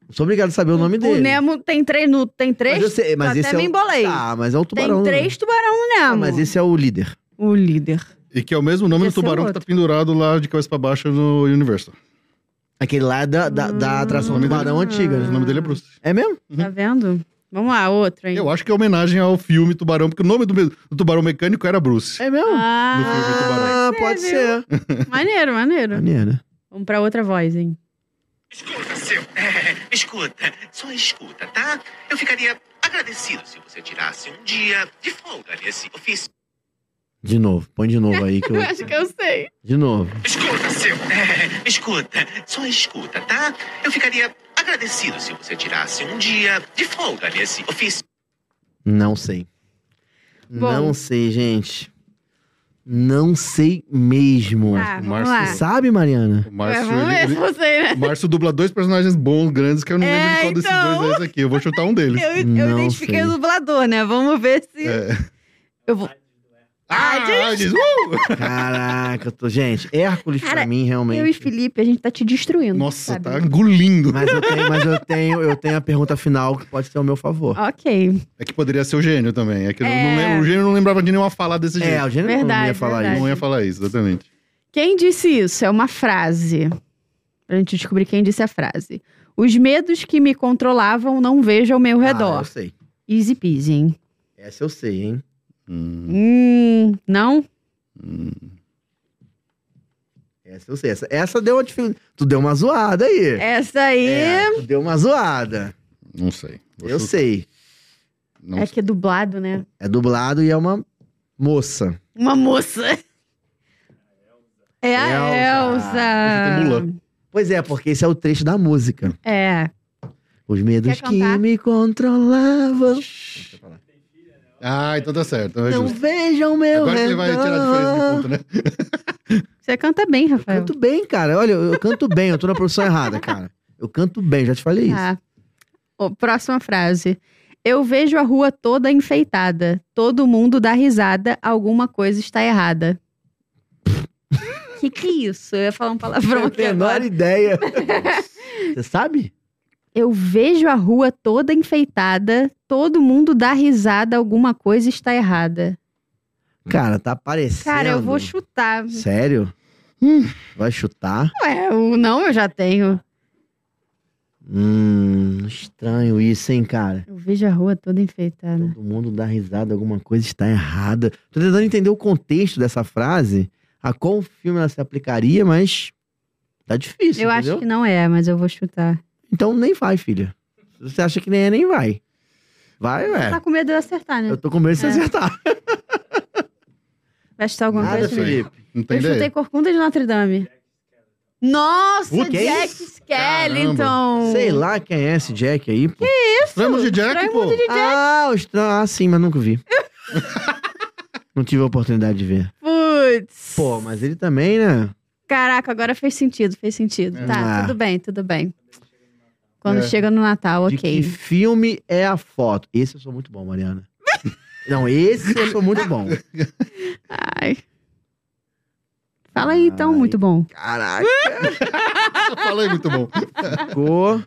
Não sou obrigado a saber o nome dele. O Nemo tem três no. Tem três? Mas eu sei- mas até esse é me o- embolei. Ah, mas é o tem tubarão. do três tubarão no Nemo. Nemo. Ah, mas esse é o líder. O líder. E que é o mesmo nome Esse é do tubarão que outro. tá pendurado lá de cabeça pra baixo no Universal. Aquele lá é da, da, Ah. da atração do tubarão antiga, O né? nome dele é Bruce. É mesmo? Tá vendo? Vamos lá, outro, hein? Eu acho que é homenagem ao filme Tubarão, porque o nome do, me- do tubarão mecânico era Bruce. É mesmo? filme do Ah, tubarão. Ah, pode pode ser. É, né? maneiro, maneiro. Maneiro. Vamos pra outra voz, hein? Escuta, seu. É, escuta, só escuta, tá? Eu ficaria agradecido se você tirasse um dia de folga nesse ofício. De novo, põe de novo aí que eu. Eu acho que eu sei. De novo. Escuta, seu. É, escuta, só escuta, tá? Eu ficaria agradecido se você tirasse um dia de folga nesse ofício. Não sei. Bom. Não sei, gente. Não sei mesmo. Tá, vamos Márcio lá. Você Sabe, Mariana? O Ué, Márcio, vamos ver ele- se ele- eu sei, né? o Márcio dubla dois personagens bons, grandes, que eu não É, lembro de qual então. desses dois é esse aqui. Eu vou chutar um deles. Eu, eu Não identifiquei sei. o dublador, né? Vamos ver se. É. Eu vou... Ah, diz, uh! Caraca, eu tô... gente, Hércules Cara, pra mim realmente. Eu e Felipe, a gente tá te destruindo. Nossa, sabe? tá engolindo. Mas eu tenho, mas eu tenho, eu tenho a pergunta final que pode ser ao meu favor. Ok. É que poderia ser o gênio também. É que eu não É. lembro- o gênio não lembrava de nenhuma fala desse É, jeito. o gênio não Verdade, ia falar verdade. isso. Não ia falar isso, exatamente. Quem disse isso? É uma frase. Pra gente descobrir quem disse a frase. Os medos que me controlavam não vejo ao meu Ah, redor. eu sei. Easy peasy, hein? Essa eu sei, hein? Hum, Hum, não? hum. Essa eu sei. Essa, essa deu uma dificuldade. Tu deu uma zoada aí. Essa aí é, É, tu deu uma zoada. Não sei. Vou Eu chutar. sei. Não sei. que é dublado, né? É dublado e é uma moça. Uma moça. É a Elsa. Elsa. Pois é, porque esse é o trecho da música. É. Os medos Quer que cantar? me controlavam. Ah, então tá certo. Então é Não justo. vejam meu Agora que ele vai tirar a diferença de redor. ponto, né? Você canta bem, Rafael. Canto bem, cara. Olha, eu eu canto bem. Eu tô na profissão errada, cara. Eu canto bem, já te falei É isso. Tá. Ó, próxima frase. Eu vejo a rua toda enfeitada. Todo mundo dá risada. Alguma coisa está errada. que que é isso? Eu ia falar um palavrão Não aqui tenho a menor agora. ideia. Você sabe? Eu vejo a rua toda enfeitada. Todo mundo dá risada. Alguma coisa está errada. Cara, tá aparecendo. Cara, eu vou chutar. Sério? Hum. Vai chutar? Ué, o um, não eu já tenho. Hum, estranho isso, hein, cara? Eu vejo a rua toda enfeitada. Todo mundo dá risada, alguma coisa está errada. Tô tentando entender o contexto dessa frase, a qual filme ela se aplicaria, mas tá difícil, Eu entendeu? acho que não é, mas eu vou chutar. Então nem vai, filha. Se você acha que nem é, nem vai. Vai, Você Tá ué. com medo de eu acertar, né? É. Eu tô com medo de você É. acertar. Vai chutar alguma Nada, coisa? Felipe. Felipe. Não tem Eu chutei ideia. Corcunda de Notre Dame. Nossa, Puta, que Jack isso? Skellington! Sei lá quem é esse Jack aí, pô. Estranho de Jack, pô. Raimundo um de Jack. Ah, o estranho. Ah, sim, mas nunca vi. Não tive a oportunidade de ver. Putz! Pô, mas ele também, né? Caraca, agora fez sentido, fez sentido. Tá, Ah. tudo bem, tudo bem. Quando É. chega no Natal, De que ok. filme é a foto? Esse eu sou muito bom, Mariana. Não, esse eu sou muito bom. Ai. Fala aí, então, Ai. muito bom. Caraca. Falei é muito bom. Cor.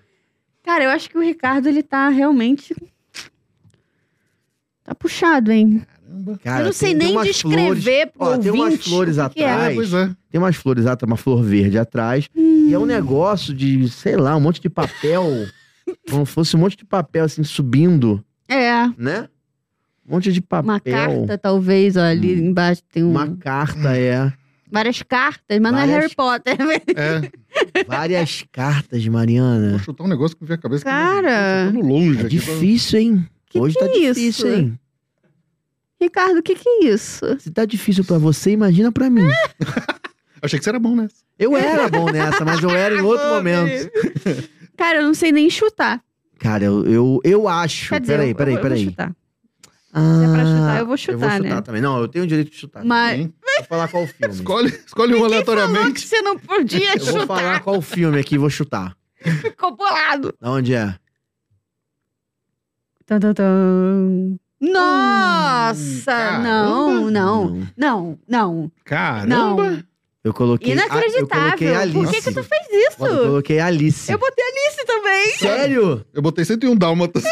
Cara, eu acho que o Ricardo, ele tá realmente... Tá puxado, hein? Caramba. Cara, eu não sei tem- tem nem umas flores- descrever pro Ó, tem ouvinte. umas flores o que que é. atrás. É, pois é. Tem umas flores atrás, uma flor verde atrás. E é Hum. um negócio de, sei lá, um monte de papel. como fosse um monte de papel, assim, subindo, É, né? Um monte de papel. Hum. uma carta, talvez, ó, ali embaixo tem um... Uma carta, é. Várias cartas, mas não é Várias- Harry Potter. É, Várias cartas, vou Mariana. chutar um negócio que me veio a cabeça. que Cara. eu tô chutando longe É aqui. difícil, hein? Que Hoje que tá é difícil, isso? hein? Ricardo, o que, que é isso? Se tá difícil pra você, imagina pra mim. Achei que você era bom né? Eu era bom nessa, mas eu era em outro Ô, momento. Cara, eu não sei nem chutar. Cara, eu, eu, eu acho. Quer dizer, peraí, eu- peraí, eu, peraí. vou chutar. Ah, Se é pra chutar, eu vou eu vou chutar, chutar né? também. Não, eu tenho o direito de chutar. Mas Hein? Vou falar qual filme. Escolhe, escolhe um falou que aleatoriamente. você não podia Eu vou chutar, falar qual filme aqui e vou chutar. ficou bolado. Da onde é? Tan, tan, tan. Hum, Nossa, caramba. não, não, não, não, não. Caramba. Eu coloquei. Eu coloquei Inacreditável. Alice. Por que, que tu fez isso? Eu coloquei Alice. Eu botei Alice também. Sério? Eu botei 101 dálmatas.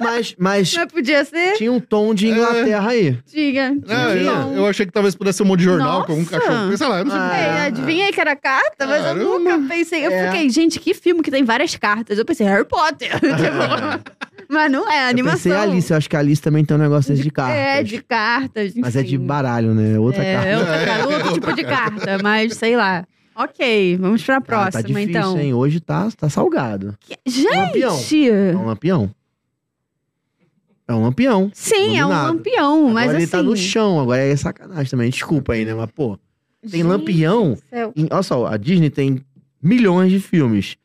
Mas, mas Mas é podia ser? tinha um tom de Inglaterra aí. Tinha. Ah, eu, Não. eu achei que talvez pudesse ser um monte de jornal com algum Nossa. cachorro. Sei lá, eu não sei. Ah. É, adivinhei que era carta, mas eu Caramba. nunca pensei. Eu É. fiquei, gente, que filme que tem várias cartas? Eu pensei, Harry Potter. Tipo, mas não é, Eu animação. pensei Alice, eu acho que Alice também tem um negócio desse de cartas. É, de cartas. Mas é enfim. de baralho, né? Outra É, carta. é outra carta, outro tipo de carta, mas sei lá. Ok, vamos pra Ah, próxima, tá difícil, então. hein? Hoje tá, tá salgado. Que- Lampião. É Gente! um lampião? É um lampião. Sim, é um Iluminado. lampião, mas agora assim... ele tá no chão, agora é sacanagem também. Desculpa aí, né? Mas, pô, tem lampião. céu. em- olha só, a Disney tem milhões de filmes.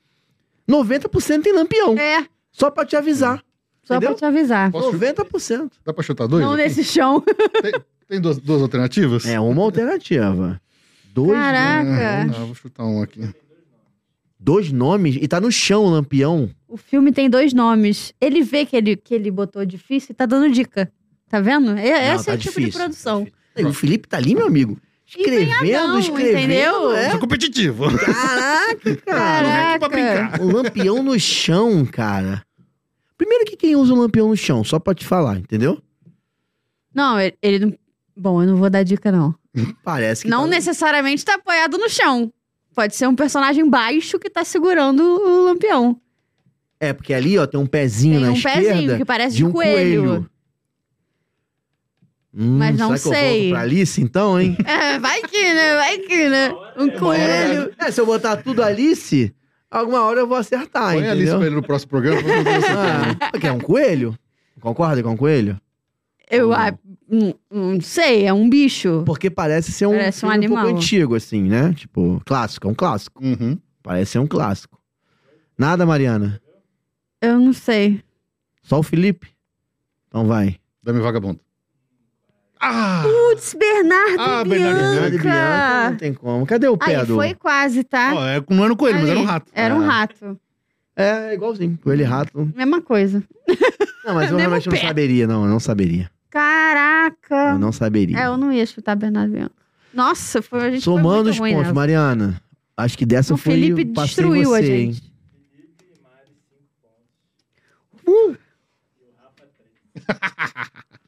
90% tem lampião. É, Só pra te avisar. só Entendeu? pra te avisar. Posso- 90%. Dá pra chutar dois? Não aqui? nesse chão. Tem duas, duas alternativas? É uma alternativa. Dois, Caraca. Ah, vou chutar um aqui. dois nomes e tá no chão o lampião. O filme tem dois nomes. Ele vê que ele, que ele botou difícil e tá dando dica. Tá vendo? É, Não, esse tá é o tipo de difícil, produção. tá difícil. O Felipe tá ali, meu amigo. Escrevendo, Empenhadão, escrevendo. entendeu? é. Sou competitivo. Caraca, cara. Não vem aqui Caraca. pra brincar. O lampião no chão, cara. Primeiro que quem usa um lampião no chão, só pra te falar, entendeu? Não, ele, ele não. Bom, eu não vou dar dica, não. Parece que. não tá... necessariamente tá apoiado no chão. Pode ser um personagem baixo que tá segurando o lampião. É, porque ali, ó, tem um pezinho Tem na um esquerda pezinho que parece de um coelho. Hum, Mas não será que eu sei. volto pra Alice, então, hein? É, vai que, né? Vai que, né? Um coelho. É, se eu botar tudo Alice, alguma hora eu vou acertar, Põe a Alice Ah, entendeu? pra ele no próximo programa. pra fazer essa pergunta. Ah, porque é um coelho? Concorda com um coelho? Eu ah, hum, hum, não sei, é um bicho. Porque parece ser um, Parece um filme pouco animal. antigo, assim, né? Tipo, clássico, é um clássico. Uhum. Parece ser um clássico. Nada, Mariana? Eu não sei. Só o Felipe? Então vai. Dame vagabundo. Ah! Putz, Bernardo Ah, e Bernardo e Bianca. Nada, Bianca, não tem como. Cadê o pé Aí do... foi quase, tá? Ó, é, não era um coelho, mas era um Ali. rato. Era um Ah. rato. É, igualzinho. Coelho e rato. Mesma coisa. Não, mas eu Mesmo realmente não pé. saberia, não. Eu não saberia. Eu Caraca. não saberia. É, eu não ia chutar Bernardo e Bianca. Nossa, foi, a gente foi Somando muito os ruim pontos, nessa. Mariana. Acho que dessa O eu fui Felipe passei destruiu um você, a hein? gente. Uh!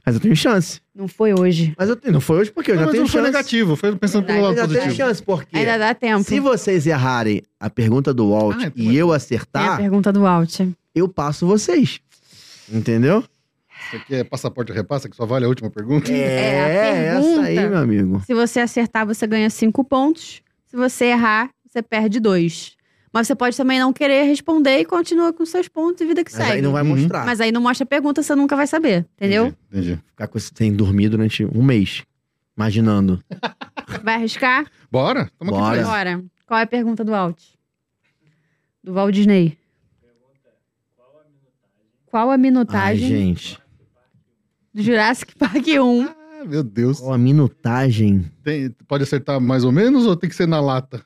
Mas eu tenho chance. Não foi hoje. Mas eu tenho... não foi hoje porque eu Não, já mas tenho não foi chance. negativo, tipo. foi pensando pelo Ainda Eu lado já tenho positivo. chance porque Ainda dá tempo. é? se vocês errarem a pergunta do Walt Ah, então e vai. eu Tem É a acertar, pergunta do Alt. eu passo vocês. Entendeu? Isso aqui é passaporte repassa, que só vale a última pergunta. É, a essa aí, pergunta. meu amigo. Se você acertar, você ganha cinco pontos. Se você errar, você perde dois. Mas você pode também não querer responder e continua com seus pontos e vida que Mas segue. aí não vai Uhum. mostrar. Mas aí não mostra a pergunta, você nunca vai saber, entendeu? Entendi. entendi. Ficar com isso sem dormir durante um mês. Imaginando. Vai arriscar? Bora? Tamo aqui Bora. pra isso. Bora. Qual é a pergunta do Alt? Do Walt Disney. Qual a Ai, minutagem gente. do Jurassic Park 1? Ah, meu Deus. Qual a minutagem? Tem- pode acertar mais ou menos ou tem que ser na lata?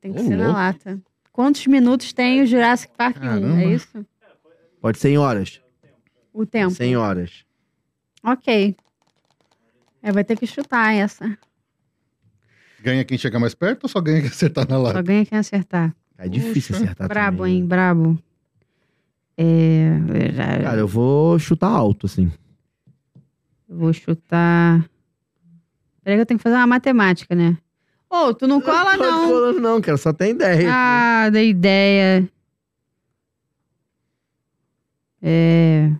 Tem que Ô, ser na louco. lata. Quantos minutos tem o Jurassic Park 1? Caramba. É isso? Pode ser em horas. O tempo. Sem horas. Ok. É, vai ter que chutar essa. Ganha quem chegar mais perto ou só ganha quem acertar na Só lata? ganha quem acertar. É difícil Puxa. acertar brabo, também. né? hein? Brabo. É. eu já- Cara, eu vou chutar alto, assim. eu Vou chutar. Peraí, que eu tenho que fazer uma matemática, né? Ô, tu não cola, Não tô não. colando, não, cara. Só tem 10. Ah, da ideia. É.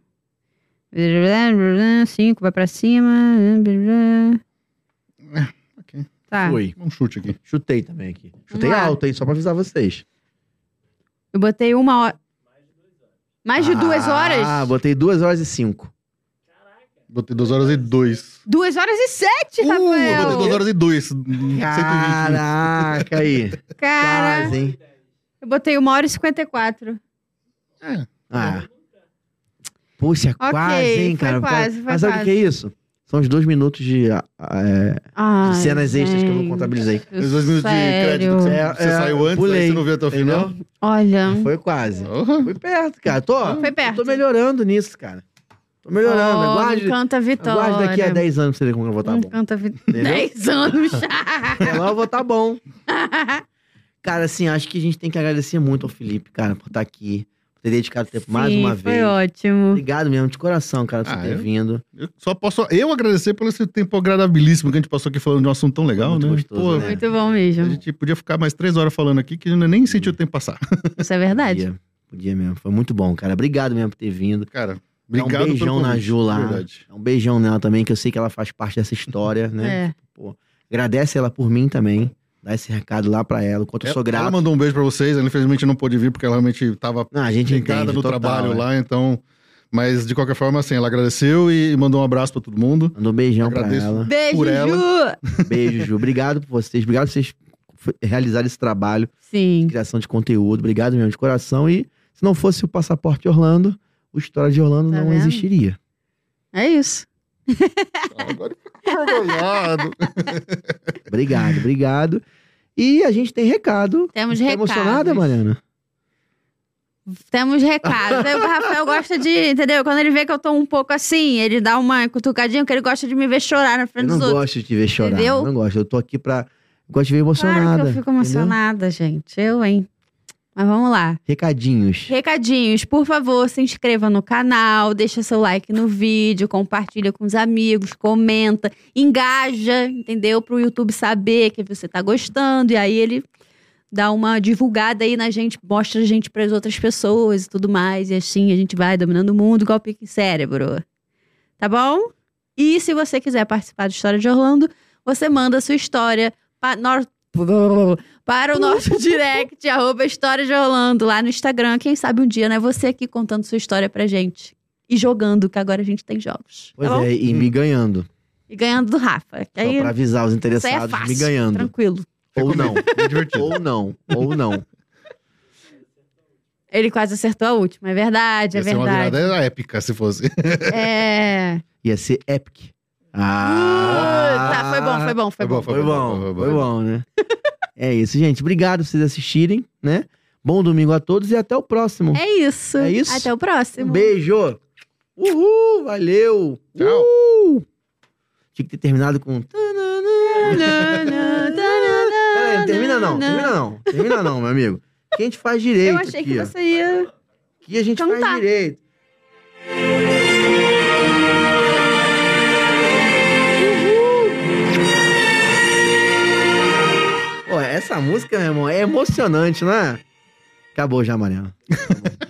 5 vai pra cima. ok. Tá. Foi. Um chute aqui. Chutei também aqui. Chutei Vamos lá. alto, hein? Só pra avisar vocês. Eu botei uma hora. Mais de duas Ah, horas? Ah, botei duas horas e cinco. Botei 2 horas e 2. Duas horas e sete, Uh, eu botei Rafael! 2 horas e 2. Caraca, aí. Cara, Quase, hein? eu botei uma hora e cinquenta e quatro. É, Ah. Poxa, quase, hein, foi cara. quase, foi Mas sabe o que é quase. isso? São os dois minutos de, ah, é, Ai, de cenas extras que eu não gente, contabilizei. os dois minutos sério. de crédito que você, É, você é, saiu antes, pulei, aí você não viu até o final. Entendeu? Olha, Foi quase. Porra. Foi perto, cara. Tô, Foi perto. Tô melhorando nisso, cara. Tô melhorando. oh, aguarde, encanta a vitória. aguarde daqui a 10 anos pra você ver como eu vou estar bom. Encanta a vitória. Entendeu? 10 anos. Até lá eu vou estar bom. Cara, assim, acho que a gente tem que agradecer muito ao Felipe, cara, por estar aqui, por ter dedicado tempo mais Sim, uma foi vez. ótimo. Obrigado mesmo, de coração, cara, por Ah, você ter eu? vindo. Eu só posso eu agradecer pelo esse tempo agradabilíssimo que a gente passou aqui falando de um assunto tão legal, Muito né? gostoso, Pô, né? Muito bom A mesmo. gente podia ficar mais três horas falando aqui que eu nem senti o tempo passar. Isso é verdade. Podia, podia mesmo. Foi muito bom, cara. Obrigado mesmo por ter vindo. Cara, Dá obrigado um beijão pelo na convite, Ju lá. Verdade. Dá Um beijão nela também, que eu sei que ela faz parte dessa história, né? É. Agradece ela por mim também. Dá esse recado lá pra ela, o quanto eu sou Ela- Ela grato. mandou um beijo pra vocês, ela infelizmente não pôde vir porque ela realmente tava Não, a gente ligada entende no total, trabalho é. lá, então... Mas, de qualquer forma, assim, ela agradeceu e mandou um abraço pra todo mundo. Mandou um beijão pra Agradeço. ela. Um Beijo, Por ela. Ju! Beijo, Ju. Obrigado por vocês. Obrigado por vocês f- realizarem esse trabalho. Sim. criação de conteúdo. Obrigado mesmo de coração. E se não fosse o Passaporte Orlando, o História de Orlando Tá não vendo? existiria. É isso. Agora eu fico orgulhado. Obrigado, obrigado. E a gente tem recado. Temos Tá recados. emocionada, Mariana? Temos recados. Eu, o Rafael gosta de, entendeu? Quando ele vê que eu tô um pouco assim, ele dá uma cutucadinha, porque ele gosta de me ver chorar na Eu frente não dos outros. gosto de te ver chorar. Entendeu? eu Não gosto. Eu tô aqui pra. eu Gosto de ver emocionada. Claro que eu fico entendeu? emocionada, gente. Eu, hein? Mas vamos lá. Recadinhos. Recadinhos, por favor, se inscreva no canal, deixa seu like no vídeo, compartilha com os amigos, comenta, engaja, entendeu? Pro YouTube saber que você tá gostando e aí ele dá uma divulgada aí na gente, mostra a gente para as outras pessoas e tudo mais. E assim a gente vai dominando o mundo igual pique em cérebro. Tá bom? E se você quiser participar do História de Orlando, você manda a sua história pa- nor- para o nosso direct, arroba História de Orlando, lá no Instagram. Quem sabe um dia, né? Você aqui contando sua história pra gente. E jogando, que agora a gente tem jogos. Pois tá bom? é, e me ganhando. E ganhando do Rafa. Que aí, Só pra avisar isso os aí é interessados, fácil. me ganhando. Tranquilo. Ou não. É divertido. ou não. Ou não. Ele quase acertou a última, é verdade, é Ia ser uma verdade. virada épica se fosse. É. Ia ser epic. Uh, tá, foi bom, foi bom, foi Foi bom. bom, Ah. Foi bom, foi bom, né? é isso, gente. Obrigado por vocês assistirem, né? Bom domingo a todos e até o próximo. É isso. É isso? Até o um próximo. beijo. Uhul, valeu. Tchau. Uhul. Tinha que ter terminado com... Peraí, não termina não, termina não. Termina não, meu amigo. Que a gente faz direito Eu achei aqui, que ó. você ia. Que a gente Então faz tá. direito. Pô, essa música, meu irmão, é emocionante, né? Acabou já, Mariana. Acabou.